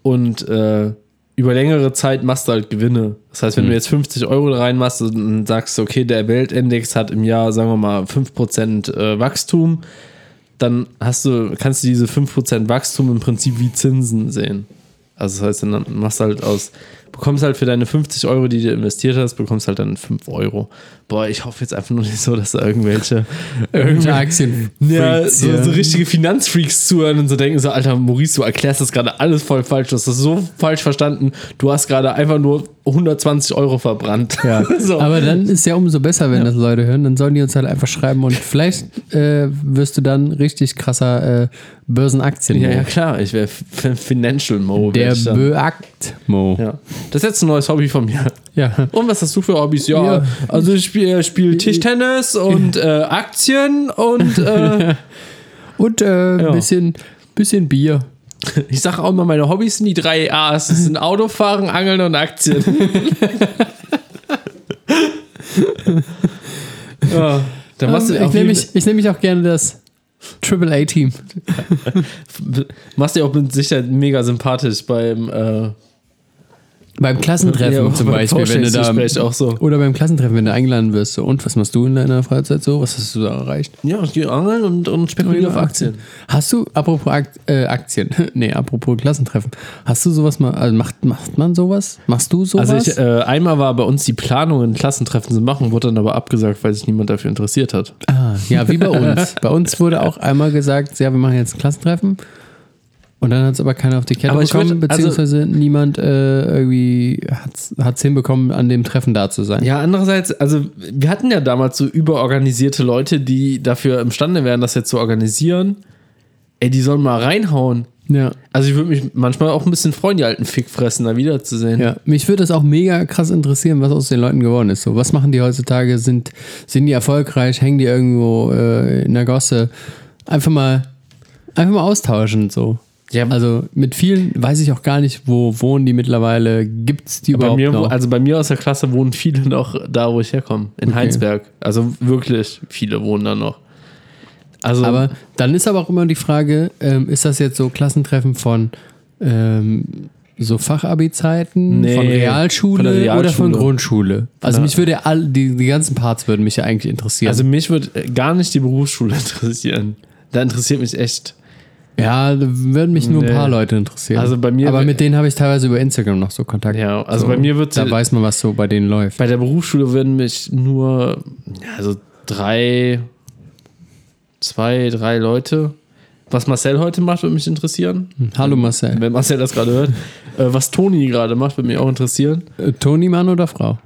[SPEAKER 3] und äh, über längere Zeit machst du halt Gewinne. Das heißt, wenn du jetzt 50 Euro da reinmachst und sagst, okay, der Weltindex hat im Jahr, sagen wir mal, 5% äh, Wachstum, dann hast du, kannst du diese 5% Wachstum im Prinzip wie Zinsen sehen. Also das heißt, dann machst du halt aus, bekommst halt für deine 50 Euro, die du investiert hast, bekommst halt dann 5 Euro. Boah, ich hoffe jetzt einfach nur nicht so, dass da irgendwelche,
[SPEAKER 2] Irgendwelche
[SPEAKER 3] irgendwelche
[SPEAKER 2] Aktien.
[SPEAKER 3] ja,
[SPEAKER 2] Freaks
[SPEAKER 3] so,
[SPEAKER 2] hier.
[SPEAKER 3] so richtige Finanzfreaks zuhören und so denken so, Alter, Maurice, du erklärst das gerade alles voll falsch. Du hast das so falsch verstanden. Du hast gerade einfach nur 120 Euro verbrannt.
[SPEAKER 2] Ja.
[SPEAKER 3] so.
[SPEAKER 2] Aber dann ist ja umso besser, wenn das Leute hören. Dann sollen die uns halt einfach schreiben und vielleicht äh, wirst du dann richtig krasser äh, Börsenaktien.
[SPEAKER 3] ja, ja, klar, ich wäre Financial Mo. wär
[SPEAKER 2] Der
[SPEAKER 3] ich dann.
[SPEAKER 2] Böakt. Mo. Ja.
[SPEAKER 3] ja. Das ist jetzt ein neues Hobby von mir.
[SPEAKER 2] ja.
[SPEAKER 3] Und was hast du für Hobbys? Ja,
[SPEAKER 2] Ja.
[SPEAKER 3] also ich spiele spiel Tischtennis und äh, Aktien und äh,
[SPEAKER 2] Und äh, bisschen, bisschen Bier.
[SPEAKER 3] ich sage auch immer, meine Hobbys sind die drei A's. Das sind Autofahren, Angeln und Aktien. ja, dann machst du
[SPEAKER 2] Ähm, ich
[SPEAKER 3] auch
[SPEAKER 2] nehme
[SPEAKER 3] viel-
[SPEAKER 2] mich, ich nehm mich auch gerne das Triple A Team.
[SPEAKER 3] machst dich auch mit Sicherheit mega sympathisch beim äh,
[SPEAKER 2] Beim Klassentreffen
[SPEAKER 3] ja,
[SPEAKER 2] zum
[SPEAKER 3] beim
[SPEAKER 2] Beispiel, wenn du da.
[SPEAKER 3] Vorstellungsgespräch auch so.
[SPEAKER 2] Oder beim Klassentreffen, wenn du eingeladen wirst. So, und was machst du in deiner Freizeit so? Was hast du da erreicht?
[SPEAKER 3] Ja, ich gehe angeln und, und spekuliere auf Aktien.
[SPEAKER 2] Hast du, apropos Ak äh, Aktien, nee, apropos Klassentreffen, hast du sowas mal, also macht, macht man sowas? Machst du sowas?
[SPEAKER 3] Also ich, äh, einmal war bei uns die Planung, ein Klassentreffen zu machen, wurde dann aber abgesagt, weil sich niemand dafür interessiert hat.
[SPEAKER 2] ah, ja, wie bei uns. bei uns wurde auch einmal gesagt, ja, wir machen jetzt ein Klassentreffen. Und dann hat es aber keiner auf die Kette
[SPEAKER 3] Aber ich
[SPEAKER 2] bekommen,
[SPEAKER 3] würd- also-
[SPEAKER 2] beziehungsweise niemand äh, irgendwie hat es hinbekommen, an dem Treffen da zu sein.
[SPEAKER 3] Ja, andererseits, also wir hatten ja damals so überorganisierte Leute, die dafür imstande wären, das jetzt zu organisieren. Ey, die sollen mal reinhauen.
[SPEAKER 2] ja.
[SPEAKER 3] Also ich würde mich manchmal auch ein bisschen freuen, die alten Fickfressen da wiederzusehen.
[SPEAKER 2] Ja, mich würde das auch mega krass interessieren, was aus den Leuten geworden ist. So, was machen die heutzutage? Sind, sind die erfolgreich? Hängen die irgendwo äh, in der Gosse? Einfach mal, einfach mal austauschen so.
[SPEAKER 3] Ja,
[SPEAKER 2] also mit vielen weiß ich auch gar nicht, wo wohnen die mittlerweile? Gibt es die
[SPEAKER 3] Bei
[SPEAKER 2] überhaupt
[SPEAKER 3] mir,
[SPEAKER 2] noch?
[SPEAKER 3] also bei mir aus der Klasse wohnen viele noch da, wo ich herkomme. In Heinsberg. Also wirklich viele wohnen da noch. Also
[SPEAKER 2] aber dann ist aber auch immer die Frage, ähm, ist das jetzt so Klassentreffen von ähm, so Fachabi-Zeiten,
[SPEAKER 3] Nee,
[SPEAKER 2] von Realschule,
[SPEAKER 3] von der
[SPEAKER 2] oder von
[SPEAKER 3] Realschule.
[SPEAKER 2] Grundschule? Also
[SPEAKER 3] Ja.
[SPEAKER 2] mich würde all, die, die ganzen Parts würden mich ja eigentlich interessieren.
[SPEAKER 3] also mich würde äh, gar nicht die Berufsschule interessieren. Da interessiert mich echt.
[SPEAKER 2] Ja, da würden mich nur
[SPEAKER 3] Nee.
[SPEAKER 2] ein paar Leute interessieren.
[SPEAKER 3] Also bei mir-
[SPEAKER 2] Aber mit denen habe ich teilweise über Instagram noch so Kontakt.
[SPEAKER 3] Ja, also
[SPEAKER 2] so,
[SPEAKER 3] bei mir wird
[SPEAKER 2] Da weiß man, was so bei denen läuft.
[SPEAKER 3] bei der Berufsschule würden mich nur ja, also drei, zwei, drei Leute. Was Marcel heute macht, würde mich interessieren.
[SPEAKER 2] Hallo Marcel.
[SPEAKER 3] Wenn Marcel das gerade hört. Äh, was Toni gerade macht, würde mich auch interessieren.
[SPEAKER 2] Äh, Toni, Mann oder Frau?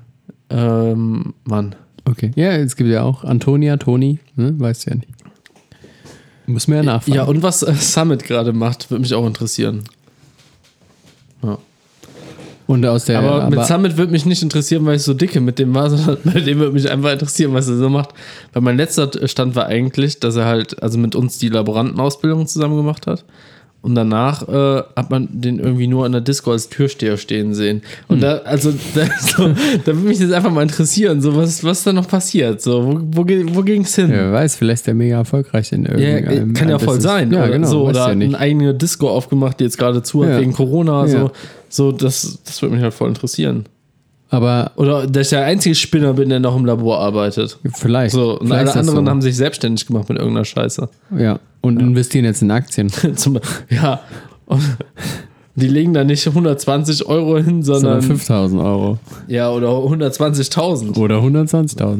[SPEAKER 3] Ähm, Mann.
[SPEAKER 2] Okay. Ja, es gibt ja auch Antonia, Toni. Hm? Weißt du ja nicht. Muss mir ja nachfragen.
[SPEAKER 3] Ja, und was äh, Summit gerade macht, würde mich auch interessieren.
[SPEAKER 2] und aus der.
[SPEAKER 3] aber, mit Summit würde mich nicht interessieren, weil ich so dicke mit dem war, sondern bei dem würde mich einfach interessieren, was er so macht. Weil mein letzter Stand war eigentlich, dass er halt, also mit uns die Laborantenausbildung zusammen gemacht hat. Und danach äh, hat man den irgendwie nur an der Disco als Türsteher stehen sehen. Und
[SPEAKER 2] Hm.
[SPEAKER 3] da, also, da, so, da würde mich jetzt einfach mal interessieren, so was, was da noch passiert. So, wo, wo, ge- wo ging es hin?
[SPEAKER 2] Wer weiß, vielleicht ist der mega erfolgreich in
[SPEAKER 3] Ja, äh,
[SPEAKER 2] irgendeinem.
[SPEAKER 3] kann ja voll
[SPEAKER 2] Business.
[SPEAKER 3] sein.
[SPEAKER 2] Ja,
[SPEAKER 3] oder
[SPEAKER 2] genau.
[SPEAKER 3] so,
[SPEAKER 2] weißt
[SPEAKER 3] oder
[SPEAKER 2] ja
[SPEAKER 3] hat
[SPEAKER 2] nicht.
[SPEAKER 3] eine eigene Disco aufgemacht, die jetzt gerade zu hat
[SPEAKER 2] Ja.
[SPEAKER 3] wegen Corona.
[SPEAKER 2] Ja.
[SPEAKER 3] So, so das, das würde mich halt voll interessieren.
[SPEAKER 2] Aber
[SPEAKER 3] Oder dass ich der einzige Spinner bin, der noch im Labor arbeitet.
[SPEAKER 2] vielleicht.
[SPEAKER 3] So, und
[SPEAKER 2] vielleicht
[SPEAKER 3] alle
[SPEAKER 2] ist das
[SPEAKER 3] anderen
[SPEAKER 2] so.
[SPEAKER 3] haben sich selbstständig gemacht mit irgendeiner Scheiße.
[SPEAKER 2] Ja, und investieren jetzt in Aktien.
[SPEAKER 3] Zum, ja. Und die legen da nicht 120 Euro hin,
[SPEAKER 2] Sondern
[SPEAKER 3] sondern
[SPEAKER 2] 5000 Euro.
[SPEAKER 3] ja, oder 120.000.
[SPEAKER 2] Oder 120.000 Euro.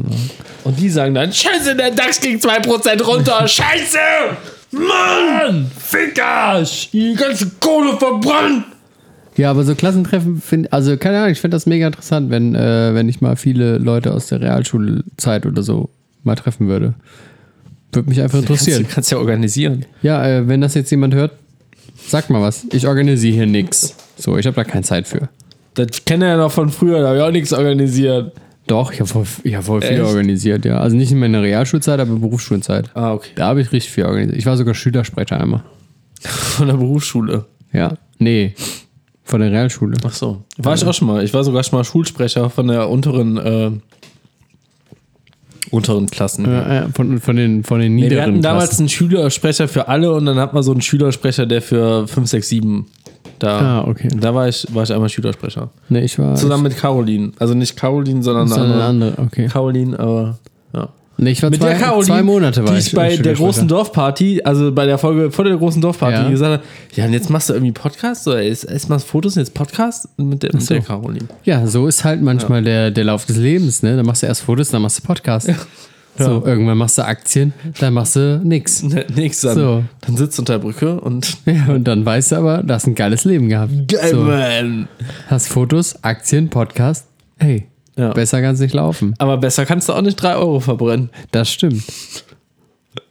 [SPEAKER 3] Und die sagen dann, scheiße, der DAX ging 2% runter. scheiße! Mann! Fickersch! Die ganze Kohle verbrannt!
[SPEAKER 2] Ja, aber so Klassentreffen finde also keine Ahnung, ich finde das mega interessant, wenn, äh, wenn ich mal viele Leute aus der Realschulzeit oder so mal treffen würde. Würde mich einfach interessieren.
[SPEAKER 3] Kannst, du- kannst ja organisieren.
[SPEAKER 2] Ja, äh, wenn das jetzt jemand hört, sag mal was. Ich organisiere hier nix. So, ich habe da keine Zeit für.
[SPEAKER 3] Das kenne ja noch von früher, da habe ich auch nichts organisiert.
[SPEAKER 2] Doch, ich habe voll, ich hab voll viel
[SPEAKER 3] Echt?
[SPEAKER 2] organisiert, ja. Also nicht in meiner Realschulzeit, aber Berufsschulzeit.
[SPEAKER 3] Ah, okay.
[SPEAKER 2] Da habe ich richtig viel organisiert. Ich war sogar Schülersprecher einmal.
[SPEAKER 3] Von der Berufsschule.
[SPEAKER 2] Ja. Nee, von der Realschule.
[SPEAKER 3] Ach so. War ich auch schon mal. Ich war sogar schon mal Schulsprecher von der unteren, äh, unteren Klassen. Äh,
[SPEAKER 2] Äh, äh, von, von, den, von den
[SPEAKER 3] Nee,
[SPEAKER 2] niederen
[SPEAKER 3] wir hatten damals
[SPEAKER 2] Klassen.
[SPEAKER 3] einen Schülersprecher für alle und dann hat man so einen Schülersprecher, der für 5, 6, 7 Da,
[SPEAKER 2] Ah, okay.
[SPEAKER 3] da war, ich, war ich einmal Schülersprecher.
[SPEAKER 2] Ne, ich war.
[SPEAKER 3] Zusammen mit Caroline. Also nicht Caroline, sondern,
[SPEAKER 2] ich, sondern
[SPEAKER 3] eine
[SPEAKER 2] eine
[SPEAKER 3] andere.
[SPEAKER 2] andere, okay.
[SPEAKER 3] Caroline, aber ja.
[SPEAKER 2] Nee, ich war
[SPEAKER 3] Mit
[SPEAKER 2] zwei,
[SPEAKER 3] der Caroline,
[SPEAKER 2] zwei Monate war
[SPEAKER 3] die
[SPEAKER 2] ich,
[SPEAKER 3] ich, bei der
[SPEAKER 2] Schülersprecher.
[SPEAKER 3] großen Dorfparty, also bei der Folge vor der großen Dorfparty
[SPEAKER 2] Ja.
[SPEAKER 3] gesagt habe, ja, und jetzt machst du irgendwie Podcast oder jetzt, jetzt machst du Fotos und jetzt Podcast mit der, mit der Caroline.
[SPEAKER 2] Ja, so ist halt manchmal der, der Lauf des Lebens, ne? Dann machst du erst Fotos, dann machst du Podcast. So, irgendwann machst du Aktien, dann machst du
[SPEAKER 3] Mhm.
[SPEAKER 2] nix.
[SPEAKER 3] Ne, Nix dann.
[SPEAKER 2] So.
[SPEAKER 3] Dann sitzt unter der Brücke und
[SPEAKER 2] Ja, und dann weißt du aber, du hast ein geiles Leben gehabt. so,
[SPEAKER 3] man.
[SPEAKER 2] hast Fotos, Aktien, Podcast. Hey,
[SPEAKER 3] Ja.
[SPEAKER 2] besser kann es nicht laufen.
[SPEAKER 3] Aber besser kannst du auch nicht 3 Euro verbrennen.
[SPEAKER 2] Das stimmt.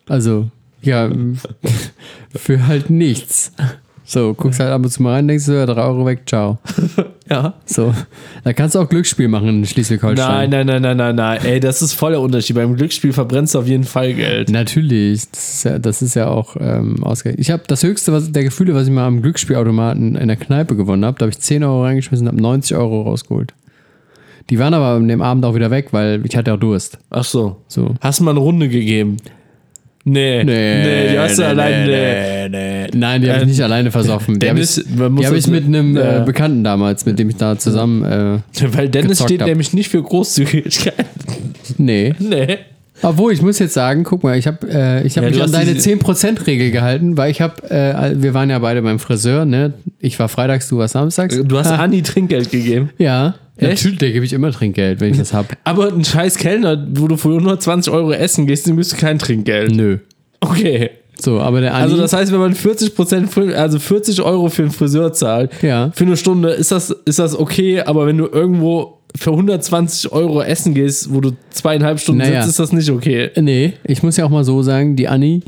[SPEAKER 2] Also, ja, für halt nichts. So, guckst halt ab und zu mal rein, denkst du, ja, drei Euro weg, ciao.
[SPEAKER 3] Ja.
[SPEAKER 2] So, da kannst du auch Glücksspiel machen in Schleswig-Holstein.
[SPEAKER 3] Nein, nein, nein, nein, nein, nein. Ey, das ist voll der Unterschied. Beim Glücksspiel verbrennst du auf jeden Fall Geld.
[SPEAKER 2] Natürlich, das ist ja, das ist ja auch ähm, ausgerechnet. Ich habe das höchste was, der Gefühle, was ich mal am Glücksspielautomaten in der Kneipe gewonnen habe, da habe ich 10 Euro reingeschmissen und habe 90 Euro rausgeholt. Die waren aber an dem Abend auch wieder weg, weil ich hatte auch Durst.
[SPEAKER 3] Ach so.
[SPEAKER 2] So.
[SPEAKER 3] Hast du mal eine Runde gegeben? Nee. Nee, die hast du allein. Nee.
[SPEAKER 2] Nein, die habe ich nicht alleine versoffen. Die habe ich,
[SPEAKER 3] Äh, Dennis, man muss
[SPEAKER 2] die hab ich
[SPEAKER 3] dazu-
[SPEAKER 2] mit einem
[SPEAKER 3] Ja.
[SPEAKER 2] äh, Bekannten damals, mit dem ich da zusammen. Äh,
[SPEAKER 3] Weil Dennis
[SPEAKER 2] Gezockt
[SPEAKER 3] steht
[SPEAKER 2] hab.
[SPEAKER 3] nämlich nicht für Großzügigkeit.
[SPEAKER 2] nee.
[SPEAKER 3] Nee.
[SPEAKER 2] Obwohl, ich muss jetzt sagen, guck mal, ich habe äh, ich hab
[SPEAKER 3] Ja,
[SPEAKER 2] mich
[SPEAKER 3] du
[SPEAKER 2] an
[SPEAKER 3] hast
[SPEAKER 2] deine
[SPEAKER 3] diese-
[SPEAKER 2] 10%-Regel gehalten, weil ich habe, äh, wir waren ja beide beim Friseur, ne? Ich war freitags, du warst samstags.
[SPEAKER 3] Du hast
[SPEAKER 2] Ha,
[SPEAKER 3] Anni Trinkgeld gegeben.
[SPEAKER 2] Ja,
[SPEAKER 3] Echt?
[SPEAKER 2] natürlich, da gebe ich immer Trinkgeld, wenn ich das habe.
[SPEAKER 3] Aber ein scheiß Kellner, wo du für 120 Euro essen gehst, dem gibst du kein Trinkgeld.
[SPEAKER 2] Nö.
[SPEAKER 3] Okay.
[SPEAKER 2] So, aber der Anni,
[SPEAKER 3] Also das heißt, wenn man 40 Prozent, also 40 Euro für einen Friseur zahlt,
[SPEAKER 2] Ja.
[SPEAKER 3] für eine Stunde ist das, ist das okay, aber wenn du irgendwo für 120 Euro essen gehst, wo du zweieinhalb Stunden
[SPEAKER 2] Naja.
[SPEAKER 3] sitzt, ist das nicht okay.
[SPEAKER 2] nee, ich muss ja auch mal so sagen, die Anni,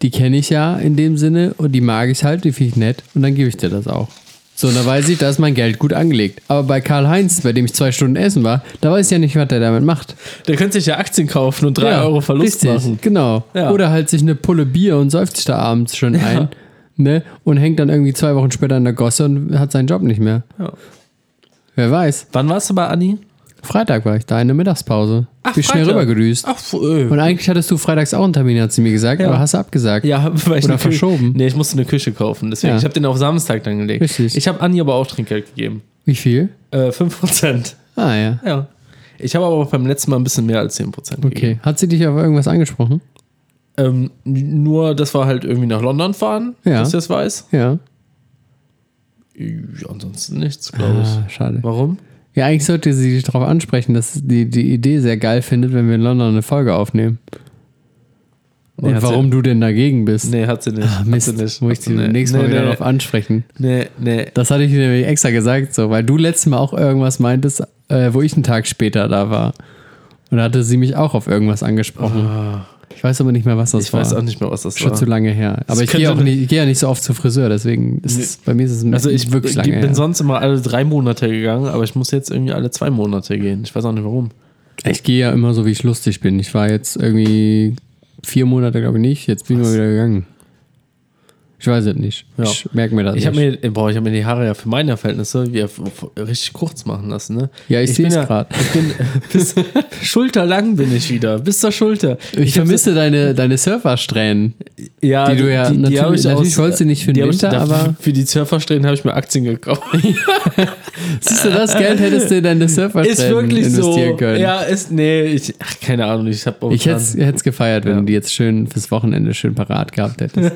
[SPEAKER 2] die kenne ich ja in dem Sinne und die mag ich halt, die finde ich nett und dann gebe ich dir das auch. So, und da weiß ich, da ist mein Geld gut angelegt. Aber bei Karl-Heinz, bei dem ich zwei Stunden essen war, da weiß ich ja nicht, was der damit macht.
[SPEAKER 3] Der könnte sich ja Aktien kaufen und 3 Euro Verlust
[SPEAKER 2] richtig,
[SPEAKER 3] machen.
[SPEAKER 2] Genau.
[SPEAKER 3] Ja.
[SPEAKER 2] Oder halt sich eine Pulle Bier und säuft sich da abends schon ein. Ne? Und hängt dann irgendwie zwei Wochen später in der Gosse und hat seinen Job nicht mehr.
[SPEAKER 3] Ja.
[SPEAKER 2] Wer weiß.
[SPEAKER 3] Wann warst du bei Anni?
[SPEAKER 2] Freitag war ich da in der Mittagspause. Ach, Bin schnell
[SPEAKER 3] Freitag.
[SPEAKER 2] rübergedüst.
[SPEAKER 3] Ach, f- äh.
[SPEAKER 2] Und eigentlich hattest du freitags auch einen Termin, hat sie mir gesagt,
[SPEAKER 3] Ja.
[SPEAKER 2] aber hast du abgesagt.
[SPEAKER 3] Ja, weil ich
[SPEAKER 2] Oder
[SPEAKER 3] eine Kü-
[SPEAKER 2] verschoben.
[SPEAKER 3] Nee, ich musste eine Küche kaufen. Deswegen,
[SPEAKER 2] Ja.
[SPEAKER 3] ich habe den auf Samstag dann gelegt.
[SPEAKER 2] Richtig.
[SPEAKER 3] Ich habe Anni aber auch Trinkgeld gegeben.
[SPEAKER 2] Wie viel?
[SPEAKER 3] Äh, 5%.
[SPEAKER 2] Ah ja.
[SPEAKER 3] Ja. Ich habe aber auch beim letzten Mal ein bisschen mehr als 10% gegeben.
[SPEAKER 2] Okay. Hat sie dich auf irgendwas angesprochen?
[SPEAKER 3] Ähm, n- nur, dass wir halt irgendwie nach London fahren,
[SPEAKER 2] Ja.
[SPEAKER 3] dass ich das weiß.
[SPEAKER 2] Ja.
[SPEAKER 3] Ja, ansonsten nichts, glaube ich.
[SPEAKER 2] Ah, schade.
[SPEAKER 3] Warum?
[SPEAKER 2] Ja, eigentlich sollte sie dich darauf ansprechen, dass sie die Idee sehr geil findet, wenn wir in London eine Folge aufnehmen. Und
[SPEAKER 3] Nee, hat sie-
[SPEAKER 2] warum du denn dagegen bist.
[SPEAKER 3] Nee, hat sie nicht.
[SPEAKER 2] Ah,
[SPEAKER 3] Hat
[SPEAKER 2] Mist,
[SPEAKER 3] sie nicht.
[SPEAKER 2] muss
[SPEAKER 3] Hat
[SPEAKER 2] ich
[SPEAKER 3] sie
[SPEAKER 2] dir
[SPEAKER 3] nicht.
[SPEAKER 2] nächstes Mal
[SPEAKER 3] Nee,
[SPEAKER 2] wieder
[SPEAKER 3] nee,
[SPEAKER 2] darauf ansprechen.
[SPEAKER 3] Nee, nee.
[SPEAKER 2] Das hatte ich dir nämlich extra gesagt, so, weil du letztes Mal auch irgendwas meintest, äh, wo ich einen Tag später da war. Und da hatte sie mich auch auf irgendwas angesprochen. Ich weiß aber nicht mehr, was das
[SPEAKER 3] Ah. Ich
[SPEAKER 2] war.
[SPEAKER 3] weiß auch nicht mehr, was das
[SPEAKER 2] Schon
[SPEAKER 3] war.
[SPEAKER 2] zu lange her. Aber ich
[SPEAKER 3] könnte
[SPEAKER 2] gehe auch
[SPEAKER 3] eine-
[SPEAKER 2] nicht, ich gehe ja nicht so oft zu Friseur, deswegen ist es, bei mir ist es
[SPEAKER 3] also ich
[SPEAKER 2] wirklich lange
[SPEAKER 3] ich bin
[SPEAKER 2] her.
[SPEAKER 3] sonst immer alle drei Monate gegangen, aber ich muss jetzt irgendwie alle zwei Monate gehen. Ich weiß auch nicht warum.
[SPEAKER 2] Ich gehe ja immer so, wie ich lustig bin. Ich war jetzt irgendwie vier Monate, glaube ich, nicht. Jetzt bin ich mal wieder gegangen. Ich weiß es nicht.
[SPEAKER 3] Ja.
[SPEAKER 2] Ich merke mir das nicht.
[SPEAKER 3] Ich habe mir, äh, boah, ich habe mir die Haare ja für meine Verhältnisse wieder f- f- richtig kurz machen lassen. Ne?
[SPEAKER 2] Ja, ich
[SPEAKER 3] bin
[SPEAKER 2] seh's grad.
[SPEAKER 3] Ich bin bis schulterlang bin ich wieder, bis zur Schulter.
[SPEAKER 2] ich,
[SPEAKER 3] hab
[SPEAKER 2] vermisse deine, deine Surfersträhnen.
[SPEAKER 3] Ja,
[SPEAKER 2] Die du ja- natürlich-
[SPEAKER 3] hab
[SPEAKER 2] natürlich wolltest du nicht für den
[SPEAKER 3] die hab ich-
[SPEAKER 2] Winter,
[SPEAKER 3] dafür-
[SPEAKER 2] aber-
[SPEAKER 3] Für die Surfersträhnen habe ich mir Aktien gekauft.
[SPEAKER 2] Siehst du das? Geld hättest du in deine Surfersträhnen
[SPEAKER 3] ist wirklich
[SPEAKER 2] investieren
[SPEAKER 3] so.
[SPEAKER 2] können.
[SPEAKER 3] Ja, ist, nee, ich, ach, keine Ahnung, ich habe
[SPEAKER 2] Ich hätte es gefeiert, wenn
[SPEAKER 3] Ja.
[SPEAKER 2] du die jetzt schön fürs Wochenende schön parat gehabt hättest.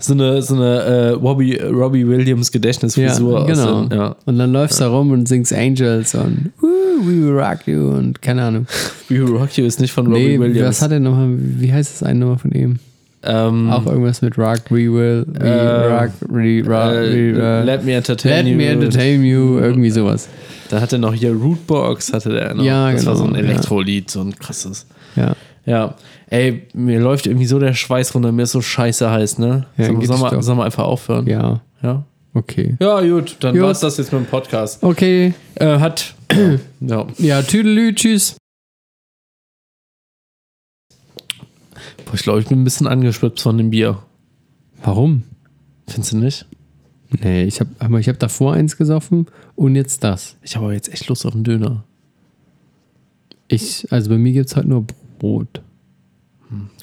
[SPEAKER 3] so eine, so eine äh, Robbie, Robbie Williams Gedächtnisfrisur. aus
[SPEAKER 2] genau.
[SPEAKER 3] dem- also, ja.
[SPEAKER 2] Und dann läufst du rum und singst Angels und Woo, We Will Rock You und keine Ahnung.
[SPEAKER 3] We Will Rock You ist nicht von
[SPEAKER 2] Nee,
[SPEAKER 3] Robbie
[SPEAKER 2] was
[SPEAKER 3] Williams.
[SPEAKER 2] hat er nochmal? Wie heißt das eine Nummer von ihm?
[SPEAKER 3] ähm,
[SPEAKER 2] Auch irgendwas mit Rock, We Will, We
[SPEAKER 3] Ähm,
[SPEAKER 2] Rock, We Rock,
[SPEAKER 3] äh,
[SPEAKER 2] we, äh,
[SPEAKER 3] Let Me Entertain
[SPEAKER 2] Let
[SPEAKER 3] You.
[SPEAKER 2] Me Entertain You, irgendwie sowas.
[SPEAKER 3] Da hat er noch hier Rootbox, hatte der noch.
[SPEAKER 2] Ja,
[SPEAKER 3] das war so
[SPEAKER 2] genau,
[SPEAKER 3] ein
[SPEAKER 2] ja.
[SPEAKER 3] Elektrolied, so ein krasses.
[SPEAKER 2] Ja.
[SPEAKER 3] Ja, ey, mir läuft irgendwie so der Schweiß runter, mir ist so scheiße heiß, ne?
[SPEAKER 2] Ja,
[SPEAKER 3] sollen, wir,
[SPEAKER 2] gibt's
[SPEAKER 3] sollen,
[SPEAKER 2] doch.
[SPEAKER 3] wir, sollen wir einfach aufhören?
[SPEAKER 2] Ja,
[SPEAKER 3] Ja,
[SPEAKER 2] okay.
[SPEAKER 3] ja gut, dann
[SPEAKER 2] Gut.
[SPEAKER 3] war's das jetzt mit dem Podcast.
[SPEAKER 2] Okay,
[SPEAKER 3] Äh, hat. ja.
[SPEAKER 2] ja, Tüdelü, tschüss.
[SPEAKER 3] Boah, ich glaube, ich bin ein bisschen angeschwipst von dem Bier.
[SPEAKER 2] Warum?
[SPEAKER 3] Findest du nicht?
[SPEAKER 2] Nee, ich habe aber ich habe davor eins gesoffen und jetzt das.
[SPEAKER 3] Ich habe aber jetzt echt Lust auf einen Döner.
[SPEAKER 2] Ich also bei mir gibt's halt nur Brot.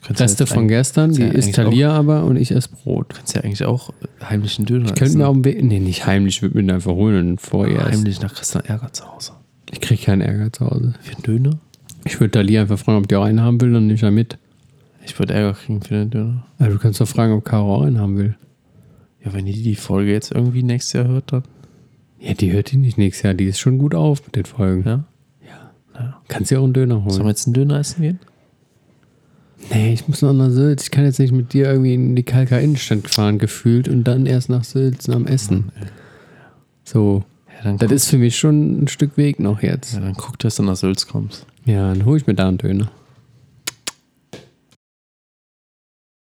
[SPEAKER 3] Kannst
[SPEAKER 2] Reste
[SPEAKER 3] ja
[SPEAKER 2] von gestern, die
[SPEAKER 3] ja
[SPEAKER 2] ist
[SPEAKER 3] eigentlich
[SPEAKER 2] Thalia aber und ich esse Brot.
[SPEAKER 3] Kannst ja eigentlich auch heimlichen Döner ich
[SPEAKER 2] Könnten wir auf dem Weg. Nee, nicht heimlich, würde mir den einfach holen und vorher. essen.
[SPEAKER 3] Ah, heimlich nach Christian Ärger zu Hause.
[SPEAKER 2] Ich kriege keinen Ärger zu Hause.
[SPEAKER 3] Für einen Döner?
[SPEAKER 2] Ich würde Thalia einfach fragen, ob die auch einen haben will, dann nehme ich ja mit.
[SPEAKER 3] Ich würde Ärger kriegen für den Döner.
[SPEAKER 2] Also du kannst doch fragen, ob Caro auch einen haben will.
[SPEAKER 3] Ja, wenn ihr die Folge jetzt irgendwie nächstes Jahr hört, dann.
[SPEAKER 2] Ja, die hört die nicht nächstes Jahr. Die ist schon gut auf mit den Folgen.
[SPEAKER 3] Ja?
[SPEAKER 2] Kannst du auch einen Döner holen.
[SPEAKER 3] Sollen wir jetzt einen Döner essen gehen?
[SPEAKER 2] Nee, ich muss noch nach Sülz. Ich kann jetzt nicht mit dir irgendwie in die Kalker Innenstadt fahren, gefühlt, und dann erst nach Sülz am Essen. So.
[SPEAKER 3] Ja, dann,
[SPEAKER 2] Das ist für mich schon ein Stück Weg noch jetzt.
[SPEAKER 3] ja, dann guck, dass du nach Sülz kommst.
[SPEAKER 2] Ja, dann hole ich mir da einen Döner.